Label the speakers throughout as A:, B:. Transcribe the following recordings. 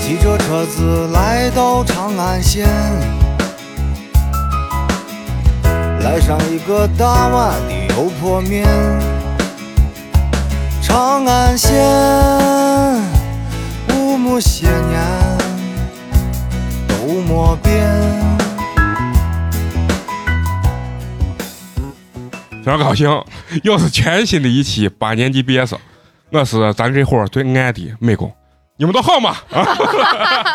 A: 骑着车子来到长安县，来上一个大碗的油泼面。长安县五亩些年都没变。
B: 非常高兴，又是全新的一期八年级毕业生。我是咱这伙儿最爱的美工，你们都好吗？啊，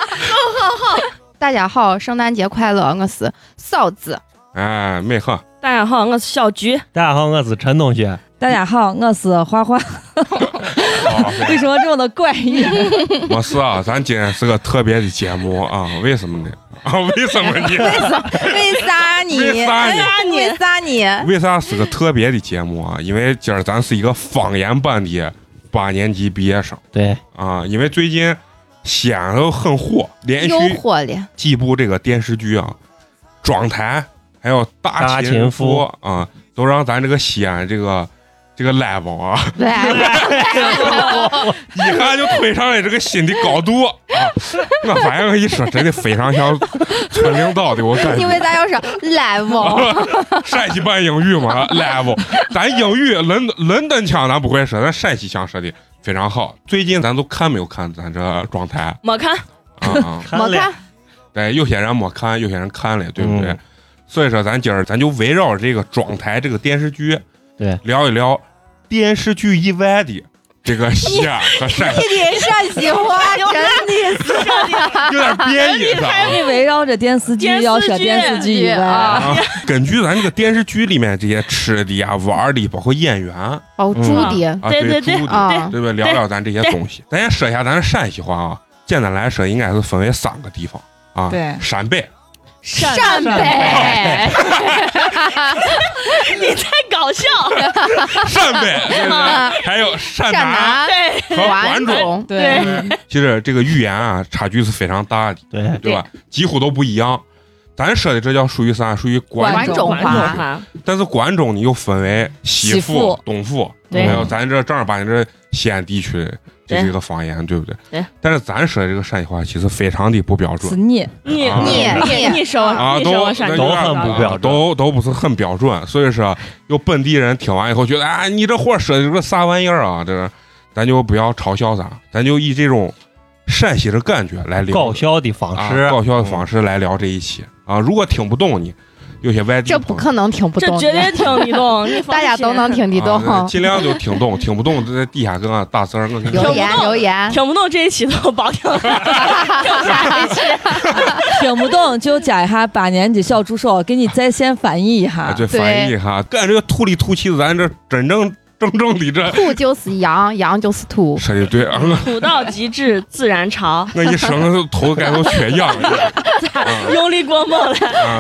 C: 大家好，圣诞节快乐！我是嫂子。
B: 哎，美好。
D: 大家好，我是小菊。
E: 大家好，我是陈同学。
F: 大家好，我是 花花。
B: 好
F: 为什么这么的怪异？
B: 没事啊， 咱今天是个特别的节目啊，为什么呢？啊， 为什么呢？
C: 为啥你？
B: 为啥你
C: 为啥你？
B: 为啥是个特别的节目啊？因为今儿咱是一个方言版的八年级毕业生
E: 对，
B: 啊，因为最近西安都很火，连
C: 又
B: 续
C: 火了，
B: 几部这个电视剧啊，《妆台》还有《大
E: 大
B: 秦
E: 秦
B: 夫
E: 夫》！
B: 啊，都让咱这个西安这个这个 level 啊，
C: 对，
B: 一看就推上了这个新的高度啊！我发现我一说真的非常像村领导的，我感
C: 因
B: 觉
C: 为咱要说 level，
B: 陕西版英语嘛，level，咱英语伦伦敦腔咱不会说，咱陕西腔说的非常好。最近咱都看没有看咱这状态啊
D: 没看，
B: 啊
C: 没
E: 了
C: 看，
B: 对，有些人没看，有些人看了，对不对？
E: 嗯
B: 所以说，咱今儿咱就围绕着这个妆台这个电视剧，
E: 对，
B: 聊一聊电视剧以外的这个西安和陕西，
C: 你陕西话真的是
B: 有点别意思啊。
F: 因为围绕着电视剧
D: 电视剧
F: 要说电视剧以外，
C: 啊！
B: 啊，根据咱这个电视剧里面这些吃的呀、玩儿的，包括演员啊，
C: 哦，朱迪
D: 对
B: 对
D: 对对
B: 猪的
C: 啊，
B: 对吧？聊聊咱这些东西。咱先说一下咱陕西话啊，简单来说，应该是分为三个地方啊。
F: 对
B: 陕北，
C: 陕北，
D: 你太搞笑。
B: 陕北，对吧还有陕
C: 陕
B: 南
C: 南，
D: 对，
B: 和
C: 管
B: 关中。
C: 中，
F: 对
B: 其实这个语言啊，差距是非常大的，
E: 对，
B: 对吧？几乎都不一样。咱说的这叫属于啥？属于
C: 管
B: 关中。
C: 中
D: 管
C: 哎话，
D: 话，
B: 但是关中你又分为西
F: 西
B: 府
F: 府、
B: 东府，
D: 对
B: 还有咱这正儿八经这西安地区的这是一个方言，对不对？
D: 对
B: 但是咱说的这个陕西话其实非常的不标
F: 是
B: 准
F: 你
D: 你
B: 啊
D: 你
C: 你
D: 你你说
B: 啊，
D: 你
B: 都
D: 说我
B: 那
D: 陕
B: 有
D: 西
B: 点
E: 都很不标准
B: 都都不是很标准。所以说，有本地人听完以后觉得，哎，你这话说的这个啥玩意儿啊？这个咱就不要嘲笑咱，咱就以这种陕西的感觉来聊
E: 搞笑的方
B: 啊
E: 式，
B: 搞笑的方式来聊这一期啊。如果听不懂你，有些外地
C: 这
B: 朋
C: 不
B: 友
C: 可能听不
D: 这
C: 懂
D: 绝对
C: 的，
D: 听 你懂，你放心
C: 大家都能。听得懂。
B: 啊尽量就听懂，听不懂就在底下跟俺打字儿，我给你
C: 留
D: 有
C: 言
D: 听不懂
C: 留言，
D: 听不懂这一期都 别听了，听下一期。
F: 听不懂就加一下八年级小助手，给你在线翻译一
B: 啊
F: 下。
B: 这翻译哈，干这个土里土气的，咱这真正正正的这
C: 土就是羊，羊就是土，
B: 说的对啊！我
D: 土到极致自然潮，
B: 我一生头该都缺氧了啊
D: 用力过猛了。
B: 啊！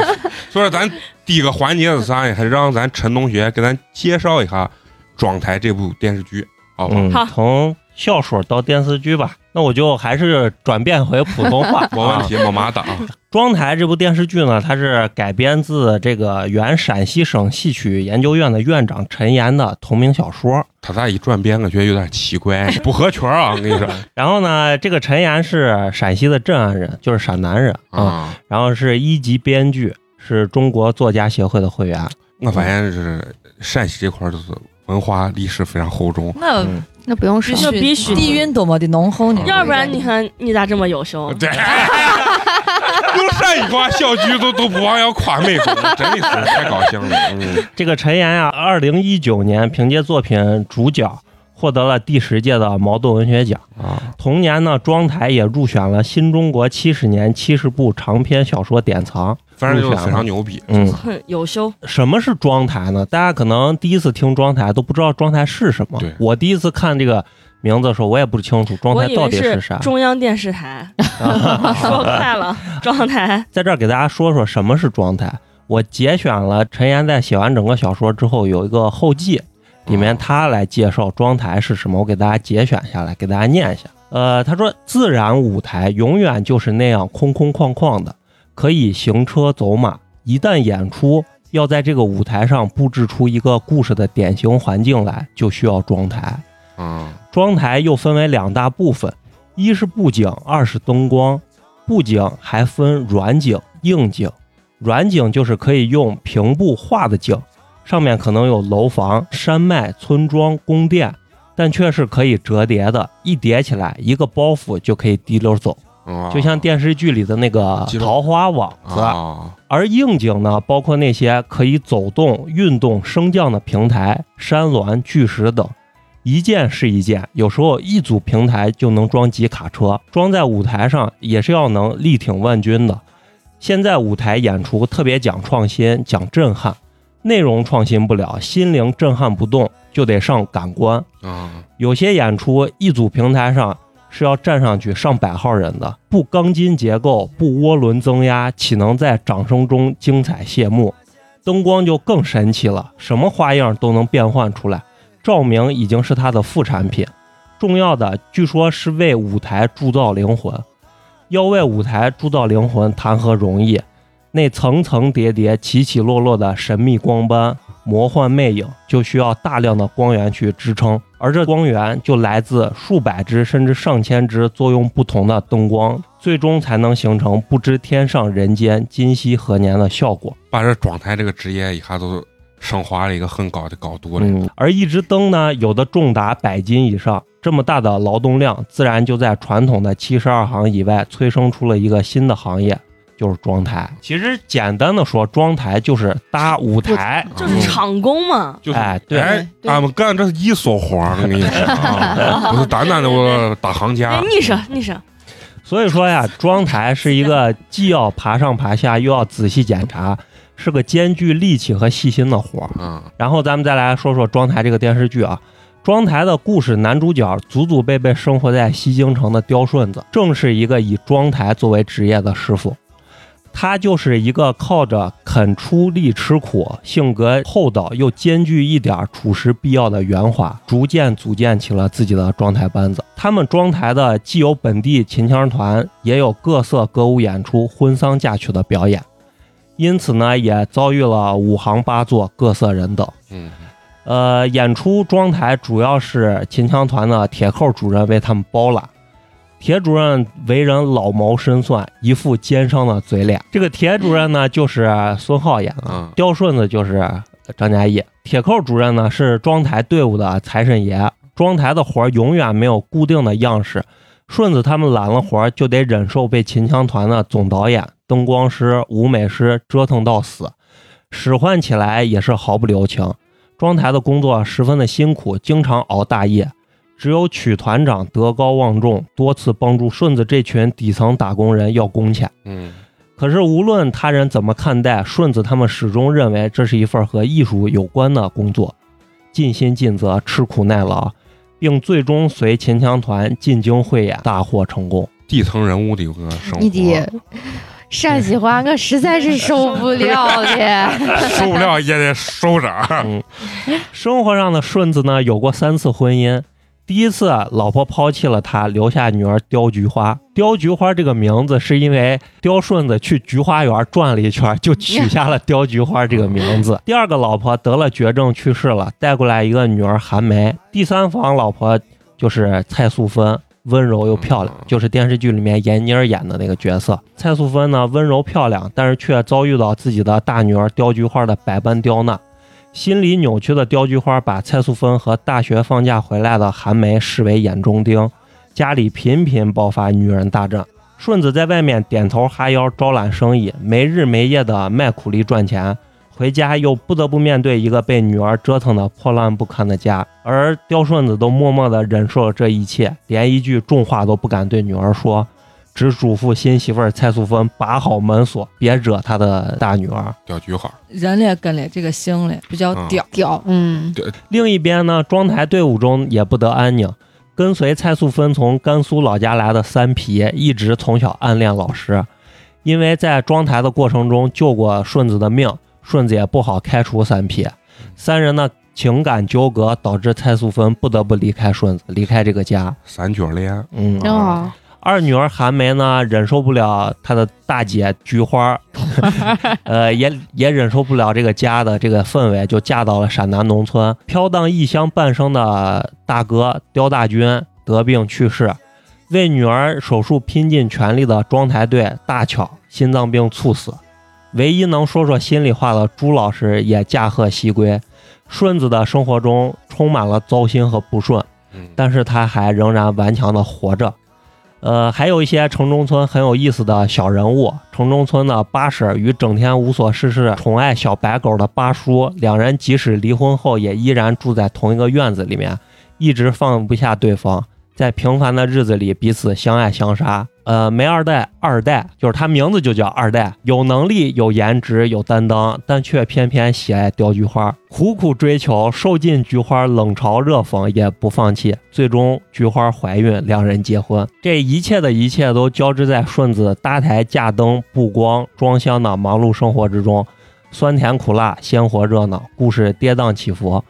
B: 所以说，咱第一个环节是啥呀？还是让咱陈同学给咱介绍一下《妆台》这部电视剧，好吧？。
E: 嗯
D: 好，
E: 从小说到电视剧吧，那我就还是转变回普通话
B: 没问题，没麻的啊！
E: 妆台这部电视剧呢，它是改编自这个原陕西省戏曲研究院的院长陈岩的同名小说。
B: 他咋一转变，我觉得有点奇怪，不合群儿啊！我跟你说
E: 然后呢，这个陈岩是陕西的镇安人，就是陕南人啊、
B: 啊，
E: 然后是一级编剧，是中国作家协会的会员。
B: 我发现是陕西这块儿就是文化历史非常厚 重。
F: 那
E: 嗯
C: 那不用说
D: 必。须必须
F: 底蕴多么的浓厚呢？
D: 要不然你看你咋这么优秀？
B: 对，用陕语话小菊都都不忘要夸妹夫，真的是太高兴了。嗯，
E: 这个陈岩啊，二零一九年凭借作品《主角》获得了第十届的茅盾文学奖。
B: 啊，
E: 同年呢，庄台也入选了新中国七十年七十部长篇小说典藏。
B: 反正就是非常牛逼。
E: 嗯，
D: 有修，
E: 什么是庄台呢？大家可能第一次听庄台都不知道庄台是什么
B: 对。
E: 我第一次看这个名字的时候，我也不清楚庄
D: 我
E: 台
D: 以
E: 到
D: 为
E: 底
D: 是
E: 啥。
D: 中央电视台，
E: 啊
D: 说快了，状态。
E: 在这儿给大家说说什么是庄台。我节选了陈岩在写完整个小说之后有一个后记，里面他来介绍庄台是什么，我给大家节选下来，给大家念一下。呃，他说自然舞台永远就是那样空空旷旷的，可以行车走马。一旦演出要在这个舞台上布置出一个故事的典型环境来，就需要庄台。
B: 嗯，
E: 妆台又分为两大部分，一是布景，二是灯光。布景还分软景、硬景。软景就是可以用平布画的景，上面可能有楼房、山脉、村庄、宫殿，但却是可以折叠的，一叠起来一个包袱就可以滴溜走，
B: 嗯
E: 就像电视剧里的那个
B: 记得
E: 桃花网子。
B: 啊，
E: 而应景呢，包括那些可以走动、运动、升降的平台、山峦、巨石等，一件是一件。有时候一组平台就能装几卡车，装在舞台上也是要能力挺万钧的。现在舞台演出特别讲创新、讲震撼，内容创新不了，心灵震撼不动，就得上感官。
B: 啊，
E: 有些演出一组平台上是要站上去上百号人的，不钢筋结构，不涡轮增压，岂能在掌声中精彩谢幕？灯光就更神奇了，什么花样都能变换出来。照明已经是它的副产品，重要的据说是为舞台铸造灵魂。要为舞台铸造灵魂，谈何容易？那层层叠叠、起起落落的神秘光斑，魔幻魅影，就需要大量的光源去支撑，而这光源就来自数百只甚至上千只作用不同的灯光，最终才能形成不知天上人间、今夕何年的效果。
B: 把这妆台这个职业一下都升华了一个很高的高度了。
E: 嗯，而一只灯呢，有的重达百斤以上，这么大的劳动量，自然就在传统的七十二行以外催生出了一个新的行业。就是装台，其实简单的说，装台就是搭舞台，
D: 就是场工嘛，
B: 就是
E: 哎对
B: 哎
C: 对
B: 俺们干这一手活儿，我跟你说啊，不是单单的我打行
D: 哎
B: 家，
D: 你说你 说，
E: 所以说呀，妆台是一个既要爬上爬下，又要仔细检查，是个兼具力气和细心的活儿。
B: 嗯，
E: 然后咱们再来说说妆台这个电视剧啊。妆台的故事男主角祖祖辈辈生活在西京城的刁顺子，正是一个以妆台作为职业的师傅。他就是一个靠着肯出力吃苦、性格厚道又兼具一点处事必要的圆滑，逐渐组建起了自己的妆台班子。他们妆台的既有本地秦腔团，也有各色歌舞演出、婚丧嫁娶的表演，因此呢，也遭遇了五行八作、各色人等。
B: 嗯，
E: 呃，演出妆台主要是秦腔团的铁扣主任为他们包揽。铁主任为人老谋深算，一副奸商的嘴脸。这个铁主任呢，就是孙浩演的，
B: 嗯
E: 刁顺子就是张嘉译。铁扣主任呢是妆台队伍的财神爷，妆台的活儿永远没有固定的样式。顺子他们揽了活儿，就得忍受被秦腔团的总导演、灯光师、舞美师折腾到死，使唤起来也是毫不留情。妆台的工作十分的辛苦，经常熬大夜。只有曲团长德高望重，多次帮助顺子这群底层打工人要工钱。
B: 嗯，
E: 可是无论他人怎么看待，顺子他们始终认为这是一份和艺术有关的工作，尽心尽责，吃苦耐劳，并最终随秦腔团进京汇演，大获成功。
B: 底层人物的一个生活，
C: 你的陕西话我实在是受不了的。
B: 受不了也得收着啊。
E: 生活上的顺子呢，有过三次婚姻。第一次，啊老婆抛弃了他，留下女儿刁菊花。刁菊花这个名字是因为刁顺子去菊花园转了一圈，就取下了刁菊花这个名字。第二个老婆得了绝症去世了，带过来一个女儿韩梅。第三房老婆就是蔡素芬，温柔又漂亮，就是电视剧里面闫妮儿演的那个角色。蔡素芬呢，温柔漂亮，但是却遭遇到自己的大女儿刁菊花的百般刁难。心理扭曲的刁菊花把蔡素芬和大学放假回来的韩梅视为眼中钉，家里频频爆发女人大战。顺子在外面点头哈腰招揽生意，没日没夜的卖苦力赚钱，回家又不得不面对一个被女儿折腾的破烂不堪的家，而刁顺子都默默的忍受了这一切，连一句重话都不敢对女儿说，只嘱咐新媳妇儿蔡素芬把好门锁，别惹她的大女儿。
B: 钓菊花，
F: 人类跟嘞这个星嘞比较屌，
C: 屌，嗯，
E: 另一边呢，装台队伍中也不得安宁。跟随蔡素芬从甘肃老家来的三皮，一直从小暗恋老师，因为在装台的过程中救过顺子的命，顺子也不好开除三皮。三人的情感纠葛导致蔡素芬不得不离开顺子，离开这个家。
B: 三角恋，
E: 嗯，
C: 真好，
E: 二女儿韩梅呢，忍受不了她的大姐菊花，呃，也也忍受不了这个家的这个氛围，就嫁到了陕南农村。飘荡异乡半生的大哥刁大军得病去世，为女儿手术拼尽全力的庄台队大巧心脏病猝死。唯一能说说心里话的朱老师也驾鹤西归。顺子的生活中充满了糟心和不顺，
B: 嗯，
E: 但是他还仍然顽强的活着。呃，还有一些城中村很有意思的小人物。城中村的八婶与整天无所事事、宠爱小白狗的八叔，两人即使离婚后，也依然住在同一个院子里面，一直放不下对方。在平凡的日子里，彼此相爱相杀。呃，梅二代、二代，就是他名字就叫二代，有能力、有颜值、有担当，但却偏偏喜爱雕菊花，苦苦追求，受尽菊花冷嘲热讽也不放弃。最终，菊花怀孕，两人结婚。这一切的一切都交织在顺子搭台架灯、布光、装箱的忙碌生活之中，酸甜苦辣，鲜活热闹，故事跌宕起伏。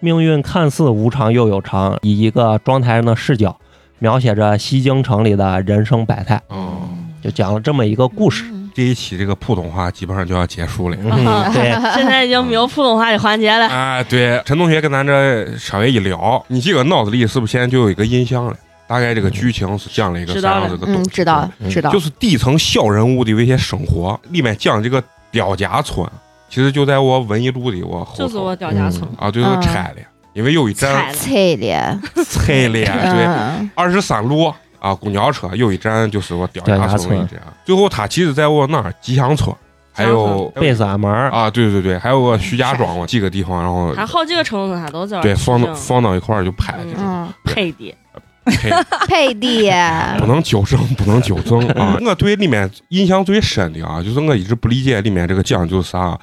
E: 命运看似无常又有常，以一个装台人的视角，描写着西京城里的人生百态，
B: 哦，
E: 就讲了这么一个 故事。
C: 嗯
B: 这一期这个普通话基本上就要结束了。
E: 嗯、 对，
D: 现在已经没有普通话的环节了。
B: 哎，对，陈同学跟咱这稍微一聊，你这个脑子里是不是现在就有一个印象了？大概这个剧情是讲了一个
D: 知
B: 啥
D: 道
B: 样
D: 了
B: 子的
C: 嗯
B: 东，西？
C: 知道知道
B: 就，是底层小人物的一些生活，里面讲这个刁家村，其实就在我文艺路的我后
D: 就是
B: 头
D: 我掉家村，
B: 啊，就是拆了，因为有一站
D: 菜了。
C: 脆的，
B: 拆了，哎对，
C: 嗯，
B: 二十三路啊，公交车有一站就是我刁家村的一站，啊最后他其实在我那儿吉祥村，还有
E: 贝散门儿，
B: 啊，对对对，还有个徐家庄，我几个地方，然后
D: 还好几个城市他都在
B: 对放到放到一块儿就拍去了。
C: 嗯，
D: 配的，
B: 嘿
C: 配的，
B: 不能纠正，不能纠正 啊！我对里面印象最深的啊，就是我一直不理解里面这个讲究是啥，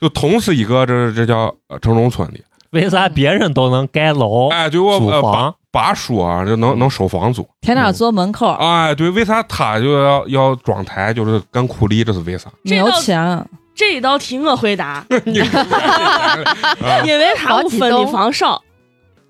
B: 就同是一个这这叫呃城中村的，
E: 为啥别人都能 盖楼、
C: 啊
B: 哎，对我
E: 租
B: 呃八
E: 哦房？
B: 八叔啊，就能能收房租，
F: 天
D: 嗯
F: 天坐门口，
B: 哎，对，为啥他就要要装台，就是干苦力，这是为啥？
F: 没有钱，
D: 这一道题我 回答，
B: 你啊
D: 因为他不分的房少，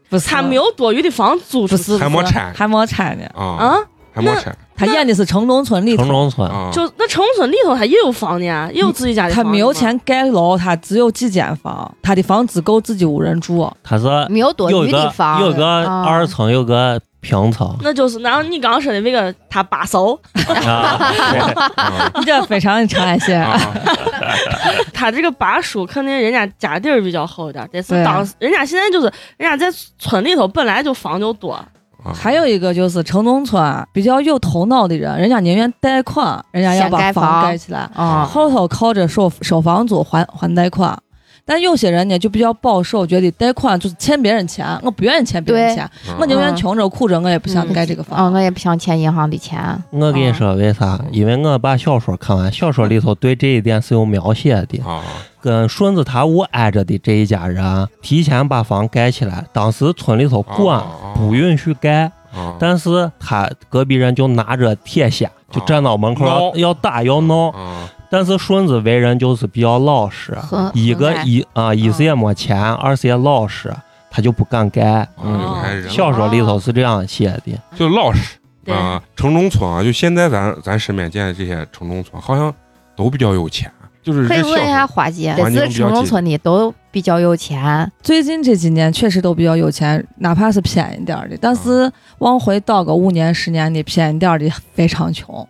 F: 不是
D: 他没有多余的房租出
F: 不
D: 去
F: 是
B: 还没拆
F: 还没拆呢，
B: 啊，
D: 啊，
B: 还没拆
F: 他演的是城中村里
E: 城
F: 头，
E: 中村，
B: 啊，
D: 就那城村里头他也有房呢，也有自己家的
F: 他
D: 房，
F: 没有钱，盖楼，他只有几间房，他的房只够自己五人住。
E: 他是
C: 没有多
E: 有
C: 余的
E: 个
C: 房，嗯啊
E: 有个二层，有个平层
D: 那就是然后你刚说的那个他八嫂，
E: 啊。
B: 啊
F: 你这非常的长安县，
B: 啊
D: 他这个八叔肯定人家家底儿比较厚一点，但是
F: 对啊
D: 当时人家现在就是人家在村里头本来就房就多，
B: 啊，
F: 还有一个就是城中村啊比较有头脑的人，人家宁愿贷款，人家要
C: 先
F: 把
C: 盖房
F: 盖起来，
C: 啊，
F: 后头靠着收收房租还还贷款。但有些人呢就比较保守，觉得贷款就是欠别人钱，我不愿意欠别人
C: 对
F: 钱，
B: 嗯
F: 我宁愿穷着苦着，我也不想盖这个
C: 啊，
F: 房。
C: 我也不想欠银行的钱，
E: 我跟你说为啥？因为我把小说看完，小说里头对这一点是有描写的。
B: 啊
E: 跟顺子塔屋挨着的这一家人，啊提前把房盖起来，当时村里头管
B: 啊
E: 不允许盖，
B: 啊，
E: 但是他隔壁人就拿着铁锨就站到门口
B: 闹
E: 要要打要闹，
B: 啊
E: 但是顺子为人就是比较老实，
C: 很
E: 一个
C: 很爱
E: 一啊一是也没钱，二是也老实，他就不敢盖。
B: 啊
E: 嗯，
B: 就开
C: 哦
B: 始人了
E: 小说里头是这样写的，
B: 就老实
D: 对
B: 啊，城中村啊，就现在咱咱身边见的这些城中村，好像都比较有钱，就是
C: 可以
B: 这小
C: 问一下花姐，
B: 环
C: 这
B: 境比
C: 是
B: 较
C: 城中
B: 紧
C: 村的都比较有钱，
F: 最近这几年确实都比较有钱，哪怕是偏一点儿的，但
B: 嗯
F: 是往回倒个五年十年的偏一点儿的非常穷。
B: 嗯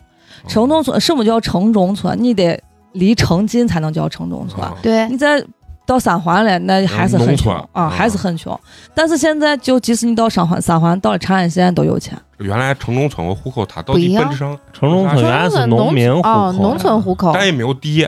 F: 城中村什么叫城中村？你得离城近才能叫城中村。
B: 啊
C: 对
F: 你，再到三环了，那还是
B: 嗯
F: 很
B: 农
F: 穷
B: 村
F: 啊，还是很穷。但是现在就即使你到三环，三环到了长安县都有钱，
B: 原来城中村和户口它到
C: 不一
B: 底
C: 样
B: 本质上，
E: 城中村原来是农民户口，
C: 哦，农村户口
B: 咱也没有地，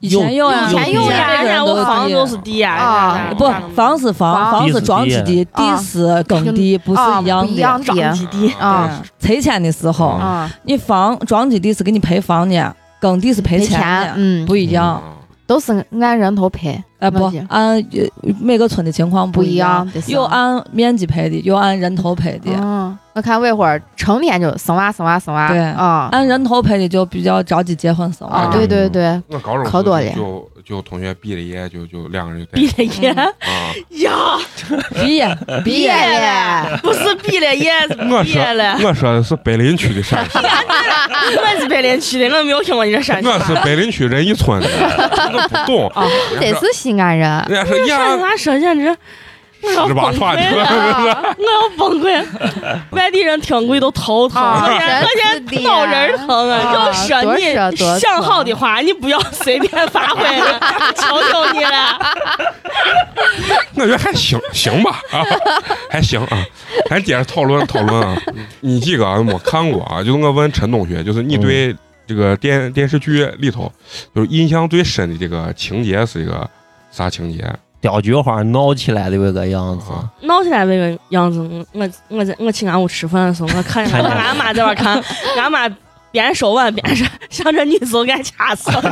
F: 以前用呀，
C: 以前啊用呀
F: 每
D: 人
F: 个
D: 家
F: 人
D: 我
F: 都
D: 房子
F: 地
D: 都是低呀，
C: 啊
D: 人家
F: 不
D: 那种
F: 房是房，
C: 房
F: 房
E: 地
F: 是
E: 是
F: 庄子
E: 地
F: 地，
C: 啊
F: 地是耕地，不是
C: 啊
F: 一
C: 不一样
F: 样的。
D: 长
C: 的
D: 几地，
C: 啊
F: 拆迁的时候，
B: 啊
C: 啊，
F: 你房庄子地是给你赔房的，耕地是赔
C: 赔
F: 钱
C: 钱，
F: 的，
C: 嗯，
F: 不一样。
B: 啊
C: 都是按人头赔，
F: 哎，不
C: 忘记，
F: 按呃每个村的情况
C: 不
F: 一
C: 一样，
F: 又按面积赔的，又按人头赔的。
C: 嗯，我看魏会儿成天就生娃生娃生娃，
F: 对嗯
C: 啊
F: 按人头赔的就比较着急结婚生
C: 啊，
F: 娃。
C: 对对对，
B: 我高中
C: 可多了
B: 就就同学毕了业，就就两个人就在一
D: 毕
B: 起
D: 了业
B: 啊。
D: 呀，
F: 毕业
C: 毕业了，
D: 嗯 不是毕了业，是
B: 我
D: 毕业 了。
B: 说我说的是北林区的陕西，
D: 我是白莲区的，我没有听过你这陕西
B: 我是
D: 话。
B: 北林区仁义村的，我不懂。
C: 哦，得是西安人，
B: 人家说
D: 陕西
B: 呀，
D: 话说简直，我要
B: 十
D: 崩
B: 八串
D: 溃 了，
B: 的，
D: 我要崩溃了。 外地人听鬼都头疼，
C: 啊
D: 我现
C: 真
D: 我
C: 是
D: 现
C: 的
D: 在脑仁疼啊！
C: 啊
D: 要说
C: 多
D: 你
C: 说多
D: 想好的话，你不要随便发挥了，求求你了。
B: 我觉得还行行吧啊，还行啊，咱接着讨论讨论啊。 你这个啊没看过啊，就是我问陈同学，就是你对这个电电视剧里头，就是印象最深的这个情节是一个啥情节？
E: 吊菊花闹起来的那个样子，
B: 啊
D: 闹起来那个样子，我我在我去俺屋吃饭的时候，我看见我俺妈在那 看，俺妈边收碗边 说：“像这女子我该掐死 了。”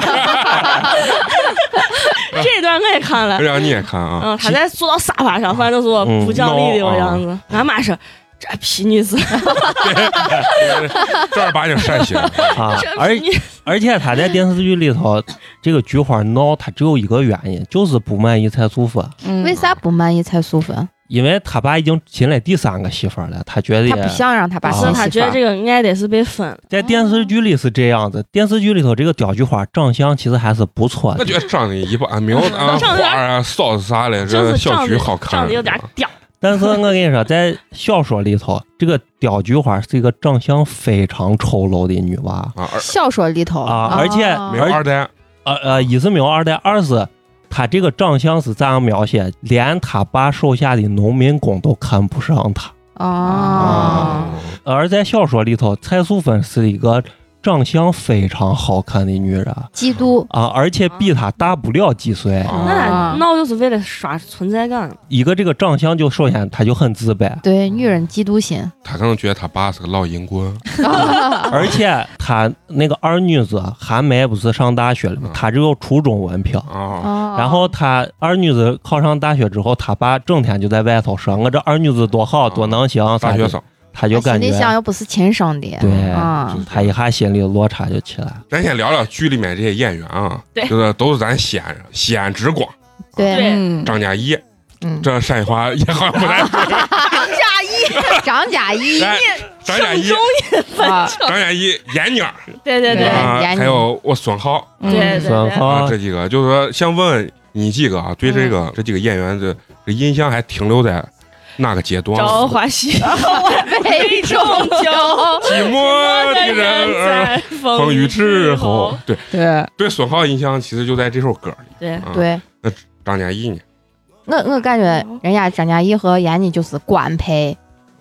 D: 这段我也看了，
B: 让你也看啊，嗯
D: 嗯，她在坐到沙发上，反正就是我不讲理的样子。俺妈说：“这皮女
B: 啊
D: 子，嗯
B: 正儿八经陕西人，
E: 啊
D: 这，
E: 而
D: 皮女子
E: 而且他在电视剧里头，这个菊花闹，他只有一个原因，就是不满意蔡素芬，
F: 嗯
C: 为啥不满意蔡淑芬？
E: 因为他爸已经寻了第三个媳妇儿了，他觉得
C: 他不想让他爸
E: 啊
C: 娶
D: 是
C: 媳妇
D: 她
C: 儿，
D: 觉得这个爱得是被分了。
E: 在电视剧里是这样子，电视剧里头这个刁菊花长相其实还是不错
B: 我
E: 的，
B: 觉得长得一般，没有啊
D: 嗯长得
B: 花啊、嫂子啥的，
D: 就
B: 这
D: 是
B: 小
D: 长
B: 菊
D: 得
B: 好看。
D: 长得有点屌，
E: 但是我跟你说，在小说里头，这个刁菊花是一个长相非常丑陋的女娃，
B: 啊，而
C: 小说里头
E: 啊而且
D: 哦
B: 没有
E: 而
B: 二代，
E: 呃呃，一是没有二代，二是她这个长相是咋样描写，连她爸手下的农民工都看不上她。
C: 哦，
E: 而在小说里头，蔡素芬是一个长相非常好看的女人
C: 嫉妒
E: 啊，而且比她大不了几岁。
B: 啊
D: 那
C: 啊
D: 闹就是为了刷存在感。
E: 一个这个长相就首先她就很自卑，
C: 对女人嫉妒 心，
B: 他可能觉得他爸是个老淫棍，
C: 啊
E: 而且她那个二女子韩梅不是上大学了吗
B: 嗯？
E: 她只有初中文凭。
D: 哦
B: 啊，
C: 然
E: 然后她二女子考上大学之后，她爸整天就在外头说：“我这二女子多好，多能行。”
B: 大学，生。
E: 她就感
C: 心里
E: 觉
C: 想又不是亲生的，
E: 对
C: 啊
B: 就是
E: 她一下心里落差就起来了。
B: 咱先聊聊剧里面这些演员啊，
D: 对
B: 就是都是咱西安人，西安之光
C: 对，
D: 对
F: 嗯，
B: 张嘉译，
C: 嗯，
B: 这陕西话也好像不太准。
D: 加一
C: 张 嘉译
B: 咱张嘉
D: 正
B: 译
D: 宗，
C: 啊，
B: 张嘉译，闫妮儿
D: 对对对
C: 对
B: 啊，
C: 闫妮
B: 还有我孙浩
F: 嗯
D: 对对
E: 孙
B: 啊，
E: 芳
B: 这几个就是说想问你几个啊，对这个这几个演员的这印象还停留在哪个阶段？
D: 朝花夕
C: 北
D: 中秋，
B: 寂寞的人儿，
D: 在
B: 风雨之后
D: 后。，
B: 对
F: 对，
B: 对，孙浩印象其实就在这首歌里。
D: 对，
B: 啊，
C: 对。
B: 张嘉译呢？
C: 我我感觉人家张嘉译和闫妮就是官配，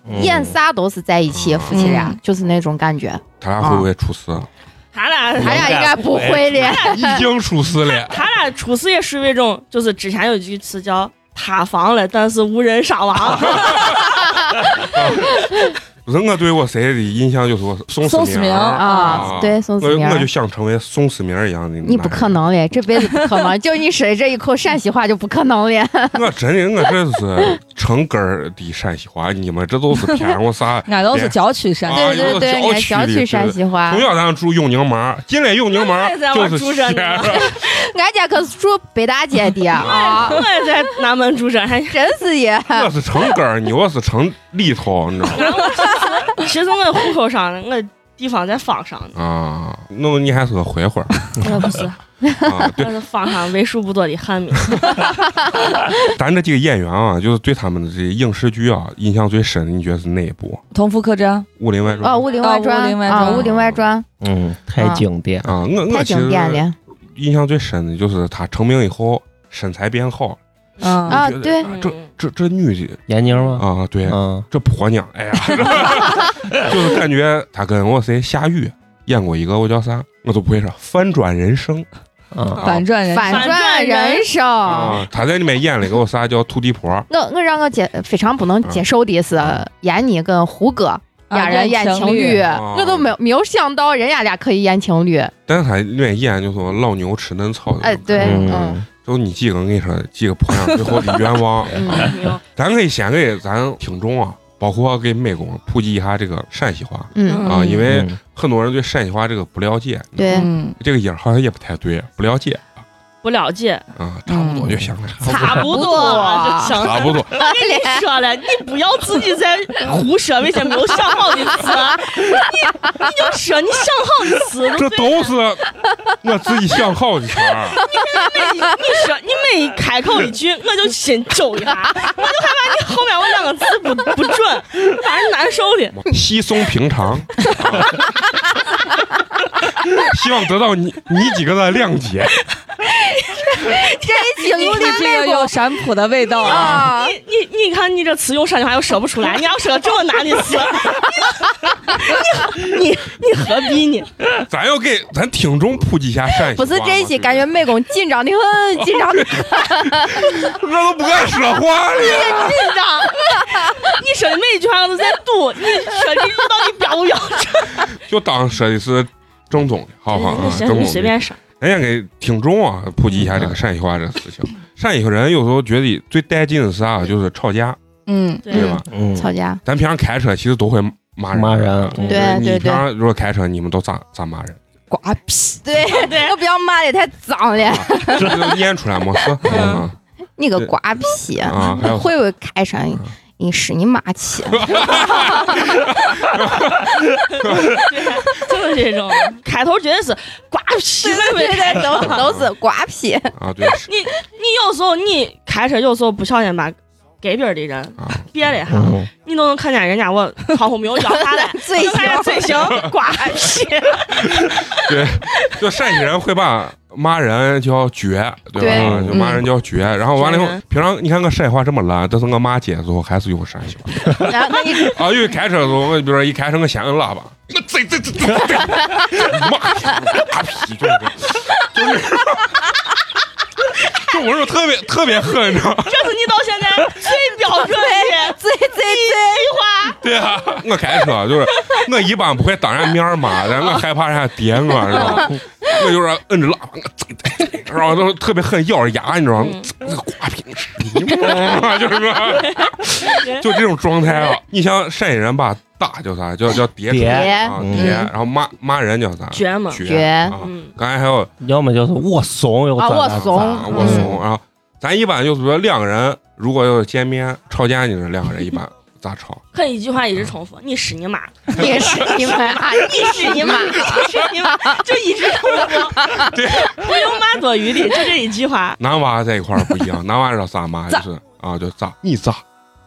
E: 嗯
C: 演啥都是在一起，
B: 嗯
C: 夫妻俩就是那种感觉。
B: 他俩会不会出事？啊
D: 他俩
B: 嗯
C: 他俩应该不会的，
B: 已经出事了。
D: 他俩处事也属于一种，就是之前有一句词叫“塌房了，但是无人伤亡
B: 不是我对我谁的印象就是我宋
F: 宋
B: 思
F: 思明？
B: 儿
C: 啊，对，宋
B: 我
C: 思明
B: 我。就想成为宋思明儿一样的。
C: 你不可，能嘞，这辈子不可能，就你说的这一口陕西话就不可能嘞。
B: 我真的我这是成根儿的陕西话，你们这都是偏我 啥
C: 啊
F: 俺都是郊区山
B: 啊，
C: 对
B: 有
C: 对对，
B: 个
C: 俺
B: 郊
C: 小
B: 区
C: 区
B: 里
C: 陕西话
B: 从，小咱住永宁门，进来永宁门
D: 我也在
B: 就
D: 我
B: 是
D: 住着
B: 西
D: 呢
B: 安。
C: 俺家可是住北大街的啊”，，
D: 我也在南门住着。还
C: 真是的。
B: 我是成根儿，你我是成里头，你知 道
D: 其实我户口上，我地方在方上呢，
B: 吗？啊，那你还是个回魂儿
D: 我不是，
B: 啊，对
D: 我。是方上为数不多的汉民。
B: 咱这几个演员啊，就是对他们的这影视剧啊印象最深的，你觉得是哪一部？《
F: 同福客栈，
B: 武林外传》
C: 啊，《武林外传
F: 啊武林》外
C: 啊，
F: 传
C: 《武林外传
E: 嗯，太经典。
B: 啊，我》我
C: 太
B: 其
C: 经典
B: 实
C: 了。
B: 印象最深的就是他成名以后身材变好，
F: 啊，
C: 啊
B: 觉得
C: 对
B: 啊这
D: 嗯
B: 这这女的
E: 闫妮吗？
B: 啊，对，
E: 嗯嗯，
B: 这婆娘， 哎呀， 就是感觉她跟我谁夏雨演过一个，我叫啥，我都不会说翻转人生
E: 嗯，
F: 反转人
C: 反
F: 生，啊
C: 转人生。
B: 啊，她在里面演了一个我啥叫土地婆，
C: 我我让我接非常不能接
B: 啊
C: 受的是，闫妮跟胡歌
F: 啊
C: 俩人演情侣，，我都没有没有想到人家俩可以演情侣。
B: 啊但是她里面演就是说老牛吃嫩草的，
C: 哎，对，嗯
E: 嗯，
B: 就你几个，我跟你说，几个婆娘最后 的愿望，
C: 嗯，
B: 咱可以先给咱听众啊，包括给美工普及一下这个陕西话
C: 嗯，
B: 啊，
D: 嗯
B: 因为
E: 嗯
B: 很多人对陕西话这个不了解，
C: 对，
F: 嗯，
B: 这个音儿好像也不太对，不了解
D: 不了解，
B: 啊，差不
C: 嗯
B: 多就行 了，
D: 差不多啊就行
B: 差
D: 了。
B: 不多。
D: 我跟你说了，你不要自己在胡说那些没有想好的词啊， 你你就说你想好的词，
B: 这都是我自己想好的词 儿，
D: 你你说你每开口一句，我就心揪一下，我就害怕你后面我两个字不不准，反正难受的。
B: 稀松平常。啊 希望得到你你几个的谅解。
C: 这一期
F: 有
C: 你
F: 的
C: 看
F: 这个
C: 那
F: 有
C: 个
F: 陕普的味道啊，
C: 啊，
D: 你你你看，你这词用陕西话又说不出来，你要说这么难的词， 你你你何必呢？
B: 咱要给咱听众普及一下陕西
C: 不
B: 话嘛。
C: 是这一期，感觉
B: 是
C: 美工紧张的很，紧张的很
B: 不是我都不敢说话了。
D: 紧张，你说的每一句话我都在赌，你说这到底标不标准？
B: 就当说的是正宗的，好不好啊？正
D: 行，你
B: 宗
D: 随
B: 的。
D: 便说。
B: 咱先给听众啊普及一
E: 嗯
B: 下这个陕西话这个事情。陕西人有时候觉得最带劲的是啥？就是吵架，
F: 嗯，
D: 对
B: 对吧？
E: 嗯，
C: 吵架。
B: 咱平常开车其实都会骂人。嗯
E: 骂人
B: 对
C: 对
B: 你
C: 对
B: 平常如果开车，你们都咋 咋骂人？
F: 瓜皮，
C: 对，
D: 对
C: 我不要骂的太脏了，
B: 这就念出来没 事
E: 嗯
B: 啊
C: 你个瓜皮，
B: 啊！还有
C: 会不会开上你？你使你妈气！
D: 就是这种，开头绝对是瓜皮
C: 对
D: 了
C: 对
D: 呗。
C: 对，都都是瓜皮。，
B: 啊，对是
D: 你有时候你开车，有时候不小心把给边儿的人
B: 啊，
D: 别了一下，
E: 嗯
D: 你都能看见人家我窗户没有摇下 来
C: 嘴型
D: 就看见嘴型 瓜皮。
B: 对，就陕西人会把骂人叫撅，对吧？嗯
E: 对
B: 就骂人叫撅，然后完了以后
D: 撅人，
B: 平常你看我陕西话这么烂，但是我骂街的时候还是有陕西话。
C: 然后那你
B: 啊，因为开车的时候，我比如说一开车我先摁喇叭，我这这这这这，妈大皮就是就是，就我说特别特别狠，你知道吗？
D: 这是你到现在最标准的
C: 最最最
D: 话，
B: 对啊，我开车就是我一般不会当人面儿骂，但我害怕人家点我，你知道吗？我就是摁着喇叭，我这这这，然后都特别狠，咬着牙，你知道吗？这这瓜皮吃你妈，就是说， 就这种状态啊。你像陕西人吧，打叫啥？叫叫叠
E: 叠
B: 啊
E: 嗯
B: 叠，然后骂骂人叫啥？
D: 绝嘛。嗯
B: 绝
C: 绝
B: 啊！刚才还有
E: 要么就是我怂，又咋
C: 啊
E: 咋咋
C: 我怂
B: 啊，我怂
C: 嗯
B: 啊。咱一般就是说两个人如果要是见面吵架，你说两个人一般咋吵？
D: 可以一句话一直重复，你是你妈，
C: 你是你妈，你
D: 是你妈，你是你妈， 就一直重复。
B: 对，
D: 不用骂多余的，就这一句话。
B: 男娃在一块儿不一样，男娃知道咋骂就是啊，就咋你咋，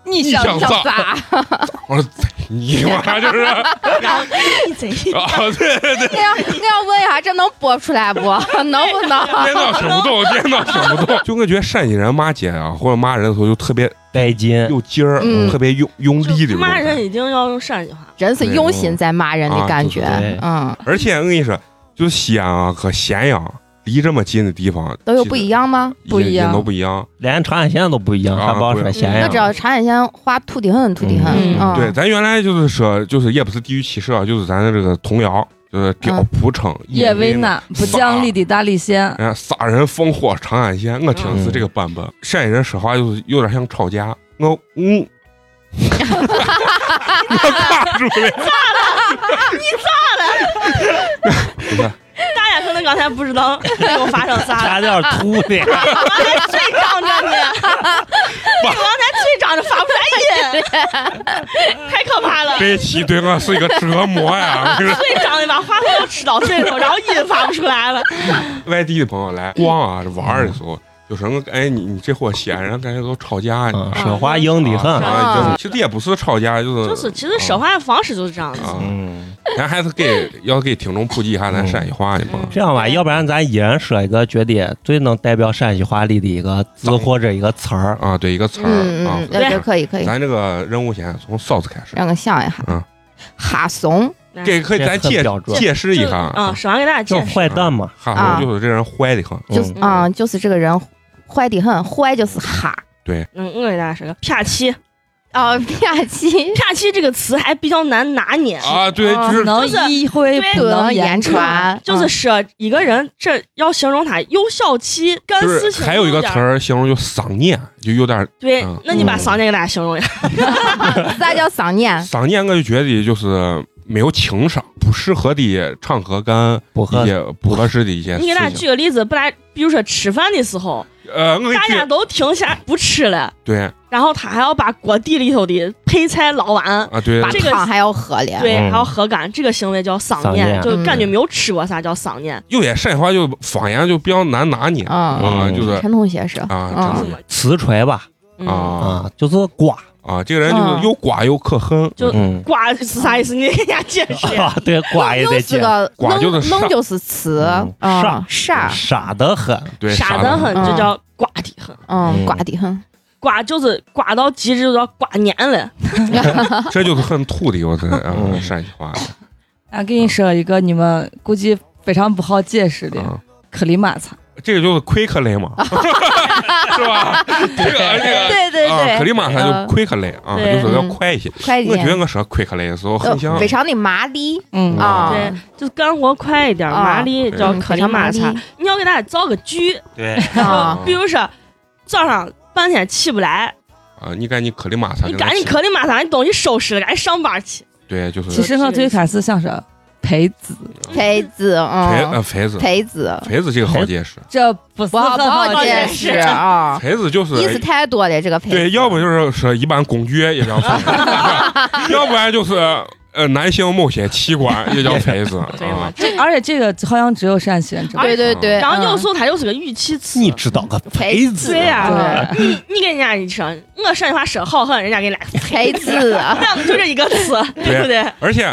C: 你
B: 想
C: 想
B: 咋
C: 咋？
B: 我说咋你妈就是 啊，
D: 你真是
B: 对对对，
C: 那要那要问一下，这能播出来不？能不能？
B: 电脑听不懂，电脑听不 懂。就我觉得陕西人骂街啊，或者骂人的时候就特别
E: 带劲，
B: 有劲儿，
C: 嗯
B: 特别用用力的那
D: 就
B: 种
D: 骂
B: 感觉。
D: 人一定要用陕西话。
C: 真是用心在骂人的感觉
E: 啊对对，
C: 嗯，
B: 而且我跟你说，就西安啊和咸阳离这么近的地方，
C: 都有不一样吗？
B: 其实
F: 不一
B: 也
F: 样
B: 都不一样。
E: 连长安县都不一样，
B: 啊
E: 还不好
B: 不一
E: 说
B: 样
E: 咸
D: 哎呀
C: 我
E: 阳
C: 知。道长安县话土的很，土的很，
D: 嗯
C: 嗯，
B: 对，咱原来就是说，就是也不是地域歧视啊，就是咱的这个童谣，就是屌
C: 嗯
B: 蒲城
F: 叶
B: 微
F: 维娜不讲理的大力仙，
B: 哎，杀人放火长安县，我
C: 嗯
B: 听的是这个版本。陕西人说话就是有点像吵架，我嗯， 我卡住了，
D: 大家可能刚才不知道又发生啥
E: 差
D: 了，
E: 点吐了，
D: 我还嘴张着呢， 你刚才嘴张着发不出来音，太可怕了。
B: 这一期对我是一个折磨呀！我跟你说
D: 嘴张着把话筒都吃到嘴里头，然后音发不出来了。
B: 外地的朋友来逛啊玩儿的时候，就是我哎，你你这货闲，然后感觉都吵架，你
E: 啊，
B: 啊
E: 说话硬的很。
B: 啊已经其实也不是吵架，就是
D: 就是其实说话方式就是这样子。
B: 啊，
E: 嗯，
B: 咱还是给要给听众普及一下咱陕西话的嘛。
E: 这样吧，要不然咱一人说一个觉得最能代表陕西话里的一个字或者一个词儿。
B: 啊，对一个词
C: 嗯
B: 儿
C: 嗯
B: 啊
C: 嗯，，那就可以可以，
B: 咱这个任务先从嫂子开始，
C: 让我想一下
B: 嗯，
C: 哈怂
B: 这个可以咱
E: 这
B: 解
E: 很标准
B: 解释一下
D: 啊，，说完给大家
E: 叫
D: 解释。
E: 坏蛋嘛，
B: 哈
C: 啊
B: 怂就是这人坏的很，
C: 就是
E: 嗯
C: 啊，就是这个人坏的很，坏就是哈
D: 嗯，我给大家说个啪七，
C: 啊，啪叽，
D: 啪七这个词还比较难拿捏，
B: 啊，对，
C: 啊
B: 就是
F: 能意会
D: 对
F: 不
C: 不能
F: 能
C: 言
F: 言
C: 传， 嗯
D: 就是说一个人这要形容他有效期跟
B: 就
D: 事
B: 是
D: 情
B: 还有一个
D: 点
B: 词儿形容就丧念，就有点
D: 对
B: 嗯，
D: 那你把桑姐给大家形容一下，
C: 嗯啥叫丧念？
B: 丧念，我就觉得就是没有情商，不适合的场合跟
E: 不
B: 一
E: 合
B: 些不合适的一些
D: 你给大家
B: 事
D: 举
B: 情。
D: 个例子，不然比如说吃饭的时候，
B: 呃，我给你
D: 大家
B: 举
D: 都停下不吃了，
B: 对啊
D: 然后他还要把锅底里头的配菜捞完，
B: 啊，对
C: 把
D: 这个
C: 汤还要喝了，
D: 对，
E: 嗯
D: 还要喝干，这个行为叫
E: 丧
D: 丧
E: 念
D: 念，就感觉
B: 嗯
D: 没有吃过啥叫丧念。
B: 有些陕西话就方言就比较难拿捏
C: 嗯，
B: 啊，就是
C: 陈同学是
B: 啊
C: 嗯
B: 陈同学
E: 瓷锤吧，
D: 嗯
B: 啊
E: 啊，就是瓜，
B: 啊，这个人就是又瓜又可恨，
D: 就
E: 嗯，
D: 瓜是啥意思？你给大家解释。
E: 啊，对，瓜也
C: 又
E: 得
C: 是
E: 见，
C: 个
B: 瓜
C: 弄
B: 就是傻
C: 弄就是词
E: 嗯，
C: 嗯，傻，
E: 傻得很，
B: 对，
D: 傻
B: 傻啊
D: 得很，
C: 嗯
D: 就叫瓜的很。
C: 嗯，
E: 嗯
C: 瓜的很，
D: 瓜就是瓜到极致，就叫瓜黏了。
B: 这就是很土的，我 这啊
E: 嗯
B: 陕西话
F: 啊，给你说一个你们估计非常不好解释的
B: 啊，
F: 克里马擦，
B: 这个就是 quick 类嘛，是吧？这个这个。
C: 对对
B: 啊，克
C: 对，
B: 里马上
C: 嗯
B: 就 quick 类啊，
D: 对
B: 就是要快一些。
C: 快一
B: 我觉得
C: 点，
B: 我说 quick 类的时候，
C: 呃
B: 很像
C: 非常的麻利
F: 嗯
C: 啊，
D: 对就干活快一点，
C: 啊
D: 麻利叫
C: 嗯
D: 可里马
C: 麻
D: 擦
C: 利。
D: 你要给大家造个句，
E: 对，
C: 啊，
D: 比如说早上半天起不来，
B: 啊，你赶紧克里马上，
D: 你赶紧可里马擦，你东西收拾了，赶紧上班去。
B: 对，就是
F: 其实我最开始想说培子，
C: 胚子，
B: 肥
C: 嗯，
B: 呃肥子，
C: 胚子，
B: 肥子这个好解释，
F: 这不是
C: 不好不
F: 很
C: 好
F: 解
C: 解
F: 释。
C: 释 啊，
B: 肥子就
C: 意思
B: 是
C: 太多了，这个胚子，
B: 对，要不就是说一般公爵也叫肥 子，要不然就是呃男性某些器官也叫肥 子
D: 对吗
B: 啊，？
D: 这
F: 而且这个好像只有陕西人知道。
C: 对对对，
D: 然后有
C: 嗯
D: 时候它又是个语气词。
E: 你知道个
C: 胚
E: 胚子，
D: 对呀、
C: 啊
D: 你你给人家一说，我陕西话说好狠，人家给你来，
C: 胚子啊，
D: 那就这一个词，对不对？
B: 而且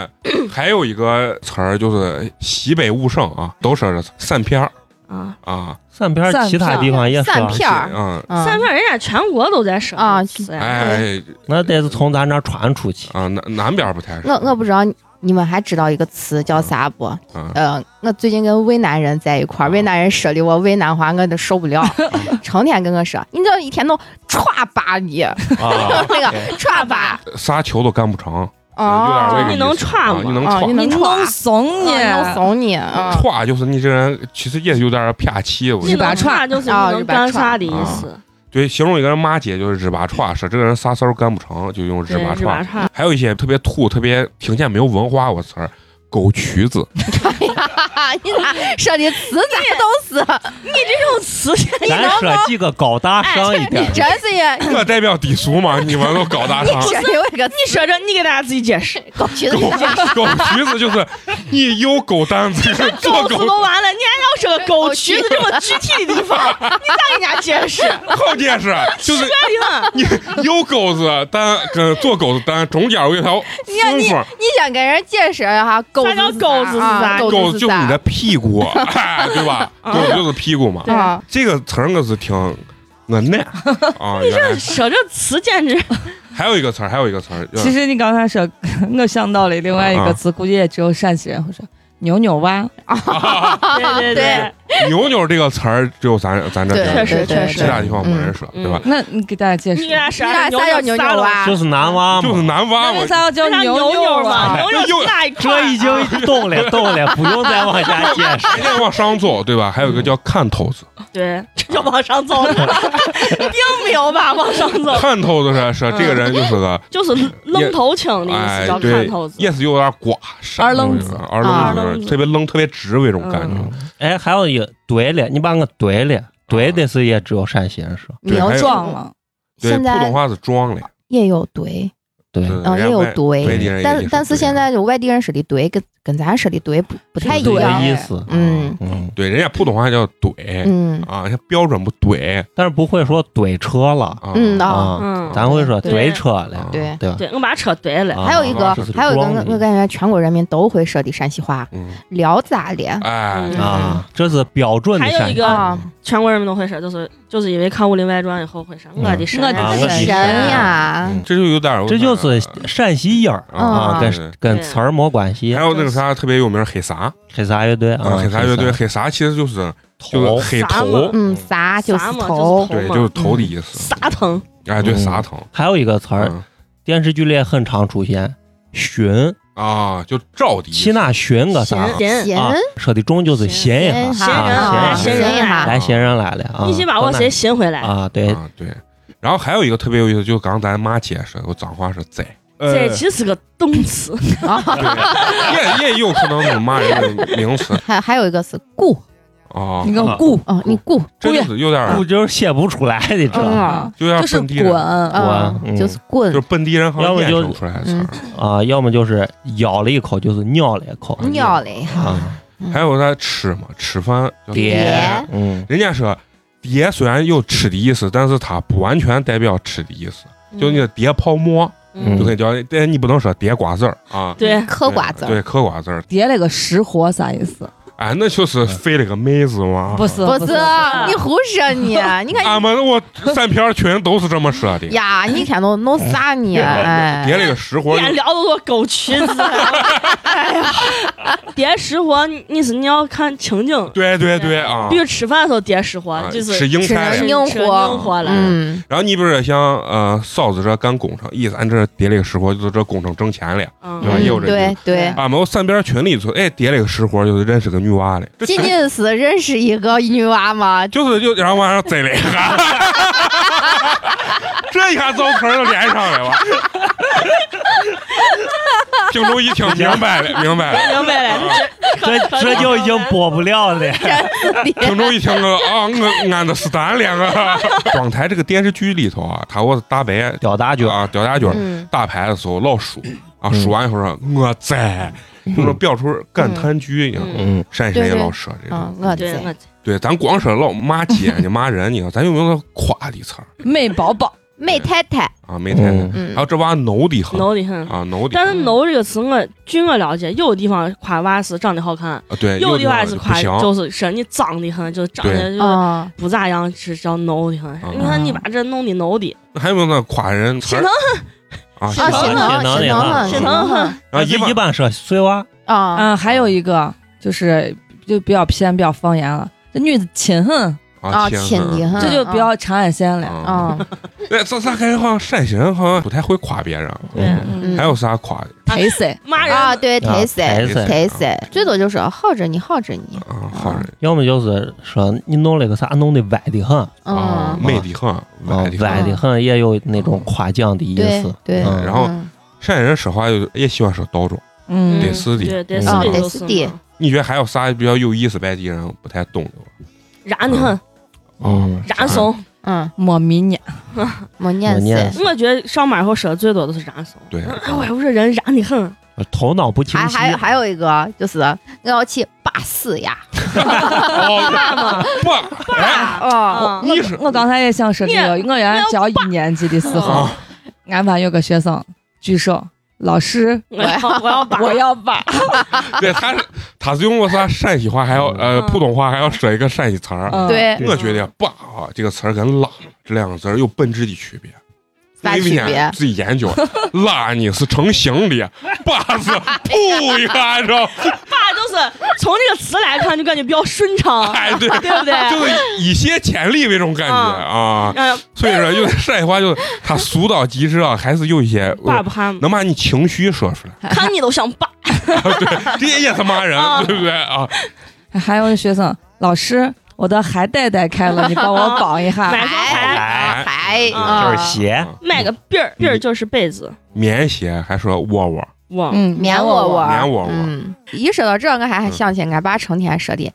B: 还有一个词儿就是西北五省啊，都说这散片儿
D: 啊，
B: 啊，
E: 散片儿其他地方也
C: 散
E: 说，
C: 片儿，
B: 嗯，
C: 嗯
D: 三片人家全国都在说
C: 啊
D: 是呀
B: 哎
C: 嗯
E: 那得是从咱这儿传 出去。
B: 啊，南南边儿不太是
C: 我我不知道你们还知道一个词叫啥不？
B: 啊，
C: 呃，我最近跟渭南人在一
B: 嗯
C: 块儿，渭南人说的我渭南话我都受不 了，成天跟我说，你这一天都歘吧 你，
E: 啊，
C: 那个歘吧，
B: 啥球都干不成，有点
C: 哦
B: 那个
D: 你
B: 意思
D: 能串
B: 啊
D: 吗
B: 你能
C: 哦，
B: 串
C: 你。
F: 你
C: 能
F: 弄
C: 歘，
F: 怂你，
C: 能怂你啊，
B: 歘就是你这人其实也有点儿撇气，我觉
D: 日
B: 得。
D: 把串就是
C: 啊
D: 不
C: 日
D: 能
C: 把
D: 干
C: 串
D: 啥的意思，
B: 对，形容一个人骂街就是日巴歘，说这个人啥事儿都干不成，就用日
D: 对，
B: 巴
D: 日把
B: 歘。
D: 串。
B: 还有一些特别土、特别听起来没有文化我词儿，狗渠子。
C: 啊你咋说的词咱都是，
D: 这种词
E: 咱说几个高大上一点
C: 你
E: 儿
C: 真是也，你
B: 这代表低俗吗？你们都高大上。
C: 说的我个
D: 你说这，你给大家自己解释。
C: 狗裙子
B: 狗狗渠子就是你有狗蛋子，就是做
D: 狗字
B: 狗
D: 都完了，你还要说狗渠子这么具体的地 方，你咋给人家解 释？
B: 好解释，就是
D: 对
B: 你有狗子蛋跟做狗子蛋中间有一条
C: 你要
B: 缝缝，
C: 你先跟人解释一下，狗
D: 啥叫
C: 是
D: 狗子是
C: 啊
D: 啥
B: 狗
C: 子
B: 就是你的
C: 啥
B: 屁股，哎对吧？狗就是屁股嘛。
C: 啊，
B: 这个词儿我是听我奶啊，原来
D: 吧？说这词简直
B: 还有一个词儿，还有一个词儿，
F: 其实你刚才说，我想到了另外一个词，估计也只有陕西人会说牛牛蛙。
D: 对对
C: 啊对
B: 牛牛这个词儿只有咱咱这
C: 对，
B: 边
D: 确实
B: 有，
C: 对对
D: 确
B: 其
D: 实
B: 他地方没人说，
D: 嗯
B: 对吧？
F: 那你给大家解释
D: 你给，大家说
C: 你俩
D: 牛
C: 仨叫牛牛
D: 了
C: 蛙
E: 就，是男娃
B: 就是
E: 嘛。
B: 男
F: 那
B: 娃，
F: 为
B: 我
F: 啥要叫
D: 为啥牛
F: 牛啊
D: 嘛，
F: 蛙？
D: 牛牛是哪一块 儿
E: 这已经 懂了，懂了，不用再往下解释。
B: 天天往上走，对吧？还有一个叫看头子，
D: 对，这就往上 走了，一定没有吧？往上走
B: 看头子是是这个人就是个
D: 就是愣头青的意
B: 哎
D: 思，叫看
B: 对
D: 头子。
B: 也是有点寡，傻
F: 二愣子
B: 二
C: 啊
B: 愣子，特别愣，特别直那种感觉
E: 嗯。哎，还有一个怼了，你把我怼了，怼的是也只有陕西人说。
B: 对
C: 牛
B: 还有
C: 撞
F: 撞
C: 了，
F: 了，
B: 对，
C: 现
B: 普通
C: 在
B: 话是装的，
C: 也有怼，
E: 对，
C: 嗯，也有
B: 外地
C: 怼，
B: 哎人也
C: 但
B: 是
C: 但是
B: 怼
C: 现在就外地人说的怼跟跟咱说的怼不不太
F: 哎
C: 一
E: 就
F: 对
E: 是这
C: 样
E: 个，意思。
C: 嗯
E: 嗯，
B: 对，人家普通话叫怼
C: 嗯
B: 啊，像标准不怼
E: 但是不会说怼车了
B: 啊，
C: 嗯啊，
E: 啊，
D: 嗯，
E: 咱会说
D: 对
E: 怼车了，
C: 对。
E: 对吧？
D: 对，我把车怼了，
E: 啊
C: 还有一个
B: 这是，
C: 还有一
E: 装
C: 个，
E: 的
C: 我感觉全国人民都会说的陕西话，
B: 嗯，
C: 聊咋了？
B: 哎，
D: 嗯
E: 啊，这是标准的
D: 还有
E: 陕
D: 一
E: 西
D: 个
C: 啊，
D: 全国人民都会说，就是就是因为看《武林外传》以后会说，我的神，
F: 我的
E: 啊我
C: 神
E: 神
C: 呀！
B: 这就有点儿，
E: 这就是
B: 嗯
E: 陕西音儿
C: 啊
E: 啊，
B: 对
E: 跟跟词儿没关系
B: 还。有那个啥特别有名儿黑啥
E: 黑撒乐队
B: 啊，
E: 啊，
B: 黑啥乐队，黑啥其实就是就
E: 头
B: 是黑
D: 撒
B: 头
D: 嘛，
C: 嗯，撒就是
D: 撒嘛
C: 头，
B: 对，
D: 嘛
B: 就是头的意思。
D: 撒腾，
B: 哎，对，
E: 嗯
B: 撒疼
E: 还有一个词儿，
B: 嗯
E: 电视剧里也很常出现，寻，
B: 啊，就照的意思。啊
E: 去哪寻个啥？
D: 人，
C: 闲
E: 啊，说的中就是
C: 哎
E: 闲一下，
D: 闲人
E: 啊
D: 啊，
E: 闲
D: 闲
E: 一
C: 人
E: 下，
D: 人
C: 啊
D: 来，
E: 来闲人来了啊！
D: 一起把我谁寻回来？
E: 啊？对，
B: 啊，对。然后还有一个特别有意思，就刚刚咱妈解释，我脏话是在，
E: 呃
D: 这其实是个动词，
B: 对也也有可能是骂人的名词
C: 还还有一个是顾
B: 啊
F: 你，个顾
C: 哦，你顾
B: 这就是有点儿
E: 不就是写不出来的这
C: 嗯
F: 啊，
B: 有点儿
F: 就是
B: 本地人，
F: 滚，
C: 啊，
E: 嗯
C: 就是
B: 就
C: 滚
B: 是本地人好像
E: 要么
B: 研
E: 就
B: 究出来的词儿。
E: 啊？要么就是咬了一口，就是尿了一口，
C: 尿了一下，
E: 啊，
B: 还有他吃嘛，吃饭叫
E: 爹，嗯，
B: 人家说碟虽然有吃的意思，但是它不完全代表吃的意思， 就那个碟泡沫，
E: 嗯
B: 就可以叫，但你不能说碟瓜子儿啊。
D: 对，
C: 嗑瓜子儿，
B: 对，嗑瓜子儿，
F: 叠了个实活啥意思？
B: 哎，那就是费了个妹子嘛。啊
F: 不是
C: 不
F: 不
C: 是啊你胡说你，你看
B: 俺们 我三片儿群都是这么说的，
C: 呀，你天都弄啥你？哎
B: 叠，了个实活
D: 别聊的我狗裙子， 哎呀，叠实活，你是你要看情景，
B: 对对对啊
D: 必，须吃饭的时候叠实活
B: 啊，
D: 就是
B: 吃硬菜
C: 吃
B: 呀
C: 硬。
D: 吃硬活了，
C: 嗯，
B: 然后你比如说像呃嫂子这干工程，意思俺这叠了个实活，就是这工程挣钱了。
D: 嗯
B: 对吧
C: 嗯
B: 也有这
C: 对对。
B: 俺们我三边儿群里头，哎，叠了个实活，就是认识个女娃了。这
C: 仅仅是认识一个女娃嘛，
B: 就是就然后往上栽了一 下，这一下糟坑就连上了吧？听众一听明白了，明白了。
D: 明白了，
C: 嗯
E: 这这就已经播不了 了。
B: 听众一听我啊，我俺的是咱两个。广台这个电视剧里头啊，他我大白
E: 屌大脚，
B: 啊，吊大脚
C: 嗯
B: 打牌的时候老输啊，输完以后说我在，就是表出感叹句一样。
D: 嗯
E: 嗯，
B: 陕西人也老说这种，
C: 嗯，我
D: 对，
C: 在
E: 啊
D: 我
B: 对，咱光说老骂街呢、骂人呢，咱有没有夸的词儿
F: 美宝宝，
C: 美太太，
B: 啊？没太太。
E: 嗯
C: 嗯
B: 还，有这娃挠的很
D: 挠的很。
B: 啊，挠的
D: 但
B: 很
D: 是“挠”这个词，我据我了解，有的地方夸娃是长得好看，
B: 啊，对，
D: 有
B: 有
D: 的地方是
B: 就不
D: 夸
B: 行，
D: 就是说你脏的很，就长得就是
C: 啊，
D: 不咋样，是叫挠的很。
B: 啊
D: 你看你把这弄的挠的，
B: 还有没有那夸人词
D: 心
B: 儿
D: 疼
B: 啊，
C: 啊，
E: 疼
C: 心
E: 心疼
C: 疼，
E: 也好
C: 心
D: 心
C: 疼
D: 疼
C: 很
D: 很，
B: 然后
E: 一
B: 般
E: 一般说碎娃，
C: 啊，
F: 嗯，还有一个就是就比较偏比较方言了，这女子勤哼，
C: 啊，
B: 亲
C: 亲的很，
F: 这就
C: 嗯
F: 比较长安县了。
B: 啊，
D: 哦
C: 啊，
B: 对，咱咱感觉好像陕西人好像不太会夸别人，
D: 对，
C: 嗯
B: 还有啥夸的
F: 赔谁？
D: 骂
C: 啊，
D: 人
C: 对，忒塞，
E: 抬
B: 谁
C: 忒塞，最多就是哦耗着你，耗着你，
B: 啊？好人
E: 要么就是说你弄了个啥，弄的歪的很，啊，
D: 哦
B: 啊，
C: 嗯，
B: 美的很，歪的
C: 哦
B: 很。
E: 歪的很，也有那种夸奖的意
C: 对
E: 思。
C: 对，
E: 嗯
B: 然后
C: 嗯
B: 陕西人说话就也喜欢说倒装。
F: 嗯，
B: 得是的
D: 对，哦得
E: 啊
D: 是的，
C: 得
D: 就是是
C: 的
D: 嘛
B: 你觉得还有啥比较有意思？外地人不太懂的吗？
D: 燃的
B: 嗯
D: 很，
B: 哦
D: 燃怂。
C: 嗯，
F: 莫米呢？
C: 没念
E: 没念
C: 死，
D: 我觉得上班以后说的最多的是燃怂。
B: 对，
D: 哎呦，我说人燃的很，
E: 头脑不清
C: 还
E: 晰，
C: 还还有一个就是我要去巴士呀，
B: 哦，不，哎，
D: 爸，
C: 哦，
D: 啊，
B: 你是
F: 我刚才也想说这个，我原来教一年级的时候，
B: 啊，
F: 俺班有个学生举手，老师，
C: 嗯
D: 我要我要把
F: 我要爸，
B: 对，他是他是用个啥陕西话，还要呃
D: 嗯
B: 普通话，还要说一个陕西词儿。
F: 嗯，
C: 对，
B: 我觉得“爸”啊这个词儿跟“拉”这两个词儿有本质的区别。
C: 啥
B: 因为
C: 区别
B: 俺？自己研究，拉你是成型的，爸啊是噗一下，你知道？
D: 爸就是从这个词来看，就感觉比较顺畅，
B: 哎， 对，
D: 对不对？
B: 就是以些潜力为这种感觉啊。
D: 嗯，
B: 所以说，有点陕西话就是它俗到极致啊，还是有一些
D: 爸不喊，
B: 能把你情绪说出来，
D: 看你都想爸。
B: 对，这也是骂 人，
C: 哦
B: 对不对啊？
F: 还有学生，老师，我的海带带开了，你帮我绑一下。
D: 买双鞋，
E: 哎，
C: 还
E: 就
C: 啊
E: 是鞋，
D: 买个篦儿，
B: 嗯
D: 篦儿就是被子。
B: 棉鞋还说窝窝，
D: 哇，
F: 嗯，
C: 棉窝
F: 窝
C: 窝，
B: 棉窝窝
C: 嗯，一说到这，我还想起俺爸成天说的，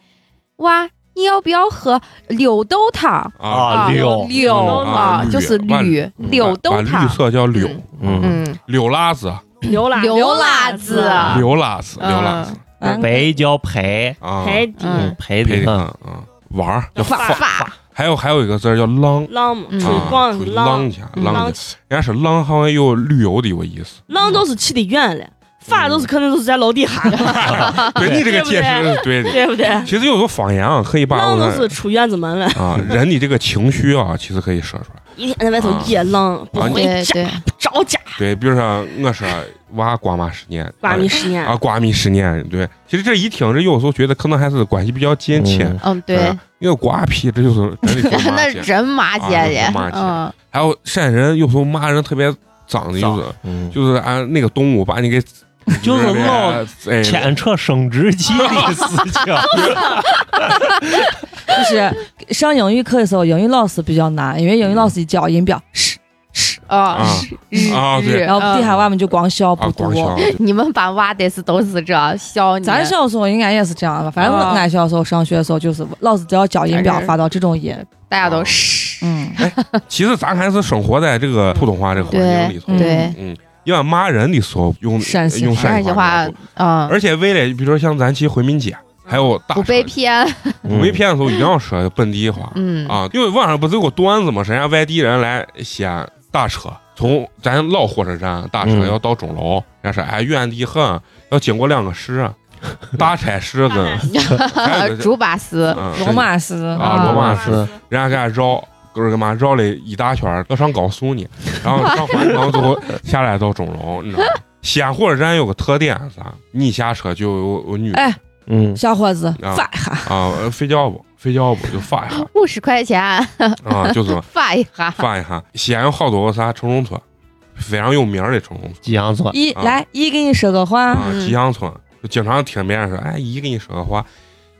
C: 哇，你要不要喝绿豆汤？
B: 啊，
E: 啊
C: 柳
E: 柳
C: 柳
D: 嗯
C: 啊，
B: 绿
C: 就是
B: 万
C: 绿
B: 把
C: 哦柳豆
B: 把
C: 汤
B: 绿。色叫柳，
E: 嗯，
C: 嗯，
B: 柳辣子，
D: 牛拉
C: 牛
D: 辣
C: 辣子啊
B: 柳辣子，
C: 嗯
B: 柳辣子
F: 嗯
E: 白叫培，
B: 啊，
D: 海底
C: 嗯
E: 嗯，培
B: 培
E: 的
B: 根
E: 饭，
B: 啊，玩儿叫
D: 法
B: 放，还有还有一个字儿叫浪，
D: 浪嘛，
C: 嗯
D: 出
B: 啊
D: 光
B: 出去
D: 浪
B: 浪去啊，
C: 嗯
B: 浪
D: 浪
B: 去，人家是浪，好像有旅游的有意思。
D: 浪都是去的远了，发都是
B: 嗯
D: 肯定都是在楼底下 的，
B: 对你这个解释是对的。
D: 对不对？
B: 其实有时候方言啊，可以 把我
D: 浪都是
B: 们
D: 出院子门了，
B: 啊人的这个情绪啊，其实可以说出来。
D: 一天在外头
B: 啊
D: 夜浪，不
B: 啊
D: 回
C: 对
D: 家
C: 对，啊
D: 不着家，
B: 对，比如说我说娃瓜妈十年，
D: 瓜米十年
B: 啊，瓜米十年，对。其实这一听，这有时候觉得可能还是关系比较近亲。
E: 嗯
C: 嗯，对
B: 嗯，因为瓜皮这就是真的是
C: 那
B: 骂街。
C: 人麻姐
B: 啊
C: 的
B: 人麻，街
C: 嗯，
B: 还有陕西人有时候骂人特别脏的，就是
E: 嗯，
B: 就是按那个动物把你给
E: 就是
B: 老
E: 老
B: 哎
E: 牵扯生殖器的事 情，
F: 就是上英语课的时候，英语老师比较难，因为英语老师一教音标是是，
C: 啊
B: 啊
C: 日
B: 啊对
C: 日，
F: 然后
C: 嗯
F: 底下娃们就光笑
B: 啊
F: 不
B: 光笑
F: 读。
B: 对
C: 你们班娃得是都是这样笑
B: 嗯
C: 你，
F: 咱小时候应该也是这样吧，反正
C: 啊
F: 俺小时候上学的时候，就是老师只要教音标
C: 反正
F: 发到这种音，
C: 大家都
B: 啊
C: 是，
F: 嗯，
B: 其实咱还是生活在这个普通话这个环境里头，
F: 嗯
C: 对，
B: 嗯，一般骂人的时候用
F: 陕西
B: 用
F: 话
B: 陕
C: 陕
B: 西
C: 西话
B: 比较多，
C: 嗯，
B: 而且为了比如说像咱去回民街，还有大
C: 不被
B: 车嗯
C: 骗，
E: 嗯
B: 不被骗的时候一定要说本地话
C: 嗯，
B: 啊，因为网上不是有个段子嘛，人家外地人来西安打车，从咱老火车站打车
E: 嗯
B: 要到钟楼，人家说哎远的很，要经过两个市，大差市跟
D: 啊
B: 还有一个
C: 竹巴斯，
B: 嗯
F: 罗马斯
B: 啊罗马
E: 斯
B: 人家给俺绕，就是干嘛绕了一大圈儿，要上高速呢。然后上环城之后下来到钟楼，你知道吗？西安火车站有个特点是啥？你一下车就有有女的
F: 哎，
E: 嗯，
F: 小伙子
B: 啊，
F: 发一下，
B: 啊，呃睡觉不睡觉不就发一下
C: 五十块钱
B: 啊，就是
C: 发一下，
B: 发一下。西安有好多个啥城中村，非常有名儿的城中村
E: 吉阳村，
F: 一
B: 啊
F: 来一给你说个话，
B: 啊，
C: 嗯
B: 吉阳村，就经常听别人说，哎姨跟你说个话，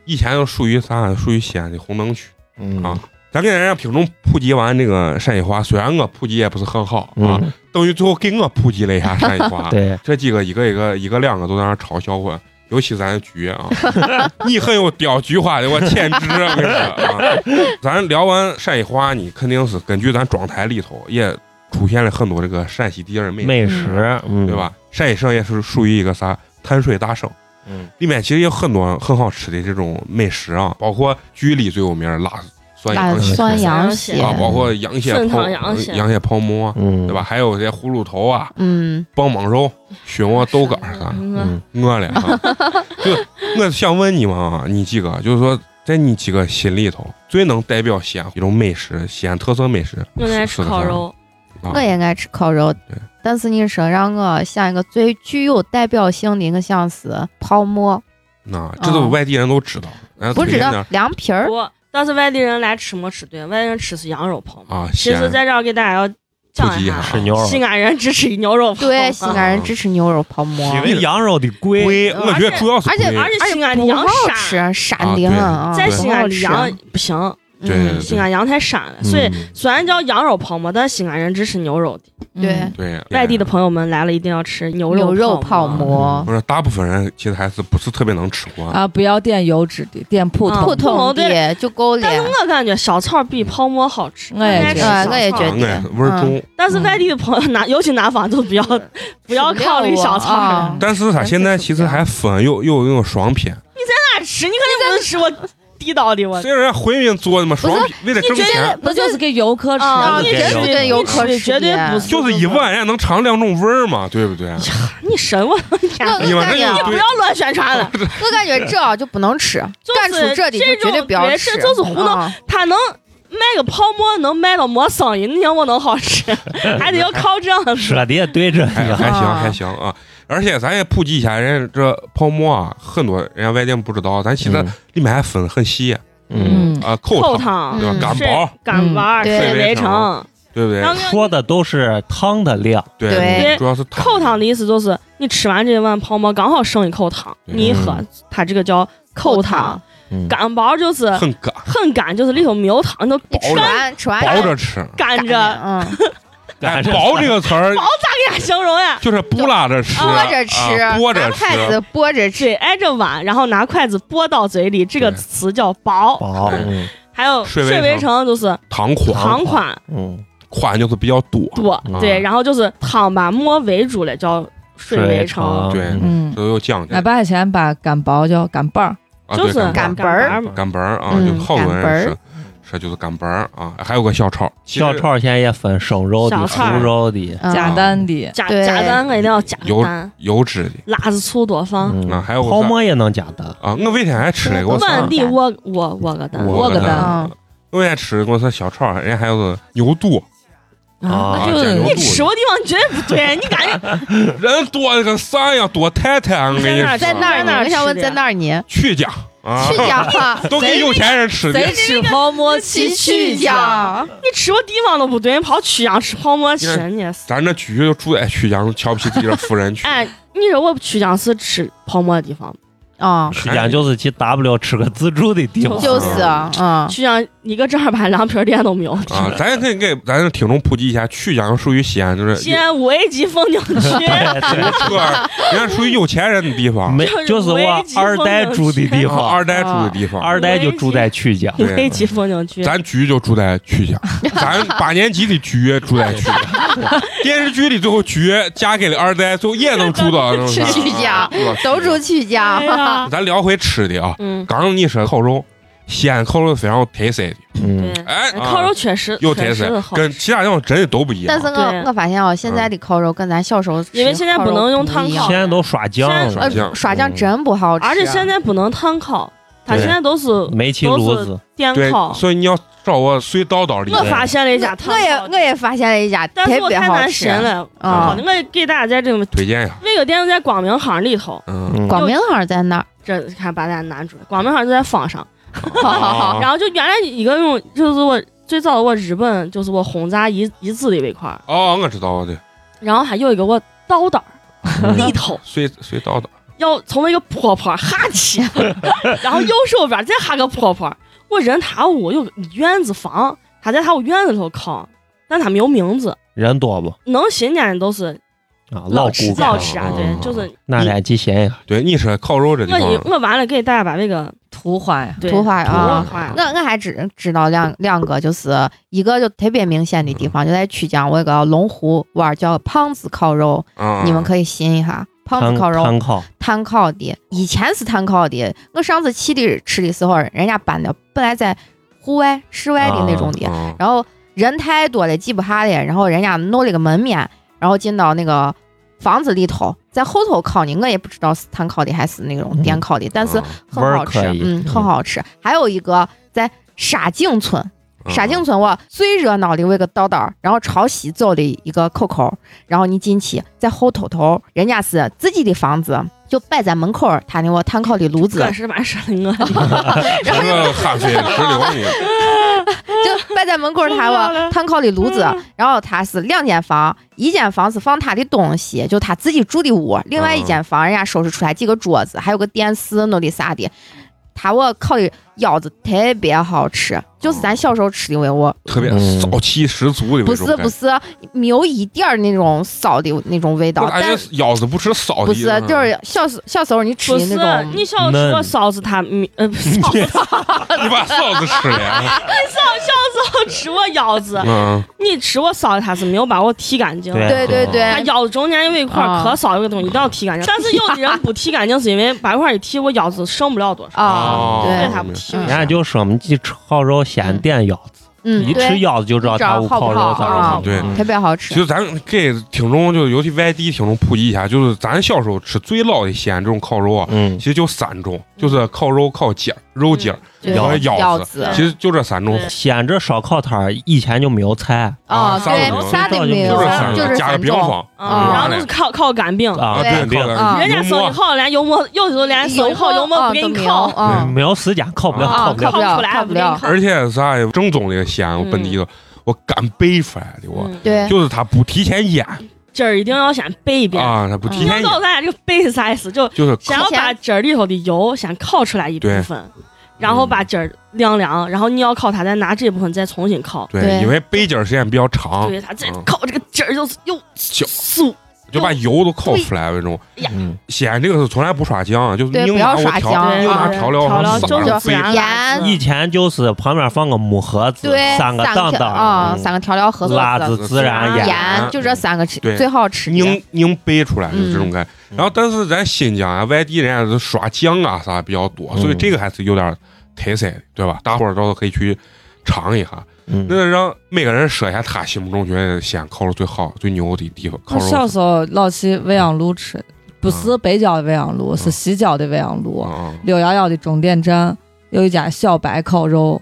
B: 以前就属于啥？属于西安的红灯区。
E: 嗯
B: 啊咱给人家品种普及完这个陕西话，虽然我普及也不是很好啊，
E: 嗯，
B: 等于最后给我普及了一下陕西话。
E: 对，
B: 这几个一个一个一个啊两个都在那儿嘲笑我，尤其咱菊啊， 你很有叼菊花的我潜质，我跟你说啊。咱聊完陕西话，你肯定是根据咱庄台里头也出现了很多这个陕西地人美，
E: 美食，嗯，
B: 对？吧？陕西省也是属于一个啥碳水大省，
E: 嗯，
B: 里面其实有很多很好吃的这种美食啊，包括局里最有名儿辣蒜
C: 啊
B: 羊血
C: 酸羊
D: 血
C: 血
B: 啊，，包括羊血
D: 粉
B: 泡
D: 汤羊血
B: 羊血泡馍啊，
E: 嗯，
B: 对吧？？还有这些葫芦头啊，
C: 嗯，
B: 棒棒肉、啊熏鹅、豆干儿啥，
D: 嗯
E: 嗯，
B: 饿了 啊。就我想问你们啊，你几个就是说，在你几个心里头，最能代表西安一种美食，西安特色美食
D: 我
B: 是
D: 爱
B: 是
D: 吃
B: 个啥
D: 烤肉，
B: 啊
C: 我也爱吃烤肉
B: 对，
C: 但是你说让我想一个最具有代表性的，我想是泡馍，
B: 啊，这都
C: 哦
B: 外地人都知道，俺
C: 不
B: 推
C: 知
B: 荐点
C: 道
B: 儿
C: 凉皮儿，
D: 不，但是外地人来吃没吃对，外地人吃是羊肉泡馍。
B: 啊，
D: 其
B: 西
D: 实
B: 安
D: 在这儿给大家要
B: 普
D: 讲
B: 及
D: 一
B: 一下
D: 下，
B: 啊
E: 吃牛肉，
D: 西安人只吃牛肉泡馍，
C: 对，西安人支持牛肉泡馍，
E: 因为羊肉的嗯贵，
B: 龟，我觉得主要是
C: 而且
B: 龟
D: 而且西
C: 哎
D: 安的
C: 不
D: 羊
C: 好
D: 膻，
C: 吃，
B: 啊
C: 山林啊，
D: 在
C: 不
D: 西
C: 好
D: 安
C: 吃啊
D: 羊不行，
B: 对
C: 嗯
B: 对
D: 西安羊太膻了，所以
B: 嗯
D: 虽然叫羊肉泡馍，但西安人只吃牛肉的。
C: 对
B: 对
D: 外地的。朋友们来了，一定要吃牛
C: 牛嗯肉泡
D: 泡
C: 馍
B: 不，是，大部分人其实还是不是特别能吃惯
F: 啊，不要点油脂的，点普
D: 啊
F: 通
C: 普
F: 的。
C: 通的
D: 对
C: 就够了
D: 但。是我感觉小炒比泡馍好吃，
F: 我也
D: 应该吃
F: 觉得
D: 小
C: 我也
D: 炒
C: 觉
B: 哎
C: 得，
B: 味
C: 嗯
B: 儿重。
D: 但是外地的朋友，南 尤其南方就不要 不要考虑小炒
C: 啊
D: 了。
B: 但是它现在其实还分有有有那种双拼，
D: 那吃你肯定不是吃我地道的我。
B: 虽然人家回民做的嘛，双拼为了挣钱，
F: 不就是给游客吃
D: 啊，
F: 的？
D: 你
E: 给
D: 吃
E: 游
D: 的
E: 客
C: 游
D: 你
C: 客
D: 吃
C: 吃
D: 的绝对
C: 的
D: 不是，
B: 就是一碗，人家能尝两种味儿嘛，对不对？
D: 你神我的天！
C: 我
B: 你
C: 我
B: 往
C: 感
B: 这
C: 觉啊
B: 一
D: 不
B: 堆
D: 要乱宣 传了，
C: 我感觉这啊就不能吃，
D: 就是
C: 干出这的就绝对不要吃，
D: 这种对这就是糊弄
C: 啊
D: 他能卖个泡馍能卖到没生意，你让我能 好吃，还得要靠这样子。
B: 啊
E: 说的啊也对着
B: 还
E: 呢，
B: 还行
C: 啊
B: 还行啊，而且咱也普及一下，人家这泡沫啊，很多人家外地人不知道，咱其实里面还分很细
E: 嗯，
B: 啊，口汤
D: 汤
B: 对吧？
C: 嗯
B: 干
D: 是
B: 包
D: 干丸、
C: 嗯对
D: 水围城，
B: 对不对
D: 然？后那个
E: 说的都是汤的量，
B: 对，
C: 对
B: 主要是汤
D: 口汤的意思就是你吃完这碗泡馍刚好剩一口汤，
B: 对
D: 你一喝
E: 嗯，
D: 它这个叫口汤
C: 汤。
E: 嗯
D: 干包就是
B: 很干，
D: 很干，就是里头没有汤，都
C: 你吃完吃完
B: 薄着吃。
D: 干
C: 干
D: 着。
C: 嗯，
B: 哎，
E: 干着
B: 薄这个词儿
D: 薄咋咋形容啊呀？
B: 就是拨拉着吃，
C: 拨着吃，
B: 啊拨
C: 拿
B: 着
C: 筷
B: 吃，
C: 子拨着吃，
D: 对，挨着碗，然后拿筷子拨到嘴里，这个
B: 对
D: 词叫 薄。
E: 薄，嗯
D: 还有
B: 睡
D: 睡
B: 围
D: 围城就是
B: 糖款
D: 躺款
E: 嗯，
B: 款就是比较多，
D: 多
B: 嗯，
D: 对，然后就是躺把摸围住了叫睡围城，
E: 城
B: 对
E: 嗯
F: 嗯，
B: 都又降下
F: 俺
B: 来
F: 爸以前把擀薄叫擀棒儿，
B: 啊，
D: 就
B: 对
D: 是
B: 干
C: 干
D: 杆
C: 本儿
D: 儿
B: 本儿干本儿啊，
C: 嗯
B: 就是好多
C: 干本
B: 人
C: 儿
B: 是是就是干本儿啊，还有个小炒，其实
E: 小串儿现在也分生肉的、
D: 小
E: 熟
D: 串儿
E: 肉的，
C: 嗯
F: 假单的，
D: 假
C: 对
D: 假单我一定要假
B: 有
D: 单，
B: 油脂的
D: 辣子粗多放。
E: 嗯
B: 啊还有个
E: 泡馍也能加蛋，
B: 啊，我那天还吃了一个，我操！
D: 满地窝窝窝个蛋，
F: 窝个蛋
B: 蛋
C: 嗯，
B: 我也吃过他小串儿，人家还有个牛肚，
E: 啊
F: 那
B: 啊
F: 就
B: 酱油
D: 你吃过地方绝对不对，你感 觉
B: 人多的跟啥样，多太太，我跟你说，
C: 在那儿呢，
D: 哪儿
C: 我
D: 吃
C: 想问
D: 的
C: 在
D: 呀
C: 那儿你
B: 去家啊，，
C: 去讲话
B: 都给有钱人吃的。
F: 谁吃泡馍
C: 去
F: 骑去家？
C: 讲，
D: 你吃过地方都不对，跑曲江吃泡馍
B: 你
D: 吃
B: 看
D: 你。
B: 咱这局就住在曲江，瞧不起自己的夫人区。
D: 哎，你说我曲江是吃泡馍的地方，
C: 嗯，
E: 实际上就是去 W 吃个自助的地 方，
C: 就是，嗯，
D: 曲江一个正儿八经凉皮儿店都没有。
B: 啊，咱也可以给咱这听众普及一下，曲江属于西安，就是
D: 西安五 A 级风景区，
B: 有车，人家属于有钱人的地方，
E: 没
D: 就是
E: 就是
D: 围
E: 我
D: 棋
E: 二代
D: 风景
E: 住的
D: 区
E: 地
B: 啊
E: 方，
B: 二代住的地方。
E: 啊二代就住在曲江，
D: 五 A 级风景区。
B: 咱局就住在曲江，咱八年级的局住在曲江，电视剧里最后局嫁给了二代，最后也能住 到那种
C: 吃曲江
B: 啊啊
C: 都住去
D: 哎
C: 讲，
D: 呀
B: 咱聊回吃的啊，
D: 嗯，
B: 刚你说烤肉，西安烤肉非常有特色的，
E: 嗯
D: 对，
B: 哎，
D: 烤肉确实
B: 有特
D: 确实
B: 色
D: 好，
B: 跟其他地方真的都不一
C: 但
B: 样
C: 是。我
D: 对
C: 我发现啊，现在的烤肉跟咱小时候吃
D: 因为现在
C: 烤肉
D: 不能用
C: 一
D: 炭烤
C: 样
E: 现在都刷酱
D: 现
B: 在
E: 了，
B: 刷酱
C: 呃，耍酱
E: 嗯
C: 真不好吃，
D: 而且现在不能炭烤，它
E: 对
D: 现在都是
E: 煤气炉子，
D: 电
B: 对，
D: 烤。
B: 所以你要照我随叨叨里
D: 我
B: 面
D: 发现了一家
C: 我
D: 炭
C: 也
D: 烤
C: 我
D: 店，
C: 也发现了一家特
D: 但是我
C: 别
D: 太
C: 好
D: 难
C: 吃
D: 寻，了。嗯
C: 啊
D: 好的，我给大家在这个
B: 推荐一下。
D: 那个店就在光明巷里头，
B: 嗯，
C: 广明好像在那儿，
D: 这看把大家难住了。光明巷就在坊上，
C: 好好
B: 啊哦
C: 好，
D: 然后就原来一个用就是我最早我日本就是我轰炸一一次的那块儿，
B: 哦，我知道的，
D: 然后还有一个我刀刀
E: 嗯
D: 里头。
B: 随随叨叨。
D: 要从那个坡坡哈起，然后右手边再哈个坡坡。我人他屋有个院子房，他在他屋院子里头烤，但他没有名字，
E: 人多不？
D: 能新鲜的都是
E: 啊，
D: 老
E: 顾
D: 吃
E: 客哦
D: 老吃啊，
B: 嗯
D: 对
B: 嗯，
D: 就是
E: 那天去闲一下，
B: 对，你说烤肉这地
D: 我一
B: 方，
D: 我完了给大家把那个
F: 图画呀，
D: 对
C: 图画啊。
D: 图画
C: 我我还只知道两两个，就是一个就特别明显的地方，就在曲江，我有个龙湖湾叫胖子烤肉，
B: 啊，
C: 你们可以寻一下胖
E: 摊
C: 子烤肉，
E: 摊 烤，
C: 炭烤的，以前是炭烤的。我上次去的吃的时候，人家搬的本来在户外、室外的那种的，
B: 啊
C: 然后人太多了，挤不下了，然后人家弄了个门面，然后进到那个房子里头，在后头烤呢。我也不知道是炭烤的还是那种电烤的，但
B: 啊
C: 是很
E: 嗯味儿
C: 好吃
E: 可以，
C: 嗯，
E: 嗯
C: 很好吃。还有一个在沙井村，
B: 啊
C: 沙井村我最热闹的我有个道道儿，然后朝西走的一个口口儿，然后你进去，在后头头，人家是自己的房子，就摆在门口儿，他那个炭烤的炉子
D: 可是蛮神的我，
B: 什么哈水直流你
C: 就摆在门口儿，他
B: 嗯
C: 我炭烤的炉子，然后他是两间房，一间房是放他的东西，就他自己住的屋，另外一间房人家收拾出来几个桌子，还有个电视弄的啥的，他我烤的腰子特别好吃，就是咱小时候吃的味我。
B: 特别
E: 嗯
B: 骚气十足的那
C: 不
B: 种
C: 是
B: 感觉。
C: 不是，没有一点儿那种骚的那种味道
B: 我，感
C: 但
B: 觉腰子不吃骚的。
C: 不是啊就是小时小时候你吃
D: 不
C: 的
D: 是
C: 那种，
D: 你小时候烧子他没呃 不是烧子
B: 你把臊子 吃了。
D: 小时候吃过腰
C: 啊
D: 子，
B: 嗯，
D: 你吃过烧子他是没有把我剃干净的。
E: 对
C: 对对
D: 它
C: 对，
D: 腰子中间有一块
C: 哎啊
D: 可少有个东西，一定要剃干净。但 是有的人不剃干净，是因为把一块一剃，我腰子剩不了多少，
C: 啊，
D: 所
B: 哦
D: 以
C: 对，
D: 他不剃。
C: 嗯
E: 人家就说我们去吃烤肉先点腰子，
C: 嗯
E: 一吃
C: 对，
E: 腰子就知道他屋烤
C: 知
E: 肉
C: 道好
E: 咋
C: 不好
E: 着。
B: 对
E: 嗯
C: 特别好
B: 其
C: 吃，
B: 实咱给听众，就尤其外地听众普及一下，就是咱小时候吃最老的西安这种烤肉啊，
E: 嗯
B: 其，实就三种，就是烤肉、烤鸡儿、肉鸡儿，
D: 对
B: 然后
E: 对
B: 腰
C: 嗯腰
B: 子，
C: 子
D: 对
B: 其实就这三种。
D: 对
E: 西安这烧烤摊儿以前就没有菜
B: 啊
C: 啊，
B: 啥
D: 都
C: 对
D: 没有，
C: 啥都
E: 就
C: 没
E: 是
C: 有
B: 就
E: 这
B: 是
E: 三，
C: 就
B: 种，
C: 是
B: 加个
C: 三
B: 冰
C: 种，
B: 方
D: 啊，
C: 嗯
D: 然后就是烤烤干饼，
E: 啊，
C: 对
E: 对
B: 烤
E: 对，
C: 嗯
D: 人家
B: 油
D: 手
B: 馍
D: 艺好，人家油馍有时候连手艺好，啊油馍不给你烤，
C: 啊，
E: 没有时间烤不了，
B: 啊
E: 烤不了
C: 烤。不
D: 烤
C: 了
D: 出来
C: 烤不了
D: 给你
B: 而且啥呀，正宗的西
C: 嗯
B: 安我本地的，我干背出来的，我
D: 嗯，
C: 对，
B: 就是他不提前腌
D: 汁儿一定要先备一遍。
B: 啊，他不提
D: 你要
C: 嗯
B: 前
D: 告
B: 腌，
D: 诉大家这个备是啥意思，就
B: 就是
D: 先要把汁儿里头的油先烤出来一部分，然后把筋儿晾凉，然后你要烤它，再拿这部分再重新烤。
B: 对，
C: 对
B: 因为背景时间比较长，
D: 对，它这
B: 嗯
D: 烤这个筋儿就又
B: 小
D: 酥，
B: 就把油都烤出来了那种。
E: 嗯，
B: 西安这个是从来不刷酱，就是
C: 对
B: 硬拿
C: 不要啊
B: 我
C: 刷
B: 调
C: 酱
B: 硬拿
D: 对
B: 调料
D: 调料
B: 往
D: 就
B: 撒
D: 是
B: 上
D: 孜
B: 飞。
D: 然
C: 盐
D: 嗯
E: 以前就是旁边放个木盒子，
C: 对，
E: 三个
C: 条
E: 蛋蛋
C: 啊，
E: 嗯
C: 三个调料合作
E: 辣
C: 的
E: 子、孜
D: 孜
E: 然、
D: 然
C: 啊盐，就这三个吃
B: 对
C: 最好吃的。
B: 拧拧背出来就是这种感觉，
E: 嗯
B: 然后但是咱新疆啊，外地人家是刷酱啊啥比较多，
E: 嗯
B: 所以这个还是有点特色的，对吧？大伙儿到时候可以去尝一下，
E: 嗯，
B: 那让每个人说一下他心目中觉得西安烤肉最好、最牛的地方。烤
F: 我小
B: 肉
F: 时候老去未央路吃，不是北郊的未央路，是西郊的未央路。
B: 啊，
F: 六幺幺的终点站有一家小白烤肉，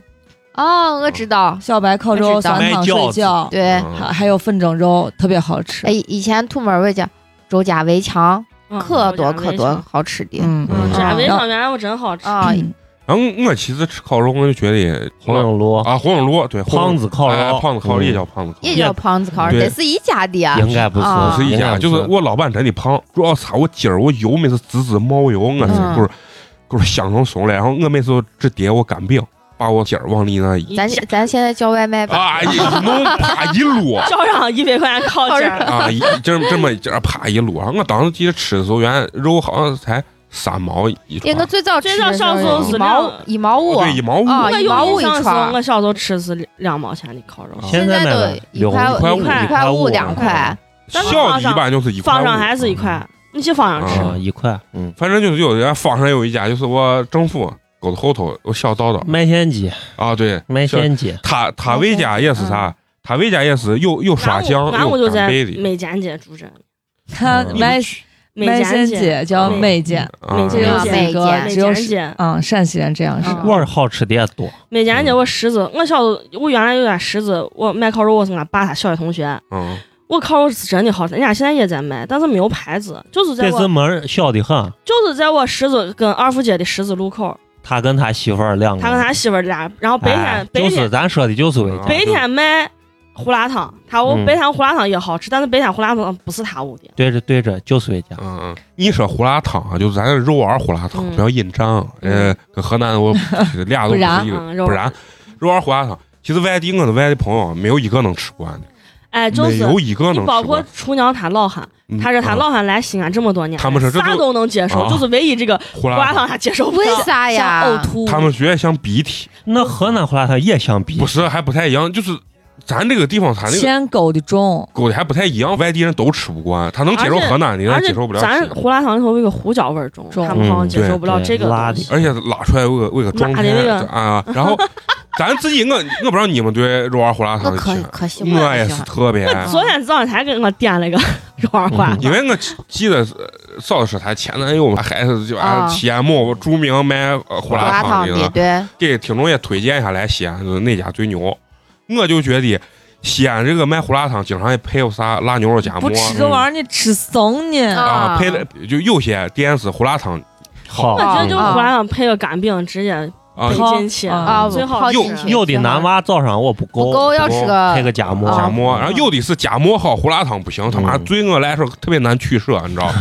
C: 哦，我知道，
F: 小白烤
C: 我
F: 肉、
C: 知道
F: 酸汤水饺，
B: 嗯
C: 对，
F: 还还有粉蒸肉，特别好吃
C: 哎。，以前土门卫家周家围墙
D: 嗯
C: 可多
D: 我家
C: 可
D: 围
C: 多
D: 墙
C: 好吃的
F: 嗯，
B: 嗯
D: 这家围
F: 然
D: 墙
F: 后
D: 原来我真好吃。
C: 啊，
F: 嗯
B: 然后我其实吃烤肉，我就觉得也
E: 红甬路、
B: 啊，红甬路对，红甬
E: 胖子嗯烤
B: 哎
E: 肉、
B: 胖子烤肉也叫胖子烤肉
C: 也叫胖子烤肉，
B: 对
C: 得是一家的呀。
E: 应该不是
C: 啊，
B: 是一
E: 应该
B: 家，
E: 不
B: 就是我老板真的胖，主要啥？哦我今儿我油每次滋滋冒油，我
C: 嗯
B: 是不是给我香成怂了？然后我每次都直叠我干饼，把我今儿往里那一
C: 咱 咱现在叫外卖吧，
B: 啊一弄啪一摞
D: 交上一百块钱烤鸡儿，
B: 啊，一这么这么这啪一摞。我当时记得吃的时候，原来肉好像才三毛一
C: 因为我
B: 串，
C: 最早吃
D: 最早
C: 的时
D: 上
C: 候
B: 次
C: 一
D: 是
C: 毛
D: 量
C: 一毛五
B: 哦，对，一毛五，
C: 啊
D: 我
C: 一毛五
D: 有
C: 一
D: 印象的时
C: 串
D: 候，我小时候吃是两两毛钱的烤肉，
B: 啊
E: 现
C: 现
E: 在
C: 都
E: 呢
C: 一块
B: 块五嗯一
C: 一块
E: 块
C: 五
E: 五啊
C: 两块，
D: 但是
B: 小
D: 放
B: 的
D: 上
B: 一般就是一块五，
D: 放上还是一块，你去放上吃。
B: 啊
E: 啊，一块，嗯，
B: 反正就是有人家方上有一家，就是我政府狗子后头我小道道
E: 麦仙鸡，
B: 啊，对，
E: 麦仙鸡，
B: 他他魏家也是
D: 嗯
B: 啥？他魏家也是有有刷
D: 完
B: 酱，
D: 我完我
B: 有
D: 就
B: 干
D: 在
B: 贝的，
D: 美简街住着，
F: 它
E: 嗯
F: 麦麦仙
D: 简街，
F: 姐叫
B: 嗯
F: 美姐，
B: 啊，
F: 这
C: 个
F: 个
C: 啊
F: 是一
C: 美
F: 个
C: 姐
D: 美
F: 只有
D: 简
F: 是
D: 街，
F: 嗯陕西人这样是。
D: 啊
E: 味儿好吃的也多，
D: 美简
E: 嗯
D: 街我侄子，我小我原来有点侄子，我卖烤肉我是俺爸他小学同学，
B: 嗯，
D: 我烤肉是真的好吃，人家现在也在卖，但是没有牌子，就是在
E: 这次
D: 我
E: 门儿小的很。
D: 就是在我侄子跟二府街的十字路口，
E: 他跟他媳妇儿两个
D: 他
E: 人，
D: 跟他媳妇儿俩，然后白
E: 嗯哎
D: 天白
E: 就是
D: 天
E: 咱说的就是味
B: 白
D: 白天卖胡辣汤，他我
E: 嗯
D: 白天胡辣汤也好吃，但是白天胡辣汤不是他屋的，
E: 对着对着就是味家，
B: 嗯嗯，你说胡辣汤啊，就是咱肉丸胡辣汤，
D: 嗯
B: 不要引战啊。呃，跟河南 我俩都不是一
D: 不
B: 个，
D: 然嗯
B: 不然肉丸胡辣汤，其实外地我的外地朋友啊没有一个能吃惯的，
D: 哎，就
B: 没
D: 是
B: 有一个
D: 你
B: 能
D: 包
B: 吃
D: 括
B: 惯。
D: 厨娘她老汉，
B: 嗯
D: 她说她
B: 嗯
D: 老汉来西安这么多年，
B: 他们说这
D: 啥
B: 都
D: 都能接受，
B: 啊
D: 就是唯一这个
B: 胡
D: 胡
B: 辣
D: 辣
B: 汤，
D: 汤她接受不
C: 为
D: 了。
C: 啥
F: 像
C: 哎呀
F: 呕？吐，
B: 他们觉得像鼻涕，
E: 那河南胡辣汤也像比
B: 不是还不太一样，就是咱这个地方它那个
F: 牵狗的重，
B: 狗的还不太一样，外地人都吃不惯，他能接受
D: 而且
B: 河南的，
D: 而
B: 但
D: 且
B: 接受不了西
D: 咱
B: 安。
D: 胡辣汤里头有一个胡椒味儿重，
F: 重
D: 他们好像接受不了
E: 嗯对
D: 这个
E: 辣
D: 东
E: 的
D: 西。
B: 而且拉出来有个有个装
D: 妈的那
B: 填
D: 个
B: 啊，然后咱自己我我不知道你们对肉丸胡辣
C: 我
B: 汤的
C: 可
B: 喜
C: 可喜
B: 欢，
C: 欢
B: 我
C: 了
B: 也
C: 喜
B: 是
C: 欢，
B: 特别爱，
D: 昨天早上才给我点了一个 肉丸花
E: 嗯
B: 因为我记记得呃嫂子说她前男友嘛，还是就
C: 啊
B: 俺西安某著名卖呃胡
C: 胡
B: 辣
C: 辣
B: 汤
C: 汤
B: 的
C: 的
B: 了，
C: 对，
B: 给听众也推荐一下来西安就是哪家最牛，我就觉得西安这个卖胡辣汤经常也配有啥辣牛肉夹馍
F: 不吃这玩
B: 嗯
F: 意儿你吃怂呢。
B: 啊，
C: 啊
B: 配了就有些店是胡辣汤
E: 好
D: 我，觉得就
C: 啊
D: 胡辣汤配个干饼，直接
B: 啊
D: 配
F: 好
D: 进去
F: 啊
C: 啊，
D: 最好
C: 泡
D: 吃
C: 进去
E: 有的
C: 挺好
E: 男娃早上我不
C: 不
E: 够，
C: 够要
B: 不够
C: 吃
E: 配个
C: 个
E: 夹馍，
D: 啊
B: 夹馍，然后
E: 嗯
B: 有的是夹馍好，胡辣汤不行，他妈
E: 嗯
B: 对我来说特别难取舍，你知道 吗？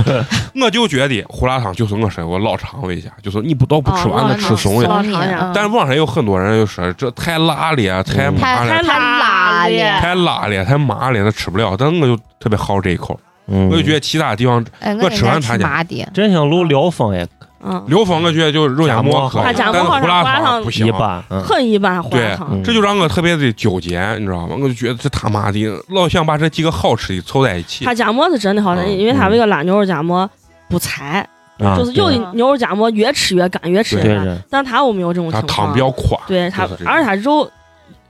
B: 我就觉得胡辣汤就是我身我老肠胃一下，就是你不到不吃完
D: 啊
B: 我吃怂了。
D: 了
C: 你，嗯
B: 但是网上有很多人就说这太辣了，太麻
C: 太
B: 了，
C: 太辣
D: 太辣
C: 了
D: 了。
B: 太辣了，太麻了，那吃不了。但我就特别好这一口，
E: 嗯
B: 我就觉得啊其他地方
C: 哎，
B: 我吃完他
C: 吃
B: 家
C: 麻的，
E: 真想路辽丰也
D: 嗯，
B: 刘峰我觉得就是肉
E: 嗯
B: 夹馍可以，
D: 夹
B: 但
D: 馍好
B: 胡辣
D: 夹馍好
B: 不行啊
E: 一。般，嗯
D: 很一般胡辣汤
E: 对。
B: 这就让我特别的纠结，你知道吗？我就觉得这他妈的老想把这几个好吃的凑在一起
D: 他。夹馍是真的好吃，
B: 嗯
D: 因为他为个辣牛肉夹馍不柴，
E: 啊
D: 就是有
E: 对
D: 的牛肉夹馍越吃越干，越吃
E: 对
D: 越干。
E: 着
D: 但他我没有这种
B: 它
D: 情
B: 汤
D: 况
B: 比。较宽，
D: 对他
B: 就是这，样
D: 而且他肉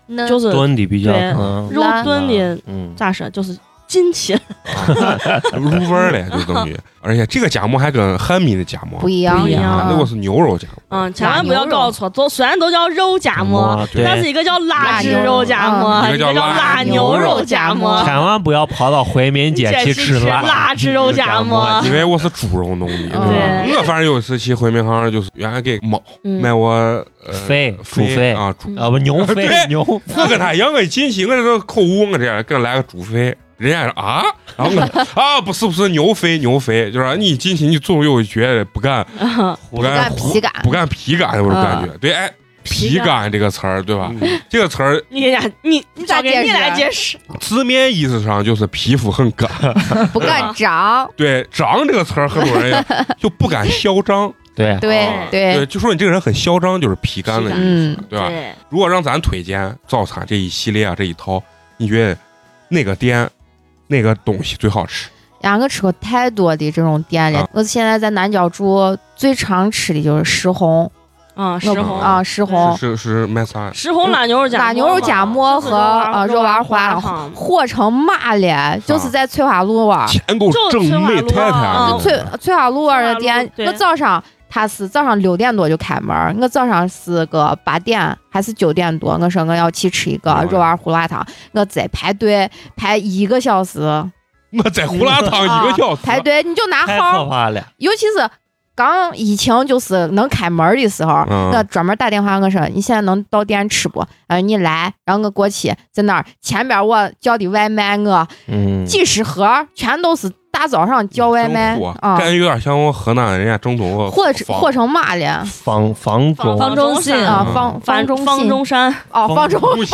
C: 那
D: 就是
E: 炖的比较
D: 对
E: 嗯
D: 肉
C: 烂
D: 炖的
E: 嗯
D: 咋说，就是筋起
B: 入味儿了，就等于。而且哎这个夹馍还跟汉民的夹馍
C: 不一样
D: 不一样
B: 啊那个是牛肉夹馍，
D: 嗯，千万不要搞错，都虽然都叫肉夹馍，
E: 嗯对
D: 但是一个叫辣汁肉夹
B: 辣
D: 馍，
B: 牛
D: 一
B: 肉
D: 个叫辣牛肉夹馍，
E: 千万不要跑到回民街
D: 这
E: 去
D: 是吃
E: 辣
D: 辣汁肉夹 馍
B: 因为我是猪肉 农民。
C: 嗯
B: 我反正有一次去回民行，就是原来给猫卖
D: 嗯，
B: 我呃
E: 肺猪肺
B: 啊猪，
E: 啊不牛肺
B: 对
E: 牛
B: 我跟他一样，我一进去我这个口误，我这样给我来个猪肺，人家也说啊，然后 我啊，不是不是，牛飞牛飞，就是你进去你总有一觉不干
D: 嗯
B: 不干
C: 不干皮感嗯
B: 不干皮感，我种感觉对，哎，皮
D: 皮感
B: 感这个词儿对吧？这个词儿
D: 你俩你
C: 你咋
D: 交给
C: 解
D: 你
C: 释
D: 来解释？
B: 字面意思上就是皮肤很干，
C: 不干
D: 嗯
C: 长，
B: 对，长这个词儿很多人也就不敢嚣张，
E: 对，
C: 对
B: 啊对，
C: 对，
B: 就说你这个人很嚣张，就是皮干的
D: 皮
B: 意
D: 干
B: 思，
C: 嗯，
B: 对吧？如果让咱推荐早餐这一系列啊这一套，你觉得哪个店哪个东西最好吃？
C: 俺哥吃过太多的这种店了
B: 啊。
C: 我现在在南角住，最常吃的就是石红，
D: 啊，石
C: 我
D: 红
C: 啊，石红
B: 是是是卖啥？
D: 石红腊牛肉夹
C: 辣牛肉夹馍
D: 就是
C: 和啊
D: 肉
C: 肉
D: 丸
C: 丸
D: 花
C: 花
D: 汤
C: 和成嘛了，就是在翠华路啊，
B: 舔狗正妹太太啊，
D: 就
B: 你
C: 翠
B: 知道吗
C: 翠华路儿的店，
D: 对
C: 我早上他是早上六点多就开门儿，我早上是个八点还是九点多，我说我要去吃一个
B: 嗯
C: 肉丸胡辣汤，我在排队排一个小时，
B: 我在胡辣汤一个小时，啊
C: 啊排队你就拿
E: 太
C: 号
E: 可
C: 儿，
E: 怕了。
C: 尤其是。刚疫情就是能开门儿的时候，
B: 嗯
C: 我专门打电话我说你现在能到店吃不？啊，你来，然后我过去在那儿前边我叫的外卖，我
E: 嗯，
C: 几十盒儿全都是大早上叫外卖
B: 真火
C: 啊，
B: 感觉有点像我河南人家正宗的
C: 或
B: 房
C: 或成嘛了
E: 房房中
D: 房
F: 中信
C: 啊
B: 嗯？
C: 方
D: 方
C: 方中
D: 方
C: 信
D: 中山
C: 哦，
E: 方
C: 方中
B: 中信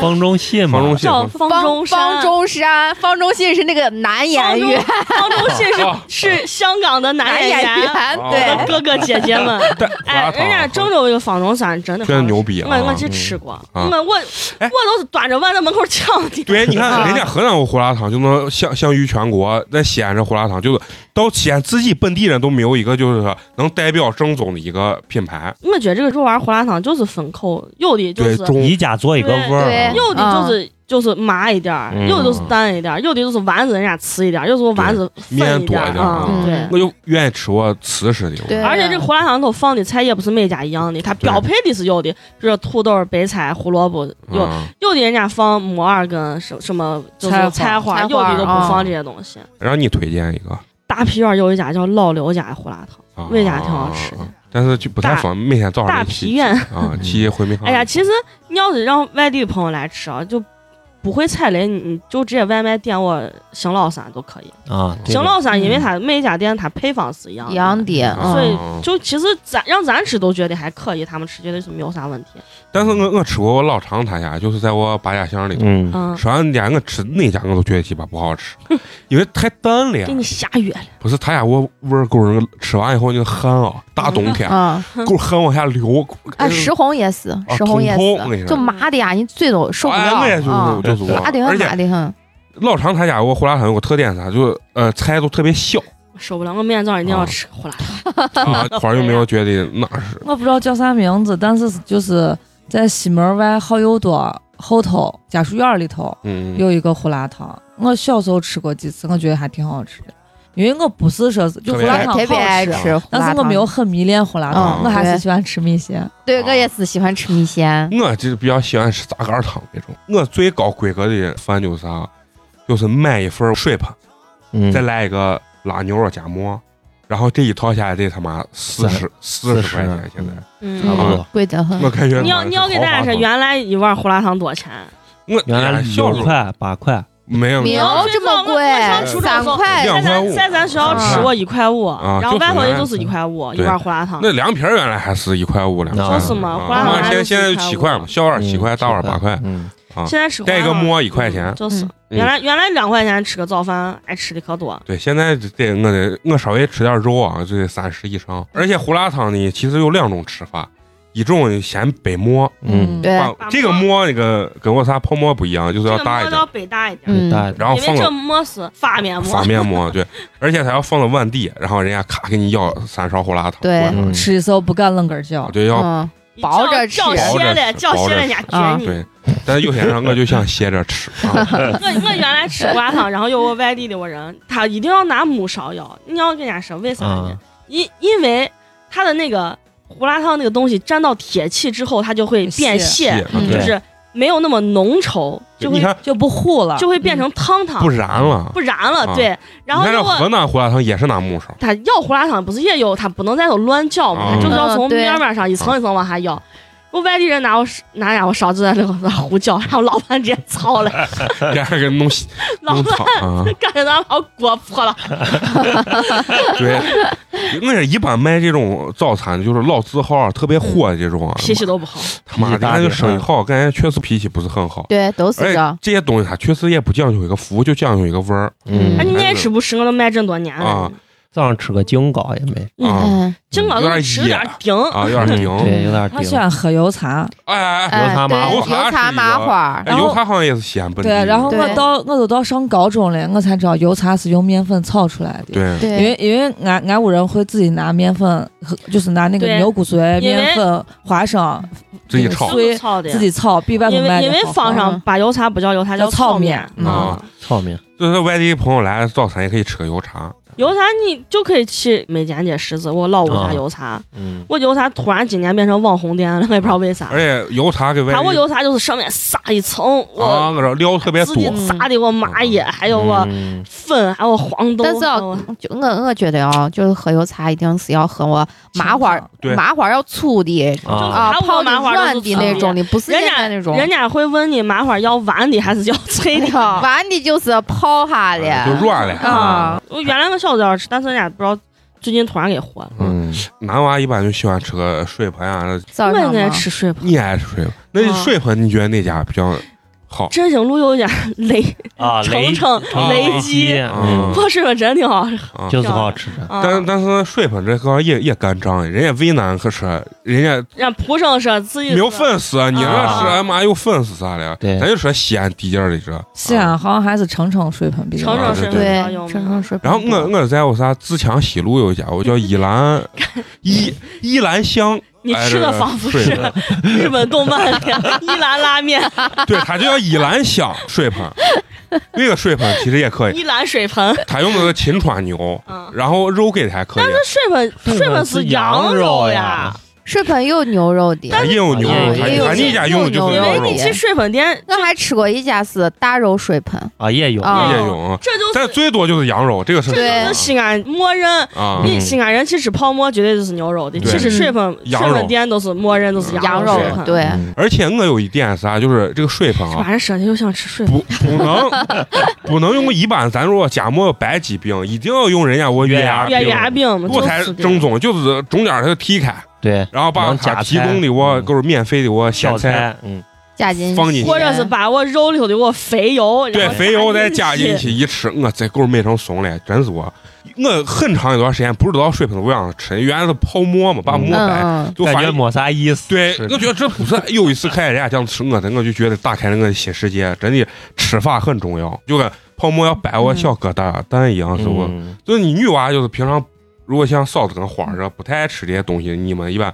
C: 方中信
E: 不是方中信吗？
B: 房中信
D: 叫
B: 方
D: 方
C: 方
D: 中山，
C: 中山方中信是那个男演员，
D: 方中信
B: 啊
D: 是是香港的男
C: 演
D: 演员，
B: 哦
C: 对
B: 哦。
D: 哥哥姐 姐们。
B: 带胡
D: 哎
B: 辣，
D: 人家
B: 汤
D: 郑，州有个方中山真的
B: 啊真的
D: 好吃
B: 牛逼啊
D: 我我去吃过，我
B: 嗯啊
D: 我我
B: 哎
D: 都是端着碗在门口抢 的。
B: 对，你看
C: 啊
B: 人家河南有胡辣汤就能享享誉全国，在西安这胡辣汤就是到西安自己本地人都没有一个就是说能代表正宗的一个品牌，
D: 我觉得这个肉丸胡辣汤就是分口，有的就
B: 对
D: 是
B: 中
E: 宜家做一个味
C: 对
E: 儿
B: 嗯
C: 对，
D: 有的就是就是麻一点儿，
E: 嗯
D: 有的就是淡一点儿，有的就是丸子人家吃一点儿，有的时候丸子
B: 面
D: 粉
B: 多
D: 点
B: 一
D: 儿
B: 点
D: 啊
B: 啊，
C: 嗯
D: 对。
B: 我就愿意吃我瓷实的。
C: 对
D: 而且这胡辣汤头放的菜也不是每家一样的，它标配的是有的，比如说土豆、白菜、胡萝卜，有、
B: 嗯
D: 有的人家放木耳跟什什么就是菜
F: 菜
D: 花，
C: 菜花
D: 嗯有的都不
C: 啊
D: 放这些东西。
B: 让你推荐一个，
D: 大皮院有一家叫老刘家的胡辣汤，
B: 啊
D: 魏家挺好吃的。
B: 但是就不太方便，每天早上
D: 大
B: 一起
D: 皮院，
B: 啊，去回民巷。
D: 哎呀，其实你要是让外地的朋友来吃啊，就不会踩雷，你你就直接外卖点我邢老三都可以。
E: 啊，对
D: 邢
E: 的
D: 老三，因为它每一家店它配方嗯是一样的，
C: 杨迪，
B: 啊
D: 所以
B: 嗯
D: 就其实咱让咱吃都觉得还可以，他们吃绝对是没有啥问题。
B: 但是我我吃过我老常他家，就是在我八家巷里头，
E: 嗯，
D: 嗯，
B: 吃完家我吃哪家我都觉得鸡巴不好 吃，因为太淡了呀
D: 给。你下雨了，
B: 不是他家我味儿够人，吃完以后那个汗啊，大冬天
C: 嗯，
B: 够汗往下流。
C: 哎，石红也是，石红也
B: 捅空我跟你
C: 是，
B: 说
C: 就麻的呀，你嘴都受不
B: 哎
C: 了
B: 我也就是
C: 啊
B: 我，就是我，
C: 麻的
B: 而
C: 很，
B: 且
C: 麻的很。
B: 老常他家我胡辣汤有个特点是啥，就是呃菜都特别小
D: 我受不了，我明天早上一定要吃胡辣汤。
B: 啊，花儿又没有觉得哪是
F: 我不知道叫啥名字，但是就是在西门外好友多后头家属院里头
B: 嗯
F: 有一个胡辣汤，我小时候吃过几次，我觉得还挺好吃的。因为我不是说
B: 特
F: 就胡
B: 别
F: 辣
B: 爱
F: 汤
C: 特别爱
F: 好吃，
C: 吃胡辣汤，
F: 但是我没有很迷恋胡辣
B: 嗯
F: 汤，我还
C: 对
F: 是喜欢吃米线。
C: 对我也是喜欢吃米线，
B: 我就是比较喜欢吃杂干汤那种。我最高规格的饭就是啥，就是买一份水盆，
E: 嗯
B: 再来一个辣牛肉夹馍，然后这一套下来得他妈四十四十块钱现在。
E: 差不
D: 嗯，
E: 多
C: 嗯，贵得很
B: 我。感觉
D: 你要
B: 他妈
D: 你要
B: 是
D: 给大家
B: 豪华
D: 说，
B: 汤
D: 原来一碗胡辣汤多少钱？啊
B: 我
E: 原来
B: 小
E: 六
B: 时候
E: 块八块，
B: 没有
C: 没
B: 没
C: 有
B: 有
C: 这么贵
D: 我上
B: 初中，
D: 的
C: 三
D: 时候
C: 块
B: 两
D: 在
B: 块五
D: 咱在咱学校吃过一块五，
B: 啊
D: 然后
B: 就
D: 外头
B: 很
D: 也
B: 难
D: 就是一块五一
B: 对
D: 碗胡辣汤。
B: 那凉皮儿原来还是一块五两块
E: 啊
B: 呢，
E: 是
D: 吗
B: 啊
D: 胡辣汤
B: 妈
D: 还
B: 现在
D: 是
B: 现在
D: 七
B: 七
D: 块五啊
B: 块嘛，小碗
E: 嗯
B: 七块，大碗八块，
E: 嗯，
B: 啊
D: 现在吃胡辣
B: 带
D: 汤
B: 一个馍一块钱
D: 嗯就是
C: 嗯
D: 原来原来两块钱吃个早饭，哎，吃的可多。
B: 对，现在这得我得我稍微吃点肉啊，就得三十以上。而且胡辣汤呢，其实有两种吃法，一种先白馍，
E: 嗯，
C: 对，
B: 把这个馍那个跟我啥泡馍不一样，就是
D: 这
B: 要
D: 个
B: 大
D: 馍
B: 一
D: 要
B: 点，
D: 北大一点，
C: 嗯
E: 大一点
B: 然后
D: 因为
B: 放
D: 这
B: 个
D: 馍是发面馍
B: 发。面馍，对，而且它要放到碗底，然后人家咔给你舀三勺胡辣汤，
C: 对
E: 嗯
F: 吃的时候不敢愣根儿
B: 啊
F: 嚼，
B: 对，要
C: 嗯，
D: 你
C: 薄着吃
D: 叫
B: 薄
D: 歇
B: 着
D: 了，
B: 吃
D: 叫
B: 薄着
D: 歇了，人家
C: 啊
D: 撅你。
B: 对，但是有些人我就想歇着 吃啊，
D: 我我原来吃瓜汤，然后有个外地的我人，他一定要拿木勺舀。你要跟人家说为啥呢
E: 啊？，
D: 因因为他的那个胡辣汤那个东西沾到铁器之后，它就会变
B: 也
D: 细，
C: 嗯
D: 就
B: 啊对，
D: 是没有那么浓稠，就
B: 你
D: 会
B: 看
D: 啊
B: 嗯
F: 就不糊了，
D: 就会变成汤汤，
B: 不燃了
D: 不。燃了。
B: 啊
D: 对，然后
B: 你看
D: 如
B: 这
D: 果
B: 河南胡辣汤也是拿 木勺，
D: 他要胡辣汤，不是也有他不能在那乱搅嘛，
B: 嗯
D: 他就是要
C: 嗯
D: 从
C: 对
D: 面面上一层一层往下舀。我外地人拿我拿俩我勺子在那个胡搅，然后老板直接操了，
B: 家还给弄洗
D: 老
B: 弄
D: 板
B: 躺啊，
D: 感觉他把我裹破了。
B: 对，我也一般卖这种早餐就是老字号啊特别火的这种啊，
D: 脾气都不好，
B: 他妈
E: 脾气
B: 的，
E: 大
B: 俺就
E: 点
B: 生意
E: 啊
B: 好，感觉确实脾气不是很好。
C: 对，都是
B: 而
C: 这
B: 且
C: 样。
B: 这些东西它确实也不讲究一个服务，就讲究一个味儿
C: 嗯
D: 哎，你
B: 还
D: 爱
B: 是
D: 吃不吃？我都卖这么多年
B: 啊
D: 了，
E: 早上吃个京糕也没
D: 嗯，
B: 啊
C: 嗯，
D: 尽管
B: 有
D: 都
B: 点
D: 吃
B: 野
D: 点顶，
B: 啊，有点
E: 嗯 对，有
B: 顶。
E: 点
F: 他喜
E: 顶。
F: 欢喝油茶，
B: 哎哎哎，
C: 哎
E: 茶麻
C: 对
B: 油茶
C: 油
B: 是
C: 茶
B: 一
C: 麻
B: 个
C: 花儿，
B: 哎
F: 然后
B: 油茶好像也是西安本地
F: 对，
B: 的。
F: 然后我
C: 对
F: 到我都到上高中了，我才知道油茶是用面粉炒出来的。
B: 对，
F: 因为
C: 对，
F: 因为俺俺屋人会自己拿面粉和，就是拿那个
D: 对
F: 牛骨髓、
D: 因为
F: 面粉、花生
B: 自己炒
F: 所以
D: 操的
F: 自。己炒，比外头
D: 因
F: 卖的
D: 为因为
F: 好
D: 坊上把油茶不叫油茶，
F: 叫
D: 糙
F: 糙
D: 面
F: 面。
B: 啊
D: 嗯，
E: 泡面，
B: 就是外地朋友来早餐也可以吃个油茶，
D: 油茶你就可以去美简姐十字，我老五
E: 啊
D: 家油茶，
E: 嗯，
D: 我油茶突然今年变成网红店了，我也不知道为啥
B: 而。且油茶给外
D: 他我
B: 地
D: 油茶就是上面撒一层，
B: 啊，
D: 我
B: 我这料特别
D: 自己
B: 多。啊
D: 撒的我蚂蚁，还有哎我
E: 嗯
D: 粉，还有黄豆，
C: 但是
D: 还
C: 要嗯
D: 有
C: 就我我觉得啊，就是喝油茶一定是要喝我麻花儿
B: 对
C: 麻花儿要粗的
E: 啊，
C: 啊，
D: 还有
C: 泡的
D: 麻花儿都
C: 软
D: 是
C: 的
D: 粗
C: 那
D: 的
C: 种的，不是
D: 人
C: 现
D: 家
C: 在那种。
D: 人家会问你麻花要丸的还是要 脆的。
C: 完的就是泡下
B: 哎就
C: 的，
B: 软了
C: 啊，
D: 我原来我小时候要吃，但是人家不知道最近突然给火了。
E: 嗯，
B: 男娃一般就喜欢吃个水盆啊，
C: 早
D: 我
C: 上
D: 应该
C: 嘛
D: 吃水盆。
B: 你爱吃水盆？那
D: 啊
B: 水盆你觉得哪家比较好？
D: 振兴路有一家 雷
E: 啊，
D: 程
E: 雷
D: 程
E: 啊
D: 雷击，
B: 嗯
E: 嗯，
D: 我水盆真挺好吃。
B: 啊
E: 就是好吃的。
D: 啊
B: 但但是水盆这个也也干仗，人家渭南可是人家
D: 让蒲生是自己
B: 没有粉丝，你那
D: 啊
B: 是俺哎妈有粉丝啥的，
E: 对
B: 咱就说西安低调的这。
F: 西安好像还是程程水盆比较
D: 成
F: 多。
B: 啊
D: 成水盆
C: 对
D: 比较有，名
C: 盛盛水
B: 然后
C: 盆
B: 我我在我啥自强西路有一家，我叫依兰 依依兰香，
D: 你吃的仿佛是
B: 哎这
D: 日本动漫的伊兰拉面、
B: 对，它就叫依兰香水 盆，那个水盆其实也可以，
D: 伊兰水盆。
B: 它用的是秦川牛，
D: 嗯，
B: 然后肉给的还可以，
D: 水盆水盆是羊肉呀，
C: 水盆也有牛肉的，
B: 也有牛肉，
E: 哎
B: 它它那家用的就是
D: 因
B: 牛
C: 哎
D: 为
C: 呦
B: 肉，
D: 你去水盆店，
C: 我还吃过一家是大肉水盆，
E: 啊，也有
C: 啊
B: 也有，
D: 这就
B: 但嗯
D: 是
B: 最多就是羊肉，这个是
C: 对
D: 这就是西安默认。
B: 啊，
D: 你西安人去吃泡馍，绝对就是牛肉的；
B: 对
D: 去吃水盆
B: 羊
D: 水
B: 肉
D: 盆店都是默认都是
C: 羊
D: 肉
C: 肉
D: 水盆。，
C: 对，
E: 嗯
B: 而且我有一点是啥，就是这个水盆啊，
D: 晚上说的又想吃水盆，
B: 不不能 不能用一般咱说家没有白鸡饼，一定要用人家我
E: 月
B: 月牙
E: 牙饼
B: 饼，
D: 月牙饼嘛，
B: 我才
D: 就是的
B: 正宗，就是中间儿它踢开，
E: 对，
B: 然后把
E: 往夹
B: 它
E: 菜
B: 提供的我
E: 嗯
B: 给我免费的我咸
E: 小
B: 菜，
E: 菜，嗯，
C: 加进
B: 放进
C: 去
B: 去
D: 或者是把我肉里头的我肥油，然
B: 对
D: 后
B: 肥油再
D: 加
B: 加进去一吃，我再给我美成怂了，真是我，我很长一段时间不知道水盆的我想吃，原来是泡沫嘛，把沫白，
C: 嗯嗯，
B: 就
E: 感
B: 发
E: 觉
B: 现。
E: 没啥意思。
B: 对
E: 是，的
B: 我觉得这不是有一次看见人家这样吃我的，我就觉得打开了我的新世界。真的，吃法很重要，就跟泡沫要掰我小疙瘩蛋一样，是不？
E: 嗯
B: 就是你女娃，就是平常如果像臊子跟花儿这不太爱吃这些东西，你们一般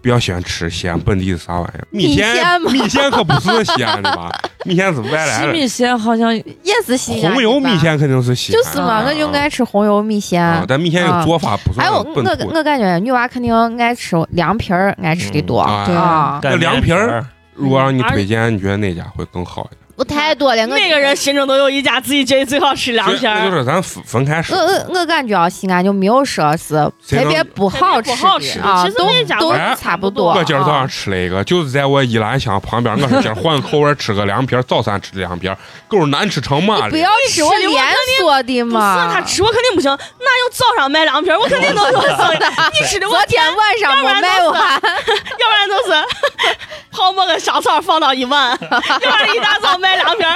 B: 比较喜欢吃西安本地的啥玩意儿？米线，
C: 米线吗
B: 米线可不是西安的吧？米线是外来
F: 西
B: 的，
F: 米线好像
C: 也是西安
B: 红油
C: 的吧
B: 米，线肯定是西安
C: 嗯啊就
B: 的。
C: 是嘛，我就
B: 啊
C: 爱吃红油米
B: 啊
C: 线。
B: 但米线这个
C: 啊
B: 做法不是
C: 还有
B: 很
C: 我
B: 本土的
C: 我感觉女娃肯定爱吃凉皮儿，爱吃的多
B: 啊。
C: 啊，
E: 干
B: 那凉
E: 面
B: 皮儿
E: 儿，
B: 如果让
C: 嗯
B: 你推荐，你觉得哪家会更好一点？
C: 我太多了。我
D: 每个人心中都有一家自己觉得最好吃凉皮
B: 所以那就
D: 儿，
B: 是咱分分开说
C: 我。我我感觉啊，西安就没有说是
B: 谁
C: 特
B: 能
C: 别不好吃
D: 不好吃
C: 的啊
D: 其，实
C: 都
D: 那家
C: 都
B: 哎
C: 差不多。
B: 我今儿早上
C: 啊
B: 吃了一个，就是在我依兰香旁边，我说今儿换口味儿吃个凉皮儿，早餐吃的凉皮儿，狗难吃成嘛了
C: 不。要吃我连锁的
D: 不是
C: 嘛，
D: 他吃我肯定不行，那要早上卖凉皮儿，我肯 定能有生意。你吃的我
C: 昨天晚上没卖完，
D: 要不然都是泡沫跟香草放到一碗，要不然一大早卖凉皮儿，能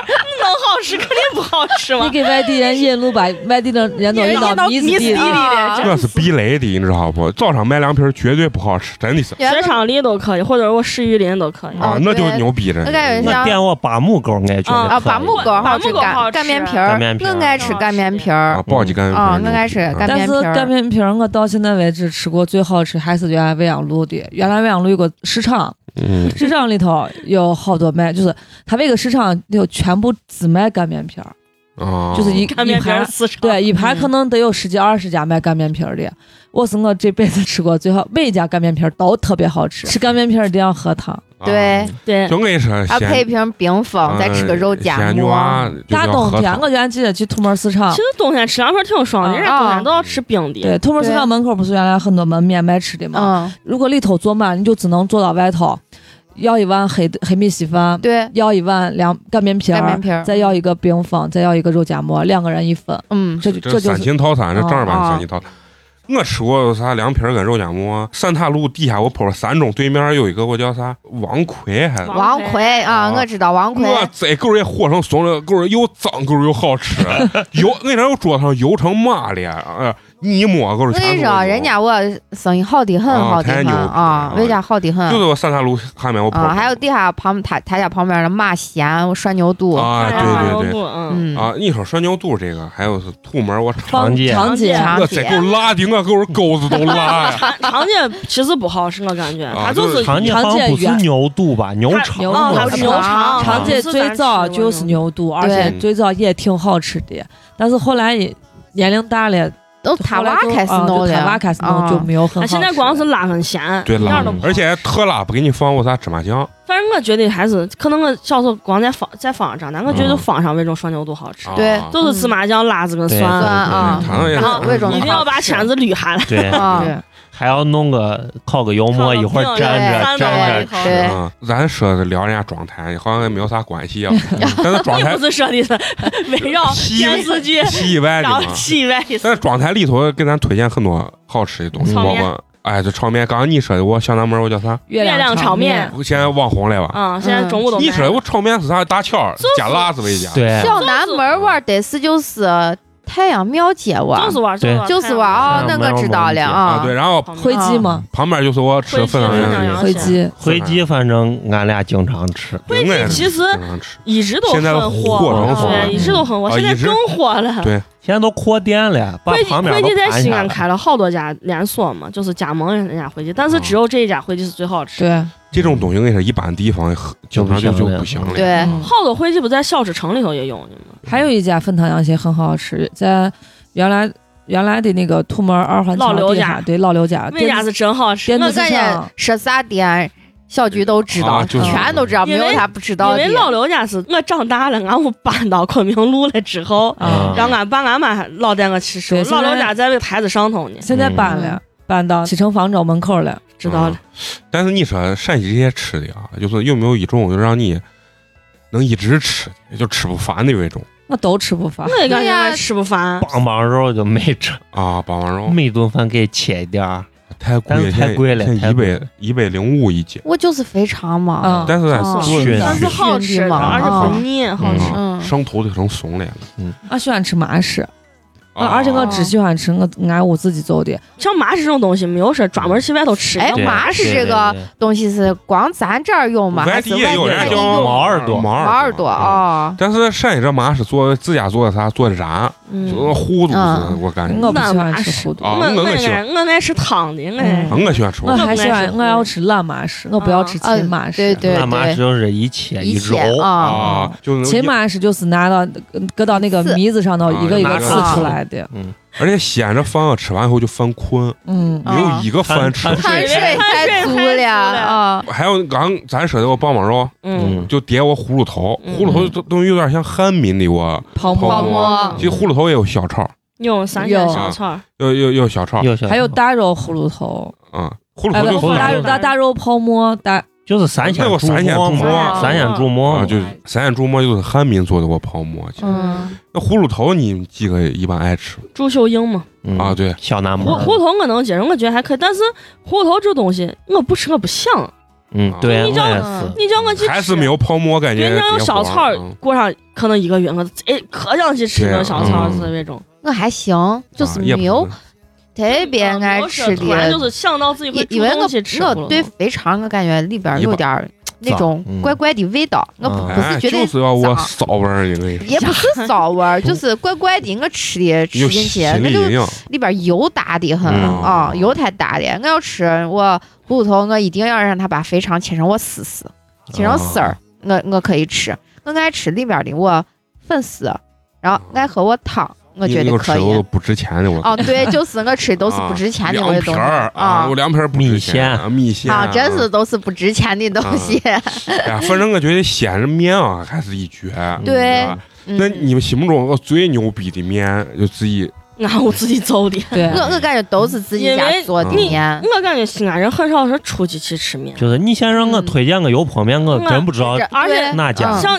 D: 好吃肯定不好吃
F: 你
D: 嘛。
F: 给外地人引路，把外地 的人都引到
D: 迷
F: 迷子
D: 死地
F: 地
D: 里
F: 了。
D: 的
C: 啊，
D: 真
B: 这是避雷的，你知道不？早上卖凉皮儿绝对不好吃，真的是
C: 原
D: 雪
C: 来
D: 场里都可以，或者我市榆林都可以。
B: 啊
C: 哦，
B: 那就
C: 对
B: 牛逼着
C: 我
B: 呢。
C: 感觉
E: 那
C: 像
E: 店我把木狗爱觉得
D: 啊
C: 啊，
E: 可
C: 把
E: 以
C: 木狗好
D: 把
C: 吃，
D: 木狗
C: 干
D: 好吃
C: 干面皮
E: 干
C: 儿
E: 面，皮儿
C: 我爱吃干面皮
B: 啊
C: 儿，，
B: 暴击干面皮
C: 啊
B: 儿牛逼
C: 我爱吃干
F: 但
C: 面
F: 是
C: 皮
F: 干
C: 儿。
F: 面皮儿，我到现在为止吃过最好吃还是原来未阳路的。原来未阳路有个市场，
B: 嗯，
F: 市场里头有好多卖，就是他那个市场里头全部只卖干面皮儿，
B: 啊，
F: 就是一
D: 干
F: 一
D: 面皮儿
F: 盘，
D: 市场，
F: 对，一盘
C: 嗯
F: 可能得有十几二十家卖干面皮儿的。我是我这辈子吃过最好，每一家干面皮儿都特别好吃。吃干面皮儿一定要喝汤，
B: 啊
C: 对，
D: 嗯对，
B: 真给说
C: 啊，配一
B: 咸呃
C: 瓶冰峰，再吃个肉夹
B: 咸啊
C: 馍啊
B: 鸭，就
F: 大
B: 叫
F: 冬
B: 核
F: 天，
B: 桃
F: 我原来记得去土门市场
D: 其，实冬天吃凉皮挺
F: 啊
D: 爽的，人家冬天都要吃冰的。
F: 对，土门市
C: 对
F: 场门口不是原来很多门面卖吃的吗？
C: 嗯，
F: 如果里头坐满，你就只能坐到外头，要一碗黑黑米稀饭，
C: 对，
F: 要一碗凉干面皮
C: 干面
B: 啊
F: 儿，
C: 皮儿，
F: 再要一个冰峰，再要一个肉夹馍，两个人一份，
C: 嗯，
F: 这就
B: 这
F: 就
B: 三
F: 是
B: 秦套餐，这正儿
C: 哦
B: 八
C: 哦
B: 经三秦套餐。我吃过啥凉皮儿跟肉夹馍，三岔路地下我跑了三中，对面有一个我叫啥王奎还是。
C: 王奎啊，
B: 啊
C: 我知道王奎，
B: 我在狗也火成怂了，狗又脏，狗又好吃，啊 油那张桌上油成嘛了，啊，你摸狗
C: 我跟
B: 全
C: 你
B: 是
C: 说，啊
B: 油
C: 人家我生意好的很，
B: 啊
C: 好的
B: 太
C: 很
B: 牛
C: 啊
B: 逼，了
C: 人家好的很
B: 就是我三岔路下面我跑
C: 啊，还有地下旁他他家旁边的马贤我涮牛肚，
B: 啊，对对对
D: 对，嗯，
C: 嗯
B: 啊，你说涮牛肚这个，还有是土门我尝，
F: 方
E: 常见
F: 常见
C: 常
B: 我
C: 姐
B: 在狗辣的我狗啊钩子都辣呀。
D: 肠肠筋其实不好吃，我感觉
B: 啊
D: 它就
B: 就是
D: 是
E: 常见
F: 常
E: 好像
F: 见
E: 不是
F: 远
E: 牛肚吧，牛
C: 啊
D: 它
E: 肠
F: 牛
D: 哦
F: 肚
D: 它是牛肠，
F: 常见
D: 不是咱
F: 最早
D: 吃的
F: 就是牛肚，而
C: 对
F: 且最早也挺好吃的，但是后来也年龄大了，
C: 都他娃开始弄的，
F: 塔瓦开始弄啊就
C: 啊
F: 没有很好
D: 它
F: 吃
D: 现
F: 了。
D: 在光是辣很咸，
B: 对
D: 一
B: 辣
D: 点都不，好
B: 而且特辣，不给你放过啥芝麻酱。
D: 反正我觉得还是，可能我小时候光在坊在坊上长大，我觉得
B: 嗯
D: 坊上那种涮牛肚好吃，
C: 对
B: 啊
D: 都是芝麻酱、辣子跟
E: 对
C: 酸
D: 蒜，
C: 啊，
B: 糖也
D: 然后
B: 嗯是
C: 为什么
D: 一定要把钳子 捋下来。
E: 对，
C: 啊
F: 对
E: 还要弄个靠个油
D: 靠
E: 馍，
D: 个
E: 一会儿
D: 饼
E: 蘸着
D: 对
E: 蘸
D: 对
E: 着
C: 对
E: 吃。
B: 啊，咱说的聊人家妆台，好像也没有啥关系 啊。但是妆
D: 并
B: 台
D: 不是说的是 围绕电视剧，
B: 戏外的
D: 然后
B: 嘛，
D: 戏外的
B: 但是妆台里头给咱推荐很多好吃的东西，
D: 炒
B: 包
D: 嗯面
B: 括哎，这炒面，刚刚你说的，我小南门我叫啥？
F: 月
D: 月亮炒
F: 炒
D: 面，
E: 嗯
B: 我现在网红来吧？
D: 啊，现在中午都
B: 你
D: 卖
B: 说的我炒面是啥？大荞儿加辣子为佳。
E: 对，
C: 小南门玩得是就是太阳庙街玩
D: 就，是玩，
E: 对
C: 就是玩啊，
E: 太
C: 那
E: 阳
C: 我
E: 庙
C: 知道
E: 街
C: 了
B: 啊，
C: 啊
B: 对，，然后
F: 灰鸡吗？
B: 旁边就是我吃粉
D: 啊
B: 肠
D: 嗯
B: 羊
D: 嗯
B: 肉
F: 灰鸡，
E: 灰鸡反正俺俩经常吃。
D: 灰
B: 我也
D: 鸡
B: 是
D: 其实
B: 经常吃
D: 一直都
B: 嗯现在
D: 很
B: 火
E: 成火了
D: 对，一直都很火，
B: 啊
D: 现在
B: 一直
D: 更火了。
B: 对
E: 现在都扩店了，把
D: 灰鸡
E: 旁边
D: 灰
E: 都
D: 鸡在
E: 盘
D: 西
E: 下
D: 安
E: 来。
D: 开了好多家连锁嘛，就是加盟人家灰鸡，但是只有这一家灰鸡是最好吃。
F: 对，
B: 这种东西，我跟你说，一般地方经常就
E: 就
B: 就
E: 不行了
B: 不行了。
C: 对
B: 嗯
D: 好多灰鸡不在小吃城里头也有呢吗？
F: 还有一家粉汤羊血很好吃，在原来原来的那个土门二环
D: 老
F: 桥
D: 刘
F: 地
D: 家
F: 下，对老刘家，
D: 那家
F: 电子
D: 是真好吃，
F: 电
D: 我
F: 子
C: 我感觉说啥店小菊都知道，
B: 啊就是
C: 全都知道，没
D: 因为
C: 有他不知道
D: 因
C: 的
D: 为。老刘家是我长大了，俺屋搬到昆明路了之后，
F: 啊
E: 嗯，
D: 让俺爸俺妈老带我去吃。
F: 对
D: 老刘家在这个台子上头呢，
F: 现在搬了，搬到启程房庄门口了。
D: 知道了。
B: 但是你说陕西这些吃的啊，就是有没有一种就让你能一直吃，就吃不烦的那种
F: 我都吃不烦，
D: 我也感
C: 对
D: 觉
C: 呀
D: 俺吃不烦，
E: 棒棒肉就没吃，
B: 啊？棒棒肉
E: 每顿饭给切一点儿。
B: 太贵
E: 嗯但是
B: 了，
E: 太贵了
B: 现在
E: 太
B: 一
E: 贵
B: 百一百零五一斤，
C: 我就是肥肠嘛，
F: 嗯，
B: 但是咱
C: 啊
D: 哦
B: 做
E: 熏
D: 但是
E: 熏
D: 好吃
C: 熏
D: 的，
C: 的
D: 而且
C: 嘛
D: 不腻，好
E: 嗯
D: 吃。
C: 嗯
B: 上头就成怂了。
F: 我喜欢吃麻食，
B: 啊
F: 啊而且
E: 哦
F: 我只喜欢吃我俺屋自己做的。
D: 像麻食这种东西，没有说专门去外头吃的。
C: 哎
E: 对
C: 麻是
E: 对
C: 这
E: 对
C: 个
E: 对
C: 东西是光咱这儿用吗？
B: 外
C: 还
B: 地
C: 是外
B: 也有
C: 地
B: 人家
C: 也
B: 叫
C: 用
E: 毛耳朵
B: 毛
C: 毛耳朵。
B: 嗯
C: 啊？
B: 但是陕西这麻是做自家做的啥做的啥，就是
D: 嗯，
B: 糊嘟子
C: 嗯，
B: 我感觉
F: 我不喜欢吃糊
B: 啊
F: 涂，
D: 我
B: 那
D: 我
B: 那行
D: 爱我爱吃汤的，我爱
F: 嗯
B: 啊。我喜欢吃糊
F: 我
B: 嘟
D: 嗯
B: 子，
F: 还喜欢我要吃烂麻食，我不要吃
C: 啊
F: 秦麻
C: 对
F: 食。
C: 对
E: 那麻
C: 对
E: 就是一切
C: 一
E: 揉
C: 切，啊，
B: 啊，就能
F: 秦麻食就是拿到搁到那个
C: 刺
F: 糜子上头
B: 啊
F: 一个一个
E: 拿
F: 刺
C: 出来
F: 出来的，
B: 而且西安这饭啊吃完以后就犯困，
F: 嗯
B: 没有一个
E: 啊
B: 饭吃
E: 看。
C: 碳水太足了啊！
B: 还有刚咱说的我棒棒肉，
D: 嗯，
B: 就叠我葫芦头，
D: 嗯嗯
B: 葫芦头都都有点像汉民的我，
F: 泡
B: 泡
F: 馍，
B: 馍其实葫芦头也有小炒，
D: 用三鲜
F: 有
D: 小串儿，
B: 有有有小炒，
E: 又想
F: 还有大肉葫芦头，
B: 嗯，葫芦
F: 哎
B: 头
F: 不，
B: 就
F: 大
B: 是
F: 肉大大肉泡馍，大
E: 就是三鲜
B: 哦那个
E: 注
B: 散鲜
E: 馍
B: 注
E: 嘛
B: 馍
E: 散鲜注馍
B: 啊，
E: 嘛，
B: 就是散眼猪馍就是汉民做的我泡馍。其实
C: 嗯，
B: 那葫芦头你几个一般爱吃
D: 朱秀英嘛，
E: 嗯
B: 啊？对，
E: 小南门
D: 胡
E: 儿，
D: 胡头我能接受，我觉得还可以，但是胡头这东西我不吃我不香。
B: 啊
E: 嗯，对，我
D: 你知道
E: 也
C: 吗
E: 是。
D: 你叫我去吃，
B: 还是没有泡馍感觉
D: 人
B: 别
D: 家
B: 火。
D: 用小炒儿
B: 嗯
D: 过上可能一个月，我哎可想去吃那小炒儿是
B: 嗯
D: 那种，
C: 我还行，就是
B: 啊也不
C: 没有特哎别
D: 嗯
C: 爱吃
D: 啊突然就
C: 的。
D: 是想到自己会
C: 因因
D: 煮
C: 为我
D: 东西吃不
C: 我
D: 了
C: 对肥肠，我感觉里边有点儿那种
E: 嗯
C: 怪怪的味道，我不
E: 嗯
C: 不是
B: 哎，
C: 觉
B: 就
C: 得
B: 是要我
C: 脏
B: 骚味儿，你跟你说，
C: 也不是骚 味儿，就是怪怪的。我吃的吃
B: 有
C: 进去，
B: 心
C: 那
B: 理
C: 就
B: 阴影。
C: 里边油大的很
E: 嗯
C: 啊、油太大的。我要吃我葫芦头，我一定要让它把肥肠切成我丝丝，
B: 啊
C: 切成丝儿，我我可以吃。我爱吃里边的我粉丝、然后爱喝我汤，我觉
B: 那
C: 得
B: 个
C: 可
B: 尺
C: 以。啊
B: 头不值钱的我。
C: 哦， 对，就是我吃都是不值钱的
B: 啊
C: 我
B: 凉
C: 的东
B: 皮
C: 西
B: 儿
C: 啊
B: 我。凉皮儿不值钱啊，米线
C: 啊，真是都是不值钱的东西。
B: 哎呀，反正我觉得鲜着面啊，还是一绝。
C: 对
B: 啊
C: 嗯
B: 那你们心目中我最牛逼的面就自己
D: 俺我自己做的。
F: 对
C: 我我感觉都是自己
D: 因
C: 家
D: 为
C: 做的
B: 你
C: 面。
D: 我感觉西安人很少说出去去吃面，
E: 就是你先让我
C: 嗯
E: 推荐个油泼面，我
D: 嗯
E: 真不知道
C: 是
D: 而且
C: 对
E: 那家
C: 嗯
D: 像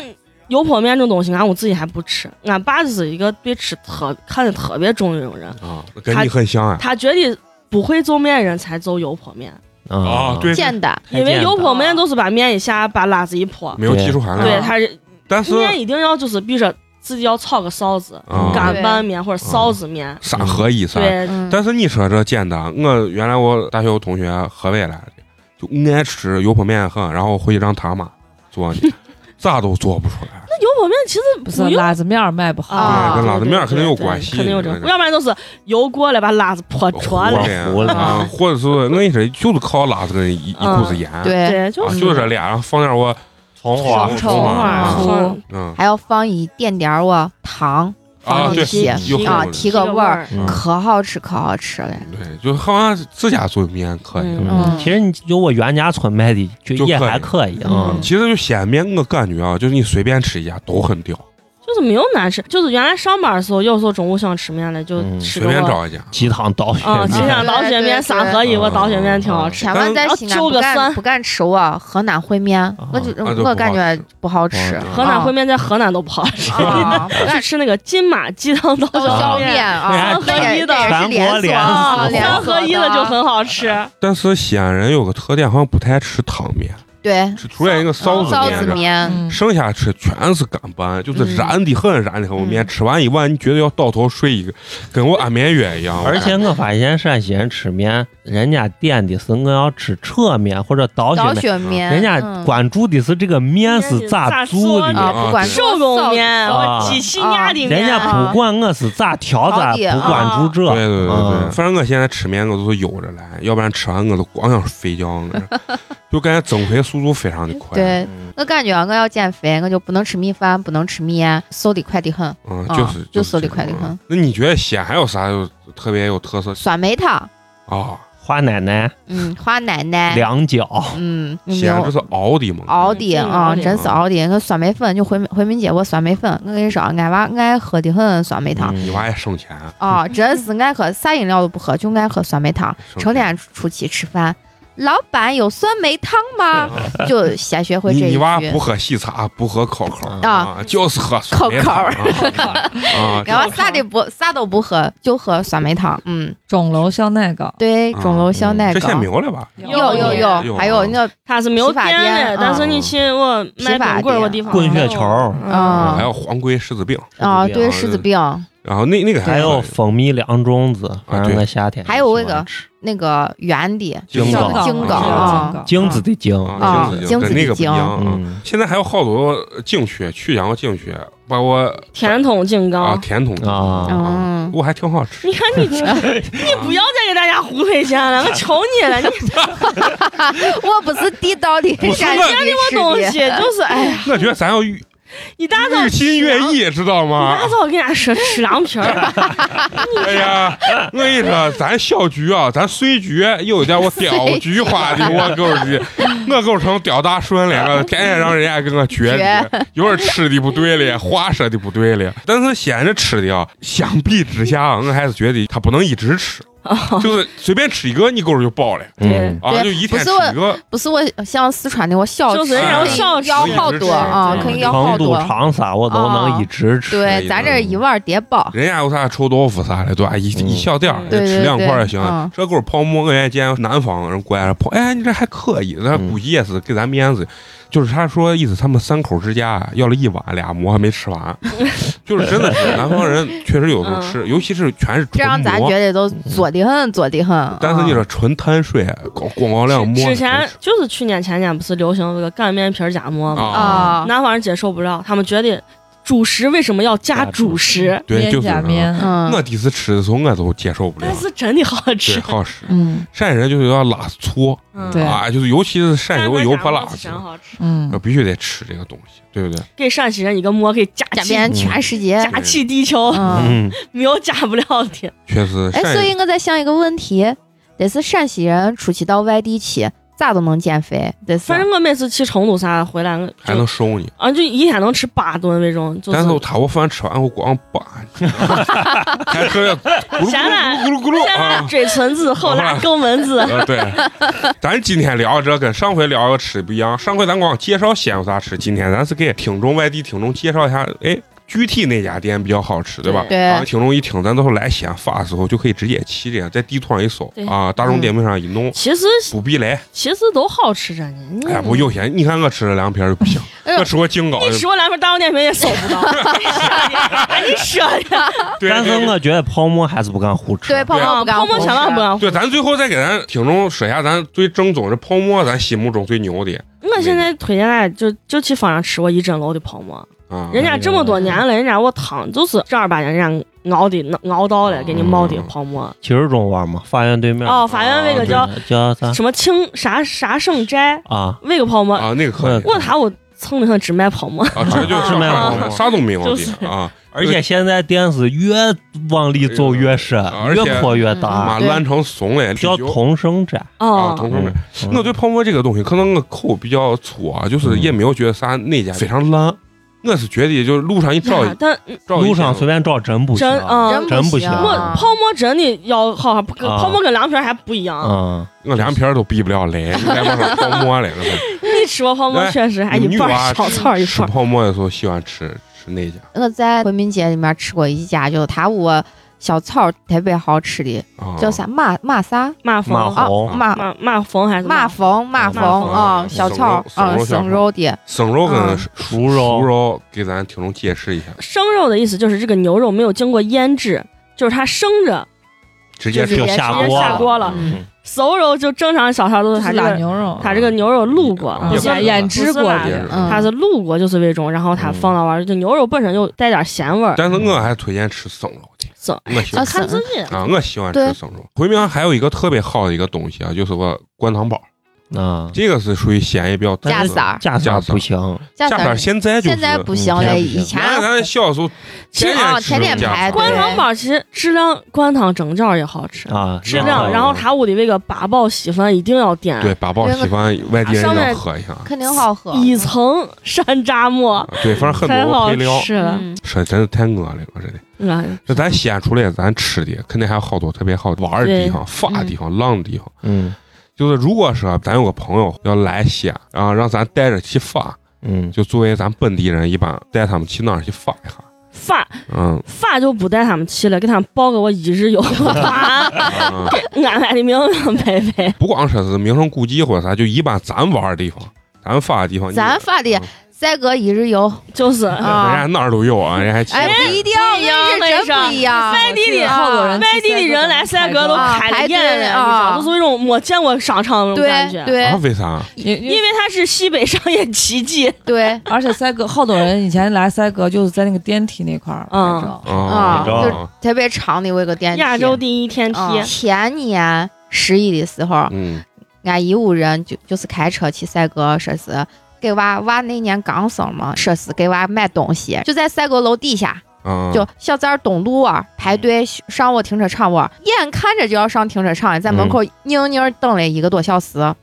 D: 油泼面这种东西，俺我自己还不吃。俺爸就是一个对吃特看的特别重的那种人，
B: 啊，跟你很像啊。
D: 他觉得不会做面人才做油泼面，
B: 啊，对，
C: 简单，
E: 太
D: 因为
E: 简
D: 油泼
C: 单
D: 面都是把面一下，把辣子一泼，
B: 没有技术含
D: 对
B: 量。
D: 他是
B: 但是
D: 面一定要就是比如说自己要炒个臊子、
B: 啊
D: 干拌面或者臊子面，
B: 三合一噻。
D: 对，
C: 嗯，
B: 但是你说这简单，我原来我大学有同学河北来的，就爱吃油泼面很，然后回去让他妈做的，咋都做不出来。
D: 那油泼面其实
F: 不是
D: 不用
F: 辣子面儿卖不好，
C: 啊
B: 对，嗯跟
D: 对
B: 辣子面儿
D: 对
B: 肯定有
D: 对
B: 关系，
D: 肯定有这
B: 这
D: 种，要不然都是油过来把辣子泼
B: 糊
D: 着了。
B: 的
E: 糊了
B: 啊，或者是我跟你说，就是靠辣子跟一一股子盐，啊，
C: 嗯对，
D: 对，就
B: 就是这俩，然后放点我
E: 葱花
B: 葱
C: 葱
B: 花
C: 花
B: 啊
C: 醋
D: 嗯
B: 嗯
C: 还要放一点点儿我糖，
B: 啊，
C: 放
B: 对
C: 进去
D: 啊，
B: 有
C: 啊，
B: 口
C: 提
D: 这
C: 个味儿，，
E: 嗯
C: 可好吃可好吃了。
B: 对，就好像自家做面可以。
D: 嗯
E: 嗯，
C: 嗯
E: 其实你有我袁家村卖的，就
B: 就
E: 也
B: 可以
E: 还可以啊
C: 嗯。
B: 其实就西安面，我感觉啊，就是你随便吃一家都很屌，
D: 就是没有难吃，就是原来上班的时候，有时候中午想吃面了，就
E: 嗯
D: 吃
B: 随
D: 个
B: 便
D: 锅。
B: 找一家。
E: 鸡汤倒血
D: 嗯，
E: 面
D: 其实俺老雪面三合一，
E: 对对
D: 我老雪面挺好吃。
C: 千万在西安
D: 然后
C: 不
D: 啊就个
C: 干
D: 酸
C: 不敢吃我河南烩面，我就
B: 啊就不好
C: 我感觉不好
B: 不
C: 吃
B: 好。吃
D: 河南
C: 哦
D: 烩面在河南都不好吃，
C: 啊，不
D: 去
C: 敢
D: 吃那个金马鸡汤刀
C: 都
D: 削
C: 削面
D: 面，
C: 啊，
D: 三合一的
C: 那也是连
E: 全
C: 锁
D: 啊
E: 国，连
C: 连
D: 三
C: 锁
D: 合一的就
C: 哦的
D: 很好吃。
B: 但是西安人有个特点，好像不太吃汤面，
C: 对。
B: 只出现一个臊
C: 臊
B: 面
C: 子
B: 这，
C: 面，
F: 嗯，
B: 剩下吃全是干拌，就是
C: 嗯
B: 燃的很，燃的很。我面
C: 嗯
B: 吃完一碗，你觉得要倒头睡一个，跟我安眠药一样。
E: 而且我发现陕西人吃面，人家点的是我要吃扯面或者刀削
C: 刀
E: 面，啊
C: 削嗯面，
E: 人家
C: 嗯
E: 关注的是这个面是咋做
D: 面
E: 的
D: 是咋做的。
C: 啊，不管
B: 啊
C: 是
D: 手工
C: 臊
D: 面，
C: 子
E: 啊
D: 我机器压的面，啊
E: 人家不管我是咋调
C: 啊好啊
E: 咋
C: 的
E: 不关注这，
B: 对对对对，
E: 嗯
B: 反正我现在吃面我都是悠着来，要不然吃完我都光想睡觉，我 这就感觉增肥速度非常的快。，
C: 对，我感觉啊我要减肥，我就不能吃米饭，不能吃面，瘦的快的很。
B: 嗯，
C: 啊
B: 就是
C: 就是手里
B: 这
C: 快嗯
B: 种啊
C: 得很。
B: 那你觉得西安还有啥有特别有特色
C: 酸梅汤，
B: 啊？
E: 花奶奶、
C: 嗯，花奶奶，
E: 凉饺，
C: 嗯，有没
B: 西安
C: 有
B: 这是熬的嘛？
C: 熬的
D: 嗯
C: 啊，
D: 熬的
C: 真是熬的。那酸梅粉就回民回民街我酸梅粉，我跟你说，俺娃爱喝的很酸梅汤
E: 嗯
B: 你娃也省钱，
C: 啊，真是爱喝啥饮料都不喝，就爱喝酸梅汤。
B: 省
C: 成天出去吃饭，老板有酸梅汤 吗？就先学会
B: 你
C: 这一
B: 你娃不
C: 句。
B: 喝喜茶，不喝可口
C: 啊，
B: 就是喝酸梅汤 啊啊。
C: 然后啥都不啥都不喝，就喝酸梅汤。嗯，
F: 钟楼小奶糕，
C: 对，钟楼小奶
B: 啊嗯这
C: 糕
B: 现。没有了吧？
D: 有
C: 有有
B: 有
C: 有，还有
B: 啊
C: 那
D: 它是没有店
C: 批发
D: 的
C: 店，
D: 但是你去我卖冰棍儿的地方，
E: 滚雪球，
C: 啊
B: 还有黄龟狮子饼，
C: 啊，
E: 对
C: 对，
B: 啊
C: 柿子饼，
B: 然后那那个
E: 还有
B: 可以
E: 蜂蜜凉粽子，反正
B: 啊对
E: 我夏天
C: 还有
E: 喜欢
C: 那个
E: 吃
C: 那个圆的
B: 京
C: 叫
E: 枣
C: 京
F: 枣
C: 枣啊，
E: 精子的精，
B: 啊，
C: 啊
B: 精
C: 精
B: 子
C: 子
B: 跟那个不一样啊。
E: 嗯，
B: 现在还有好多景区，曲阳景区，把我
D: 甜筒井
B: 啊
D: 冈。
B: 甜筒
E: 啊
C: 嗯，
B: 我还挺好吃
D: 你看你，你不要再给大家胡推荐了，我求你了，你
C: 我不是地道的
B: 不是
C: 陕
B: 我
C: 西吃
D: 东西
C: 的，
D: 就是哎呀，
B: 我觉得咱要日
D: 一大早
B: 日新月
D: 吃凉啊
B: 异，知道
D: 一
B: 吗
D: 大？早跟人家说吃凉皮儿，啊
B: 哎呀，我跟你说，咱小局啊，咱碎局有点我屌菊花的，我够 是，我够成屌大顺了，
C: 嗯
B: 我天天让人家跟我决着，有点吃的不对 了，话说的不对了。但是闲着吃的啊，相比之下，我还是觉得他不能一直吃，就是随便吃一个，你够就饱了
E: 嗯，
B: 啊，
C: 哦对
B: 就一天吃
C: 不是
B: 一个。
C: 不是我像四川的，我小
D: 就
C: 吃
D: 是
B: 人家
C: 可以
D: 小吃
C: 要好
B: 对
C: 多啊，
B: 嗯
D: 对
C: 可以要好
E: 成都、
C: 多，哦
E: 长沙我都能一直吃。
C: 对，咱这一碗叠饱，
B: 人家有啥臭豆腐啥的，对吧？一
E: 嗯
B: 一小点儿，
C: 对对
B: 吃两块儿也
C: 对
B: 行
C: 嗯。
B: 这狗泡馍，我原来见南方人过来泡，哎，你这还可以，那估计也是给咱面子。就是他说意思，他们三口之家要了一碗俩馍还没吃完，就是真的是南方人确实有时候吃，尤其是全是
C: 这
B: 纯
C: 让咱
B: 馍
C: 觉。得都做的很，做的很。
B: 嗯但是你
C: 啊
B: 说纯碳水，光光光两馍
D: 之前就是去年前年不是流行这个擀面皮儿夹馍吗？
B: 啊
C: 啊，
D: 南方人接受不了，他们觉得主食为什么要
E: 加
D: 加主
E: 主
D: 食？
B: 对，就是
F: 面假
B: 那
F: 面
B: 样。，
C: 嗯
B: 我第一次吃的时候我都接受不了
D: 但，是真的好
B: 对，
D: 吃，
B: 好吃。
F: 嗯
B: 陕西人就是要拉粗
D: 嗯
F: 对
B: 啊，就是尤其是陕西有油泼辣
D: 子
B: 子，
D: 真好吃，
B: 我
F: 嗯，
B: 必须得吃这个东西，对不对？
D: 给陕西人一个馍，给夹
C: 假
D: 起
C: 面全世界。
D: 夹起地球，
C: 嗯，
E: 嗯，
D: 没有夹不了的。
B: 确实，
C: 哎，
B: 陕
C: 所以
B: 西
C: 我在想一个问题，得是陕西人出去到外地去，咋都能减肥，得是
D: 反正我每次去成都啥回来，
B: 还能瘦你。
D: 啊，就一天能吃八顿那种，就
B: 但是我
D: 是
B: 他我饭吃完我光 扒，还特别咕噜
D: 啥啦
B: 咕噜咕噜咕噜
D: 先辣
B: 啊！
D: 嘴唇子，后 辣勾门子。
B: 呃，对，咱今天聊这跟上回聊的吃不一样。上回咱光介绍西安有啥吃，今天咱是给听众外地听众介绍一下，哎，具体哪家店比较好吃，对吧？
C: 对
B: 啊，听众一听，咱到时候来西安发的时候就可以直接去这样，在地图上一搜
D: 对
B: 啊，大
C: 嗯
B: 众点评上一弄，
D: 其实
B: 不必来。
D: 其实都好吃着呢。你
B: 哎呀，不有些，你看我吃了凉皮儿就不行，
C: 嗯哎呦
B: 我吃过京糕
D: 你，说两份大众点评也搜不到，哎你说的，
B: 对
E: 但
B: 对
E: 是我觉得泡沫还是不敢胡吃
C: 对，泡沫不干，
D: 泡沫千万不
C: 干。
D: 要。
B: 对，咱最后再给咱听众说一下，咱最正宗的泡沫，咱心目中最牛的
D: 我现在推荐大家就就去方上吃我一整楼的泡馍，
B: 啊，
D: 人家这么多年了，人家我汤就是正儿八经人家熬的熬到了，给你冒
B: 嗯
D: 的泡馍。
E: 七十中湾嘛，法院对面
D: 哦，法院
B: 啊
D: 那个叫
E: 对叫啥
D: 什么清啥啥盛斋，
E: 啊？
D: 那个泡馍，
B: 啊，那个可以
D: 我他我蹭的很只卖泡馍，
B: 啊，这就是
E: 是卖
B: 啥
E: 泡沫
B: 啥都没有
D: 就是
B: 的啊，
E: 而且现在店是越往里走越深
B: 啊，而且嗯
E: 越扩越
C: 啊
B: 妈
E: 大，
C: 对
B: 烂成怂了，
E: 叫
B: 啤酒
E: 同生斋。
B: 啊，
D: 哦
B: 同，城
E: 嗯
B: 的。我对泡沫这个东西，可能我口比较粗啊，就是也没有觉得啥哪家非常烂，我是觉得就是路上一找
D: 呀
B: 一
D: 但
B: 找一
E: 路上
B: 见
E: 随便找真不行。
D: 真嗯，
E: 真不
C: 行，
E: 行
D: 我
E: 啊
D: 泡沫真的要好好，不跟
E: 啊
D: 泡沫跟凉皮儿还不一样。
E: 嗯，
B: 我连皮儿都避不了雷，你再往上泡沫来了。
D: 你吃过泡沫
B: 哎
D: 确实还
B: 女
D: 一半
B: 娃
D: 儿小菜儿一
B: 吃
D: 份儿，
B: 泡沫的时候喜欢吃吃那家
C: 我在回民街里面吃过一家，就他屋小炒特别好吃的，
B: 啊，
C: 叫啥马马啥
D: 麻
E: 马
D: 风
C: 啊
E: 红
C: 马
D: 马马风还是
C: 马冯马冯
D: 马冯
C: 啊小炒
B: 松肉
C: 啊
B: 松
C: 生
B: 肉
C: 肉的，
B: 生肉
C: 嗯
B: 跟
E: 熟
B: 熟
E: 肉，
B: 肉，给咱听众解释一下，
D: 生肉的意思就是这个牛肉没有经过腌制，就是它生着；
B: 直接
C: 就是
B: 吃
E: 就
C: 直接
E: 下
D: 直接
E: 锅
D: 下锅了
C: 嗯
D: 熟肉就正常小烧都
F: 就
D: 是
F: 是
D: 它这
F: 辣
D: 个
F: 牛肉，
D: 它这个牛肉卤过，
B: 嗯
D: 不
B: 也
D: 是
B: 不
F: 腌腌制过
D: 不
F: 的
D: 是辣，
C: 嗯
D: 它是卤过就是味中，然后它
E: 嗯
D: 放到玩儿，就牛肉本身又带点咸味儿，
B: 但是我还推荐吃生肉的，
D: 生
B: 我喜
C: 啊
B: 欢
C: 生
D: 看自己。
F: 嗯
B: 啊，我喜欢
C: 对
B: 吃生肉。回民还有一个特别好的一个东西啊，就是我灌汤包，
C: 嗯
E: 啊，
B: 这个是属于咸也比较
C: 加
B: 淡
C: 色
B: 的。
C: 儿，
E: 价
B: 价
E: 格
B: 格
E: 不行，
C: 加色
B: 下
C: 儿
B: 边现在就是
C: 现在不行
E: 嗯
C: 了，
E: 现在不
C: 以
E: 行
C: 前
B: 原来咱小时候
C: 其实
B: 天
C: 啊
B: 天
C: 天天
B: 吃
C: 排
B: 灌
D: 灌
C: 队
D: 汤包其实质量灌汤整饺也好吃，
E: 啊，
D: 质
E: 那
D: 量。
E: 好
D: 然后他屋的那个八宝稀饭一定要点，
B: 对，八宝喜欢外地人要喝一下，
C: 肯定好喝。
D: 一层山楂沫
C: 哦
B: 啊对，反正很
D: 太
B: 多
D: 好
B: 配料，
D: 吃了。
C: 嗯
B: 说真是太饿了，我真的。
D: 嗯
B: 那咱西安除了咱吃的，肯定还有好多特别好玩儿的地
C: 嗯
B: 方、发的地方、浪的地方。
E: 嗯
B: 就是如果说咱有个朋友要来西安，然后让咱带着去发，
E: 嗯，
B: 就作为咱本地人一般带他们去那儿去发一下。
D: 发
B: 嗯，
D: 发就不带他们去了，给他们报个我一日游团，
B: 啊
D: 安排的明明白白。
B: 不光说是名胜古迹或者啥，就一般咱玩儿的地方，咱发的地方，
C: 咱发
D: 啊
C: 的赛格一日游
D: 就是
B: 人家
C: 啊，
B: 哪儿都有啊，人家还去
C: 哎，不一定，
D: 不一样
C: 那是真
D: 那
C: 不一样。
D: 外地的
C: 啊
F: 好多人
D: 外地的人来赛格都
C: 啊
D: 开
C: 排
D: 着眼
C: 队
D: 了，
C: 啊
D: 你知道就是那种没见过商场那种感
C: 对
D: 觉。
B: 啊
C: 对？
B: 为啥？
F: 因
D: 因为它是西北商业奇迹，
C: 对
F: 而且赛格好多人以前来赛格就是在那个电梯那块儿
D: 嗯
F: 拍照，
B: 啊
C: 啊，就特别长的我有个电梯。
D: 亚洲第一天梯。
C: 啊前年十一的时候，
B: 嗯，
C: 俺一屋人就就是开车去赛格，说是给娃娃那年刚生嘛，说是给娃买东西，就在赛格楼底下，
B: 啊，
C: 就小寨儿东路啊排队上我停车场我，眼看着就要上停车场，在门口拧拧等了一个多小时，
E: 哦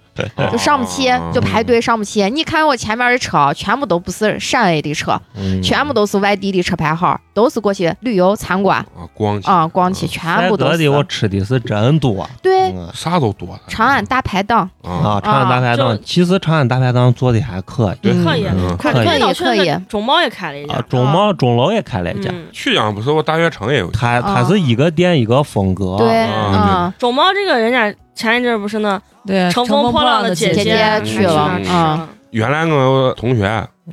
C: 就上不去，就排队上不去。你看我前面的车，全部都不是陕 A 的车，
E: 嗯
C: 全部都是外地的车牌号，都是过去旅游参观
B: 啊，光
C: 啊，光去全
E: 该
C: 部都
E: 得的我
C: 是。
E: 吃的是真多。
C: 对，
E: 嗯
B: 啥都多了。
C: 长安大排档，
B: 啊，
E: 啊，长安大排
D: 啊
E: 档，
D: 就
E: 其实长安大排档做的还可以。
D: 可以啊
B: 嗯，
E: 可以
D: 快到
C: 可以
D: 确实
C: 可以
D: 中贸也开了一家
E: 啊，，
C: 嗯
E: 中贸钟楼也开了一家，
D: 嗯
B: 曲江不是我大悦城也有一家
E: 它它是一个店一个风格。
C: 嗯对，
B: 啊
C: 嗯，
D: 中贸这个人家前一阵儿不是那
F: 对，
D: 乘
F: 乘
D: 风破浪
F: 浪
D: 的
F: 姐
C: 姐姐
B: 去了
C: 嗯
D: 那儿吃
C: 啊
D: 啊了
B: 原来我同学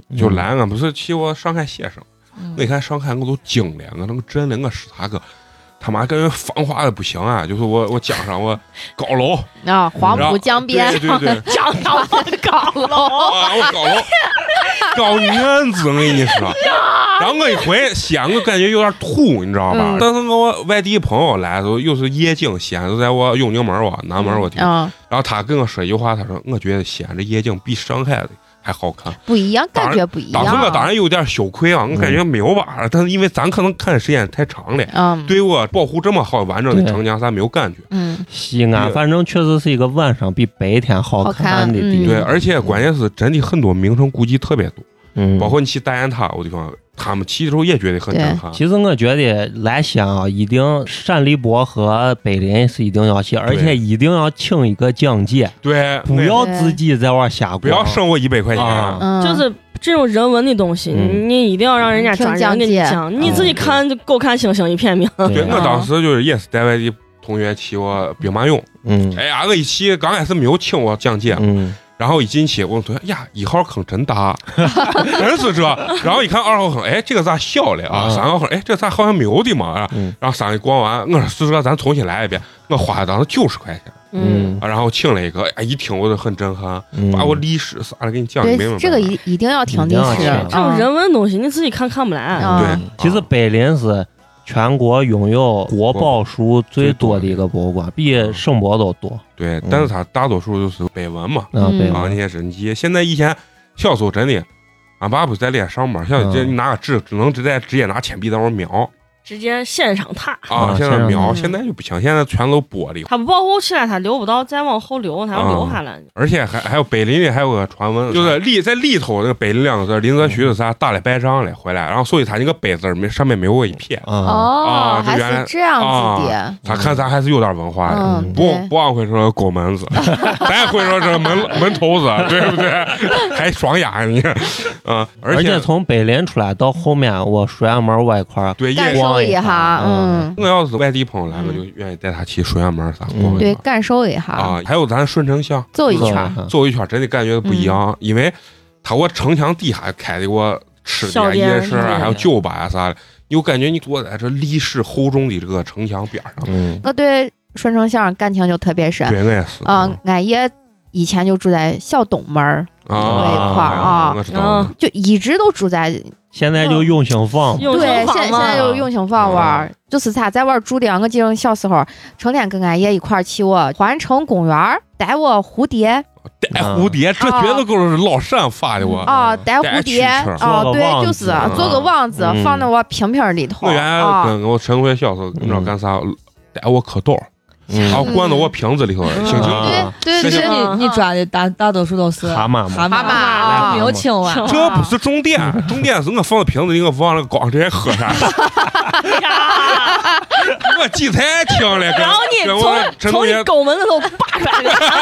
E: 嗯，
B: 就啊来，我不是去我上海写生，
F: 嗯
B: 我一看上海我都惊了，我那个真的我是他个。啊他妈跟繁华的不行啊！就是我我讲上 我高楼，
C: 啊，黄
B: 嗯然
C: 浦
B: 后
C: 江边
B: 对 对对，
D: 讲到高楼，
B: 啊，我高楼高原子，我跟你 说。然后我一回西安，我感觉有点土，你知道吧
C: 嗯？
B: 但是我外地朋友来的时候，又是夜景西安，就在我永宁门我南门我地。
C: 嗯，
B: 然后他跟我说一句话，他说：“我觉得西安这夜景比上海的还好看。”
C: 不一样，
B: 当
C: 感觉不一样。啊
B: 当时我当然有点羞愧啊，我感觉没有吧，但是因为咱可能看的时间太长了，
C: 嗯，
B: 对我保护这么好完整的
E: 对
B: 城墙咱没有感觉。
C: 嗯，
E: 西安
B: 对
E: 反正确实是一个晚上比白天好
C: 好
E: 看
C: 看
E: 的地
C: 嗯
E: 方，
B: 对，而且关键是真的很多名城古迹特别多，
E: 嗯，
B: 包括你去大雁塔，我地方他们去的时候也觉得很震撼。
E: 其实我觉得来西安啊，一定陕历博和北林是一定要去，而且一定要请一个讲解，
B: 对，
E: 不
B: 那
E: 要自己在外瞎逛。
B: 不要省我一百块钱
E: 啊
B: 啊。
C: 嗯
D: 就是这种人文的东西，
E: 嗯
D: 你一定要让人家
C: 听
D: 专人
C: 讲
D: 给你
C: 解
D: 讲，你自己看就够看星星一片明。
B: 对，我
C: 啊
B: 当时就是也是带外地同学去我兵马俑，
E: 嗯
B: 哎呀，我一去刚开始没有请我讲解，啊
E: 嗯，
B: 然后一进去，我同学哎呀，一号坑真大， 真是这。然后一看二号坑，哎，这个咋小了啊？
E: 啊
B: 三号坑，哎，这咋好像没有的嘛？啊
E: 嗯
B: 然后三个逛完，我说是这，咱重新来一遍。我花了当时九十块钱，
E: 嗯
B: 啊然后请了一个，哎，一听我就很震撼，
E: 嗯，
B: 把我历史啥的给你讲的明明白白。
C: 对这个一一定要听进
E: 一定要
C: 去
E: 听
C: 啊，
D: 这种人文东西你自己看看不来，
C: 啊
B: 对，
E: 嗯其实北林是全国拥有国宝书最多的一个博物
B: 嗯
E: 馆，比省博都多。
B: 对，但是他大多数就是碑文嘛，
E: 啊，
C: 嗯
E: 北
B: 啊，那
E: 林
B: 些人机。现在以前小时候真的，俺爸不是在里面上班，像这
E: 嗯
B: 拿个纸，只能直接直接拿铅笔在那儿描
D: 直接现场踏，
B: 啊
E: 啊，
B: 现
E: 现
B: 在
E: 在
B: 描，
C: 嗯
B: 现在就不行，现在全都玻璃。
D: 它不保护起来，它留不到，再往后留，它要留下来。
B: 而且还还有北林里还有个传闻，就是里在里头那个北林两个字，林则徐是啥打了败仗了回来，然后所以他那个北字儿没上面没有一撇，
E: 啊，
B: 啊
C: 哦，
B: 这
C: 还
B: 原来
C: 是这样子的，
B: 他看咱还是有点文化的。
C: 嗯，
B: 不
C: 对
B: 不往会说狗门 子，咱也会说这门门头子，对不 对？还双眼你，嗯，
E: 而
B: 且
E: 从北林出来到后面，我水源门外块儿，
B: 对
C: 感
B: 也，
C: 受一
B: 啊
C: 下，
E: 逛一
C: 嗯，
B: 我要是外地朋友来，
D: 嗯
B: 我就愿意带他去水源门啥
E: 嗯
B: 逛一
C: 对，
B: 逛
C: 感受一下，
B: 啊。还有咱顺城巷
C: 走一
E: 走
C: 圈儿，
E: 啊
B: 走一圈，真的感觉不一样，
D: 嗯
B: 因为他我城墙底下开的我吃的
D: 小
B: 呀
D: 店
B: 夜市
D: 对
B: 啊，
D: 对
B: 还有酒吧呀啥的，你就感觉你坐在这历史厚重的这个城墙边上。
E: 嗯
C: 我对顺城巷感情就特别
D: 啊
C: 深，
B: 对，我也是
C: 嗯，俺爷以前就住在小东门儿，
B: 啊，
C: 一块儿啊
D: 嗯
B: 我知道了。
C: 就一直都住在
E: 现在就永兴坊，
D: 用
C: 对，现现在
E: 有
C: 就是永兴坊玩儿，就是他在玩儿住的。我记得我小时候成天跟俺爷一块儿去我环城公园儿逮我蝴蝶
B: 逮蝴蝶，这绝对够是老陕发的我。
D: 嗯
C: 啊，逮
B: 逮
C: 蝴蝶
B: 蛐蛐
C: 啊
E: 做，个
C: 对，
E: 网
C: 就是
E: 子
C: 啊做个网子
E: 嗯
C: 放到我瓶瓶儿里头
B: 我原来
C: 啊。
B: 跟我陈辉小时候，你知道干啥？逮我蝌蚪，
E: 嗯
B: 然后灌到我瓶子里头，
D: 嗯
B: 行行
E: 啊
B: 行。
C: 对
F: 其
C: 对
F: 实
C: 对，
D: 嗯
F: 你你抓的大大多数都是
E: 蛤蟆嘛
F: 蛤
C: 蛤蟆啊
F: 蟆，没有青蛙。
B: 这不是重点，
D: 嗯
B: 重点是我放到瓶子里，我忘了光直接喝 下去。
D: 哎
B: 我记太清了，跟
D: 然后你
B: 跟
D: 从
B: 我陈同
D: 从你
B: 学
D: 狗门子头扒出来个蛤蟆，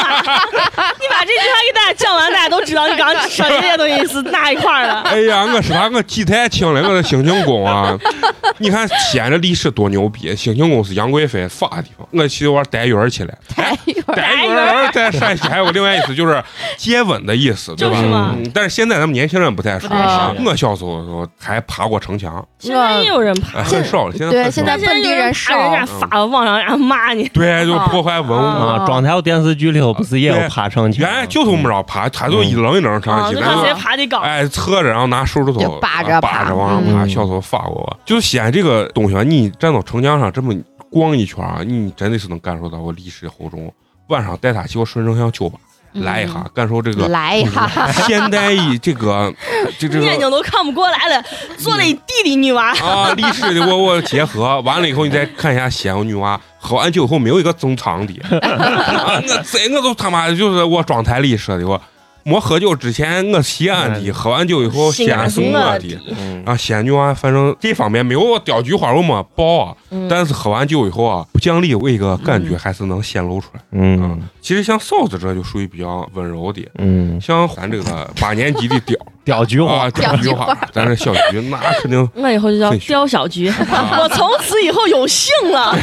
D: 你把这句话给大家讲完，大家都知道你刚刚说这些东西是哪一块 儿的。
B: 哎呀，我是他，我记太清了，我是兴庆宫啊！ 你看西安这历史多牛逼，兴庆宫是杨贵妃发的地方。我去玩逮鱼儿去 了，
C: 哎呦，
B: 逮鱼儿在陕西还有另外意思，就是接吻的意思，对吧？
D: 就是嘛
B: 嗯但是现在咱们年轻人不太说
D: 不太
C: 说
B: 啊。我小时候的时候还爬过城墙，
D: 现在也有人 爬
B: 哎，很少了。现在
C: 对
B: 很少了
C: 现在
D: 但现在有人爬人家发网上人家骂你，
B: 对，就是破坏文物。
D: 啊
E: 啊，庄台电视剧里头不是也有爬城墙？
B: 原来就是我们这爬，他就一棱一棱上
D: 啊，
B: 去，
D: 就
B: 咱
D: 看
B: 就
D: 谁 爬的高。
B: 哎，侧着，然后拿手指头
C: 就扒着
B: 啊
C: 爬
B: 扒着往上爬。
E: 嗯
B: 小时候发过我，就是西安这个东西啊，你站到城墙上这么逛一圈啊，你真的是能感受到我历史厚重。晚上带他去我顺城巷酒吧来一下，感受这个
C: 嗯来 呀，
B: 现代以这个这这个
D: 眼
B: 嗯
D: 睛都看不过来了，做了一地的女娃，
B: 啊历史的我我结合完了以后，你再看一下西安女娃喝完酒以后没有一个正 常的，啊我这我都他妈就是我妆台里说的我。没喝酒之前，我西安的；喝完酒以后，西安是我的。
E: 嗯嗯
B: 啊，西安女娃反正这方面没有我雕菊花那么爆啊，但是喝完酒以后啊，不姜丽为个感觉还是能显露出来。啊
E: 嗯
B: 其实像臊子这就属于比较温柔的，
E: 嗯，
B: 像咱这个八年级的屌
E: 屌菊花
B: 啊，，讲句话，咱这小 菊那肯定
D: 我以后就叫
B: 很虚
D: 刁小菊，
B: 啊
D: 我从此以后有姓了。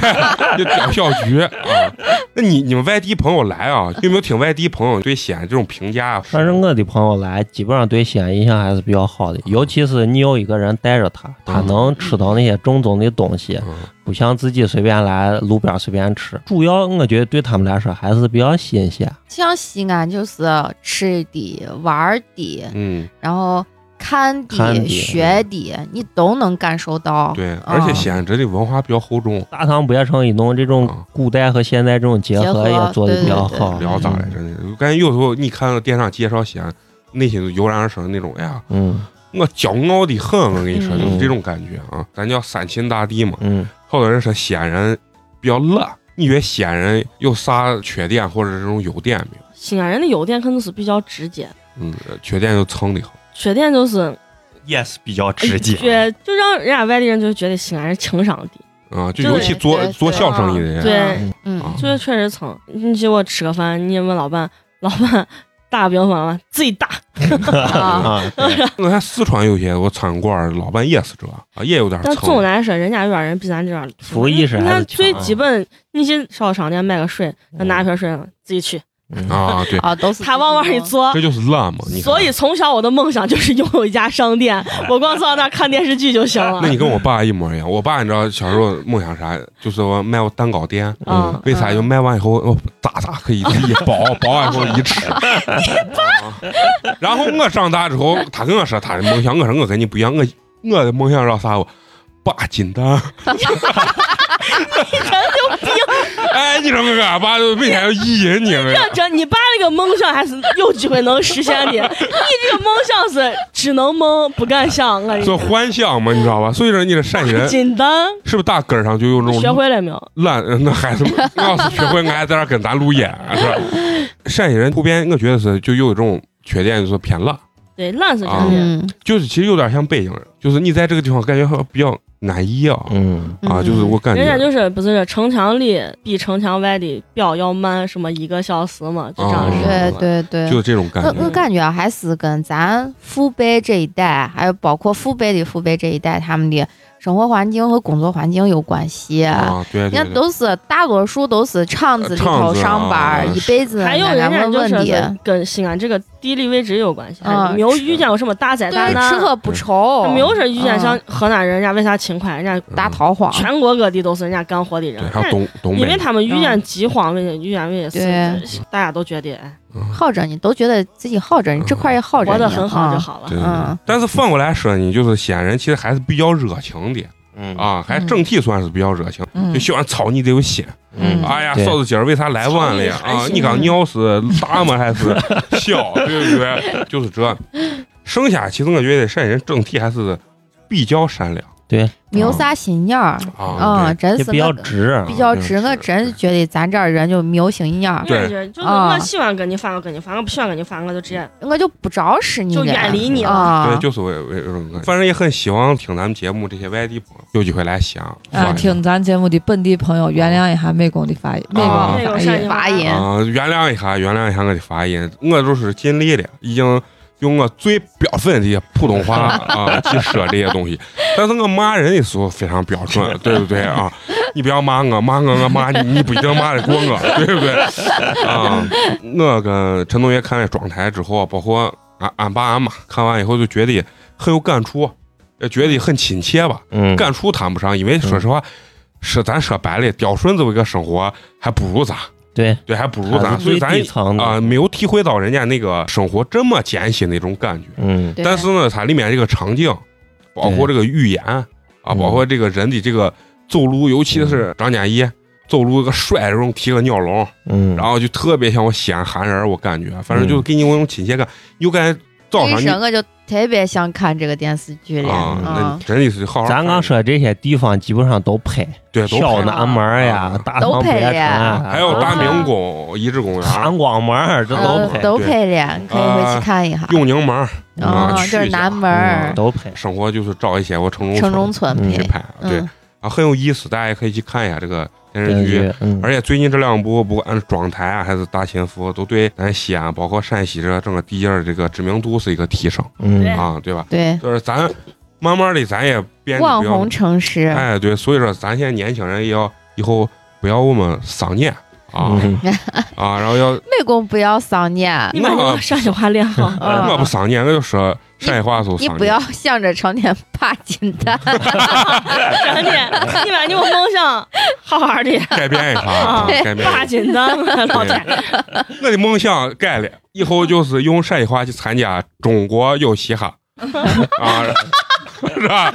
B: 就屌小菊啊。那你你们外地朋友来 啊，有没有听外地朋友对西安这种评价？啊
E: 反正我的朋友来，基本上对西安印象还是比较好的。尤其是你有一个人带着他，他能吃到那些正宗的东西，
B: 嗯
E: 不像自己随便来路边随便吃。主要我觉得对他们来说还是比较新鲜。
C: 像西安就是吃的、玩儿的，
B: 嗯，
C: 然后看
E: 看
C: 的、
E: 的
C: 学的，你都能感受到。
B: 对，
E: 哦
B: 而且西安这里文化比较厚重。
E: 大唐不夜城一弄这种古代和现代这种结合
C: 结合
E: 也做的比较
C: 对对
E: 好。
C: 对
B: 聊咋来着
E: 嗯
B: 呢？我感觉有时候你看电商介绍西安，内心就油然而生那种，哎呀，
E: 嗯
B: 我骄傲的很。我跟你说，
D: 嗯
B: 就是这种感觉啊。咱叫三秦大地嘛，
E: 嗯，
B: 好多人说西安人比较懒。你觉得西安人有啥缺点或者这种优点没有？
D: 西安人的优点可能是比较直接，
B: 嗯，缺点就蹭的好。
D: 缺点就是哎
G: ，yes 比较直接，
D: 对，就让人家外地人就觉得西安人情商低，
B: 啊，就
D: 对
B: 尤其做
C: 对
B: 做
C: 对
B: 小生意的人，
D: 对，
C: 嗯
B: 啊，
D: 就是确实蹭。你请我吃个饭，你问老板，老板大饼粉吗？自己打。
C: 啊，
E: 啊，对
B: 我看四川有些我餐馆儿老板也是这啊，也有点
D: 但总
B: 蹭。
D: 的来说，人家院儿人比咱这儿
E: 服务意识
D: 你
E: 还是
D: 看
E: 强
D: 最基本，你去烧商店买个水，他拿一瓶水自己去，
E: 嗯
B: 啊，对，
C: 啊，都是
D: 他往往一
C: 自己
D: 坐
B: 这。就是懒嘛。你看
D: 所以从小我的梦想就是拥有一家商店，我光坐在那儿看电视剧就行了
B: 那。你跟我爸一模一样。我爸你知道小时候梦想啥？就是我卖我蛋糕店。
D: 嗯
B: 为啥？就卖完以后，我咋咋可以自 己包，包完以后一吃。啊然后我上大之后，他跟我说他的梦想，我说我跟你不一样，我我的梦想让啥？我八斤蛋。哎，你说我跟俺爸就每天要意淫你们。
D: 这你爸这个梦想还是有机会能实现的，你这个梦想是只能梦不敢想啊！
B: 这幻想嘛，你知道吧？所以说你这陕西 人
D: 简单，
B: 是不是打根儿上就有那
D: 学
B: 种
D: 会了没有？
B: 懒？那孩子们要是学会，俺还在这儿跟咱录演，是吧？陕西人普遍，我觉得是就有这种缺点，就是偏懒，
D: 对，烂是这
B: 啊
D: 样的。
C: 嗯
B: 就是其实有点像北京人，就是你在这个地方感觉好像比较安逸啊
E: 嗯
C: 嗯
B: 啊，就是我感
D: 人家
B: 觉
D: 就是不是城墙里比城墙外的表要慢什么一个小时嘛，就这样
B: 哦
D: 式
C: 对
D: 的嘛。
C: 对对，
B: 就是这种感
C: 我
B: 觉
C: 我感觉还是跟咱父辈这一代，还有包括父辈的父辈这一代，他们的生活环境和工作环境有关系。
B: 啊，对
C: 人
B: 对
C: 家
B: 对，
C: 都是大多数都是厂子里
B: 厂
C: 头
B: 子啊
C: 上班儿，一辈子
D: 还有
C: 安
D: 人
C: 安
D: 家
C: 稳
D: 就
C: 稳
D: 是
C: 的，
D: 跟西安这个地理位置有关系，
C: 嗯
D: 还没有遇见过什么大灾大
C: 对，
D: 难，
C: 吃喝不愁，
D: 没有说遇见像
C: 嗯
D: 河南人，人家为啥勤快？人家
C: 大逃荒。
D: 全国各地都是人家干活的人
B: 嗯对，，还有东东
D: 因为
B: 北，
D: 他们遇见饥荒，为遇见为
C: 嗯对
D: 是大家都觉得哎
C: 好着呢，都觉得自己好着呢，这块儿也好着
D: 活
C: 呢，
D: 得很好就
C: 嗯。
D: 好了。
B: 对对对
C: 嗯。
B: 但是反过来说呢，就是西安人其实还是比较热情的
E: 嗯
B: 啊，还整体算是比较热情，
F: 嗯
B: 就，喜欢操你得有心。
C: 嗯
B: 哎呀，
E: 对
B: 嫂子今儿为啥来晚了呀？
D: 操你
B: 啊
D: 寒，心
B: 你刚尿是大吗还是小？对不对？就是这。剩下其实我觉得陕西人整体还是比较善良
C: 没
B: 嗯
C: 有啥心眼儿，
B: 啊。
C: 嗯，真
E: 也
C: 是
E: 比较
C: 我
E: 直，啊
C: 比较
B: 嗯
C: 直，我
B: 是
C: 真是觉得咱这儿人就没有心眼儿，
B: 对
D: 人家就是
C: 啊
D: 我喜欢跟你翻，我跟你翻；我不喜欢跟你翻，我就直接
C: 我就不招使你
D: 就
C: 了，
D: 远离你了。
B: 对，对，，
C: 啊
B: 就是我我我反正也很希望听咱们节目这些外地朋友有机会来西安
F: 啊，
B: 玩一下
F: 听咱节目的本地朋友原谅一下美工的发音，美工
B: 啊
F: 的
D: 那
F: 发
D: 个
F: 音
D: 善。意
C: 哎发
D: 发
C: 音
D: 音，
B: 啊，原谅一下，原谅一下我的发音，我就是尽力了，已经用我最标准的普通话啊去说这些东西。但是我骂人的时候非常标准，对不对啊？你不要骂我，骂我我骂你，你不一定骂得过我，对不对？啊，我跟陈同学看了妆台之后，包括俺俺爸俺妈看完以后，就觉得很有感触，也觉得很亲切吧。
E: 嗯，
B: 感触谈不上，因为说实话，是咱说白了，刁顺子这个生活还不如咱。
E: 对
B: 对，还不如咱，
E: 还是
B: 所以
E: 最
B: 咱
E: 底层的
B: 啊、没有体会到人家那个生活这么艰辛的一种感觉。
E: 嗯
C: 对
B: 但是呢，它里面这个场景，包括这个语言啊，
E: 嗯
B: 包括这个人的这个走路，尤其是张嘉译走路这个摔这种提个鸟笼，
E: 嗯，
B: 然后就特别像我西安韩人儿，我感觉，反正就给你有种亲切感，又感觉早
C: 这
B: 上啊
C: 一
B: 你
C: 生我就特别想看这个电视剧了，
B: 啊，那
C: 嗯，
B: 真的是好好看。
E: 咱刚说这些地方基本上都拍，
B: 对，都
E: 小
B: 拍
E: 南门
B: 啊
E: 呀、大
C: 都
E: 唐不
C: 配
E: 夜城
C: 呀
E: 啊，
B: 还有大
E: 明
B: 明啊宫、遗址公园、
E: 韩光门儿这都
C: 呃
E: 配，
C: 都配了，可以回去看一下。
B: 永宁门儿
C: 嗯，
B: 啊去
C: 这
B: 一
C: 是
B: 下啊
C: 南门
E: 嗯
C: 儿、
E: 都配，
B: 生活就是找一些我城中
C: 城中村
E: 嗯
B: 去
C: 配，
B: 拍，对啊
C: 嗯，
B: 啊，很有意思，大家也可以去看一下这个电视
E: 电视
B: 剧。
E: 剧，嗯，
B: 而且最近这两部，不管是庄台啊，还是大秦府，都对咱西安，包括陕西这整个地界儿这个知名度是一个提升
E: 嗯
D: 对
B: 啊，对吧？
C: 对，
B: 就是咱慢慢的，咱也变得
C: 网
B: 比较
C: 红城市，
B: 哎，对，所以说咱现在年轻人也要以后不要我们丧念啊、
E: 嗯
B: 啊，然后要
C: 美工不要丧念，
D: 你把那
B: 嗯
D: 个陕西话练 好。
C: 啊
B: 哎我不丧念，我就说陕西话说
C: 你
B: 丧
C: 不
B: 念
C: 要。想着成 天爬金 蛋，
D: 真的，你把你有梦想，好好的
B: 改变一下，啊
D: 啊
C: 对
B: 改变一
D: 八
B: 下。
D: 斤的
B: 嗯
D: 老天，
B: 我的梦想改了，以后就是用陕西话去参加中国有嘻 哈，啊，是吧？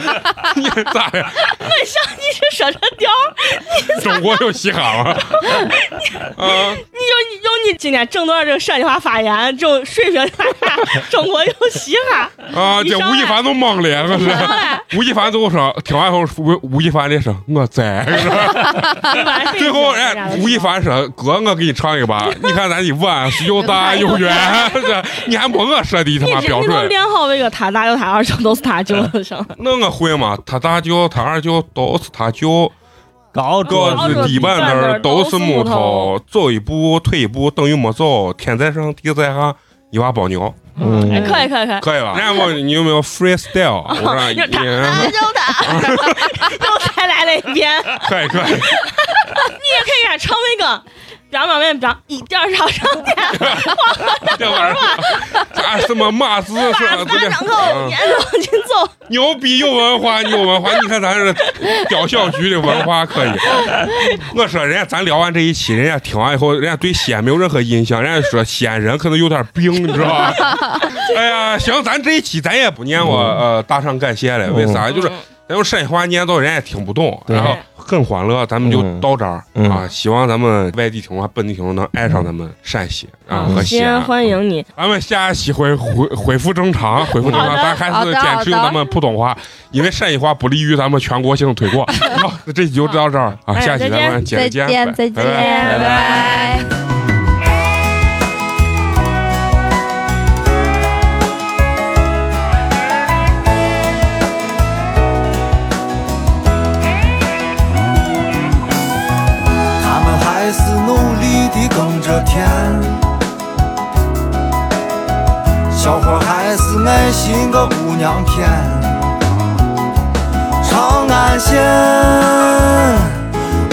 B: 你咋的？
D: 我想你是说这调儿，
B: 中国有嘻哈吗？啊，
D: 你有你有你今天整段这个陕西话发言，就水平大家 中国有嘻哈，
B: 啊，这吴亦凡都懵了，我
D: 啊
B: 是。吴亦凡最后说，听完后吴吴亦凡这声，我 在。
D: 哎
B: 最后，哎，吴亦凡说：“哥，我给你唱一个 吧，你看咱的碗是又大又圆，这你还没我说的他
D: 你
B: 妈
D: 这
B: 标
D: 你都
B: 准。嗯
D: 练好那个他大舅他二舅都是他舅的声，
B: 那我会吗？他大舅、他二舅都是他舅，
E: 搞
B: 桌子哦底板儿都是木头，走一步退一步等于没走，天在上地在下，一娃包牛，
E: 嗯
D: 哎，可以可以可以，
B: 可以吧？然后你有没有 freestyle？我 说你嗯
D: 你看
C: 就他，
D: 又再来了一遍，
B: 可以可以，
D: 也可以啊给他唱那个。表表面表一点儿上上点，
B: 这 玩意儿啊什么马子是吧？这
D: 三
B: 个
D: 两口，
B: 嗯
D: 年头紧走，
B: 牛逼，有文化，有文化！你看咱这雕小局的文化可以。我说人家咱聊完这一期，人家听完以后，人家对西安没有任何印象，人家说西安人可能有点病，你知道吧？ 哎呀，行，咱这一期咱也不念我
E: 嗯
B: 呃大上感谢了，为啥？就是咱用陕西话念到人家也听不懂，
E: 对
B: 然后很欢乐，咱们就
E: 嗯
B: 到这儿
E: 嗯
B: 啊！希望咱们外地听众、本地听众能爱上咱们陕西啊
E: 嗯
B: 和西
D: 西
B: 安
D: 安。欢迎你，
B: 咱们下一期回恢恢复正 常，恢复正常，
D: 好的
B: 咱还
C: 好
B: 是
C: 的
B: 坚持用咱们普通话，因为陕西话不利于咱们全国性推广。 好，那这期就到这儿啊，
D: 哎
B: 下期咱们接着
C: 再
B: 见，
C: 见，再
B: 拜
C: 见，
B: 拜拜拜
C: 拜拜。
A: 他们还是努力地耕着田，小伙还是爱惜我姑娘偏。长安县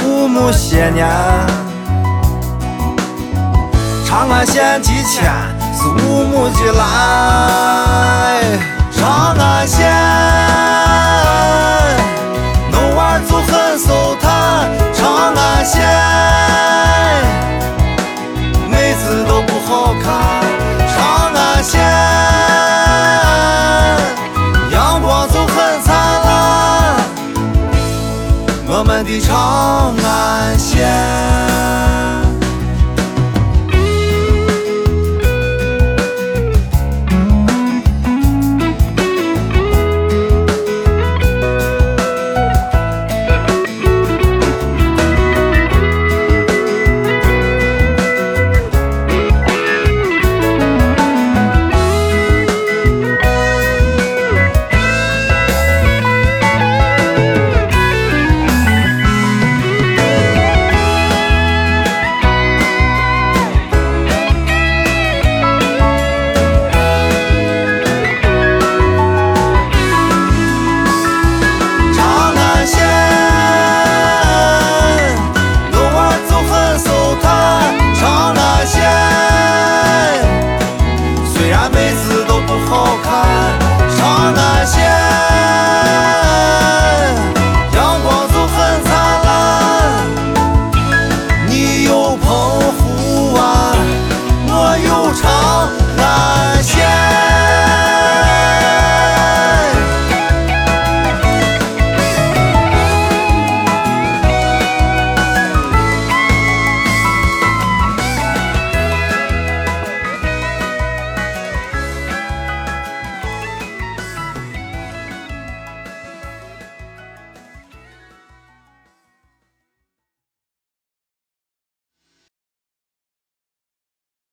A: 五亩些年，长安县几千是五亩的来，长安县。弄娃就很手摊，长安县妹子都不好看，长安县阳光就很灿烂，我们的长安县。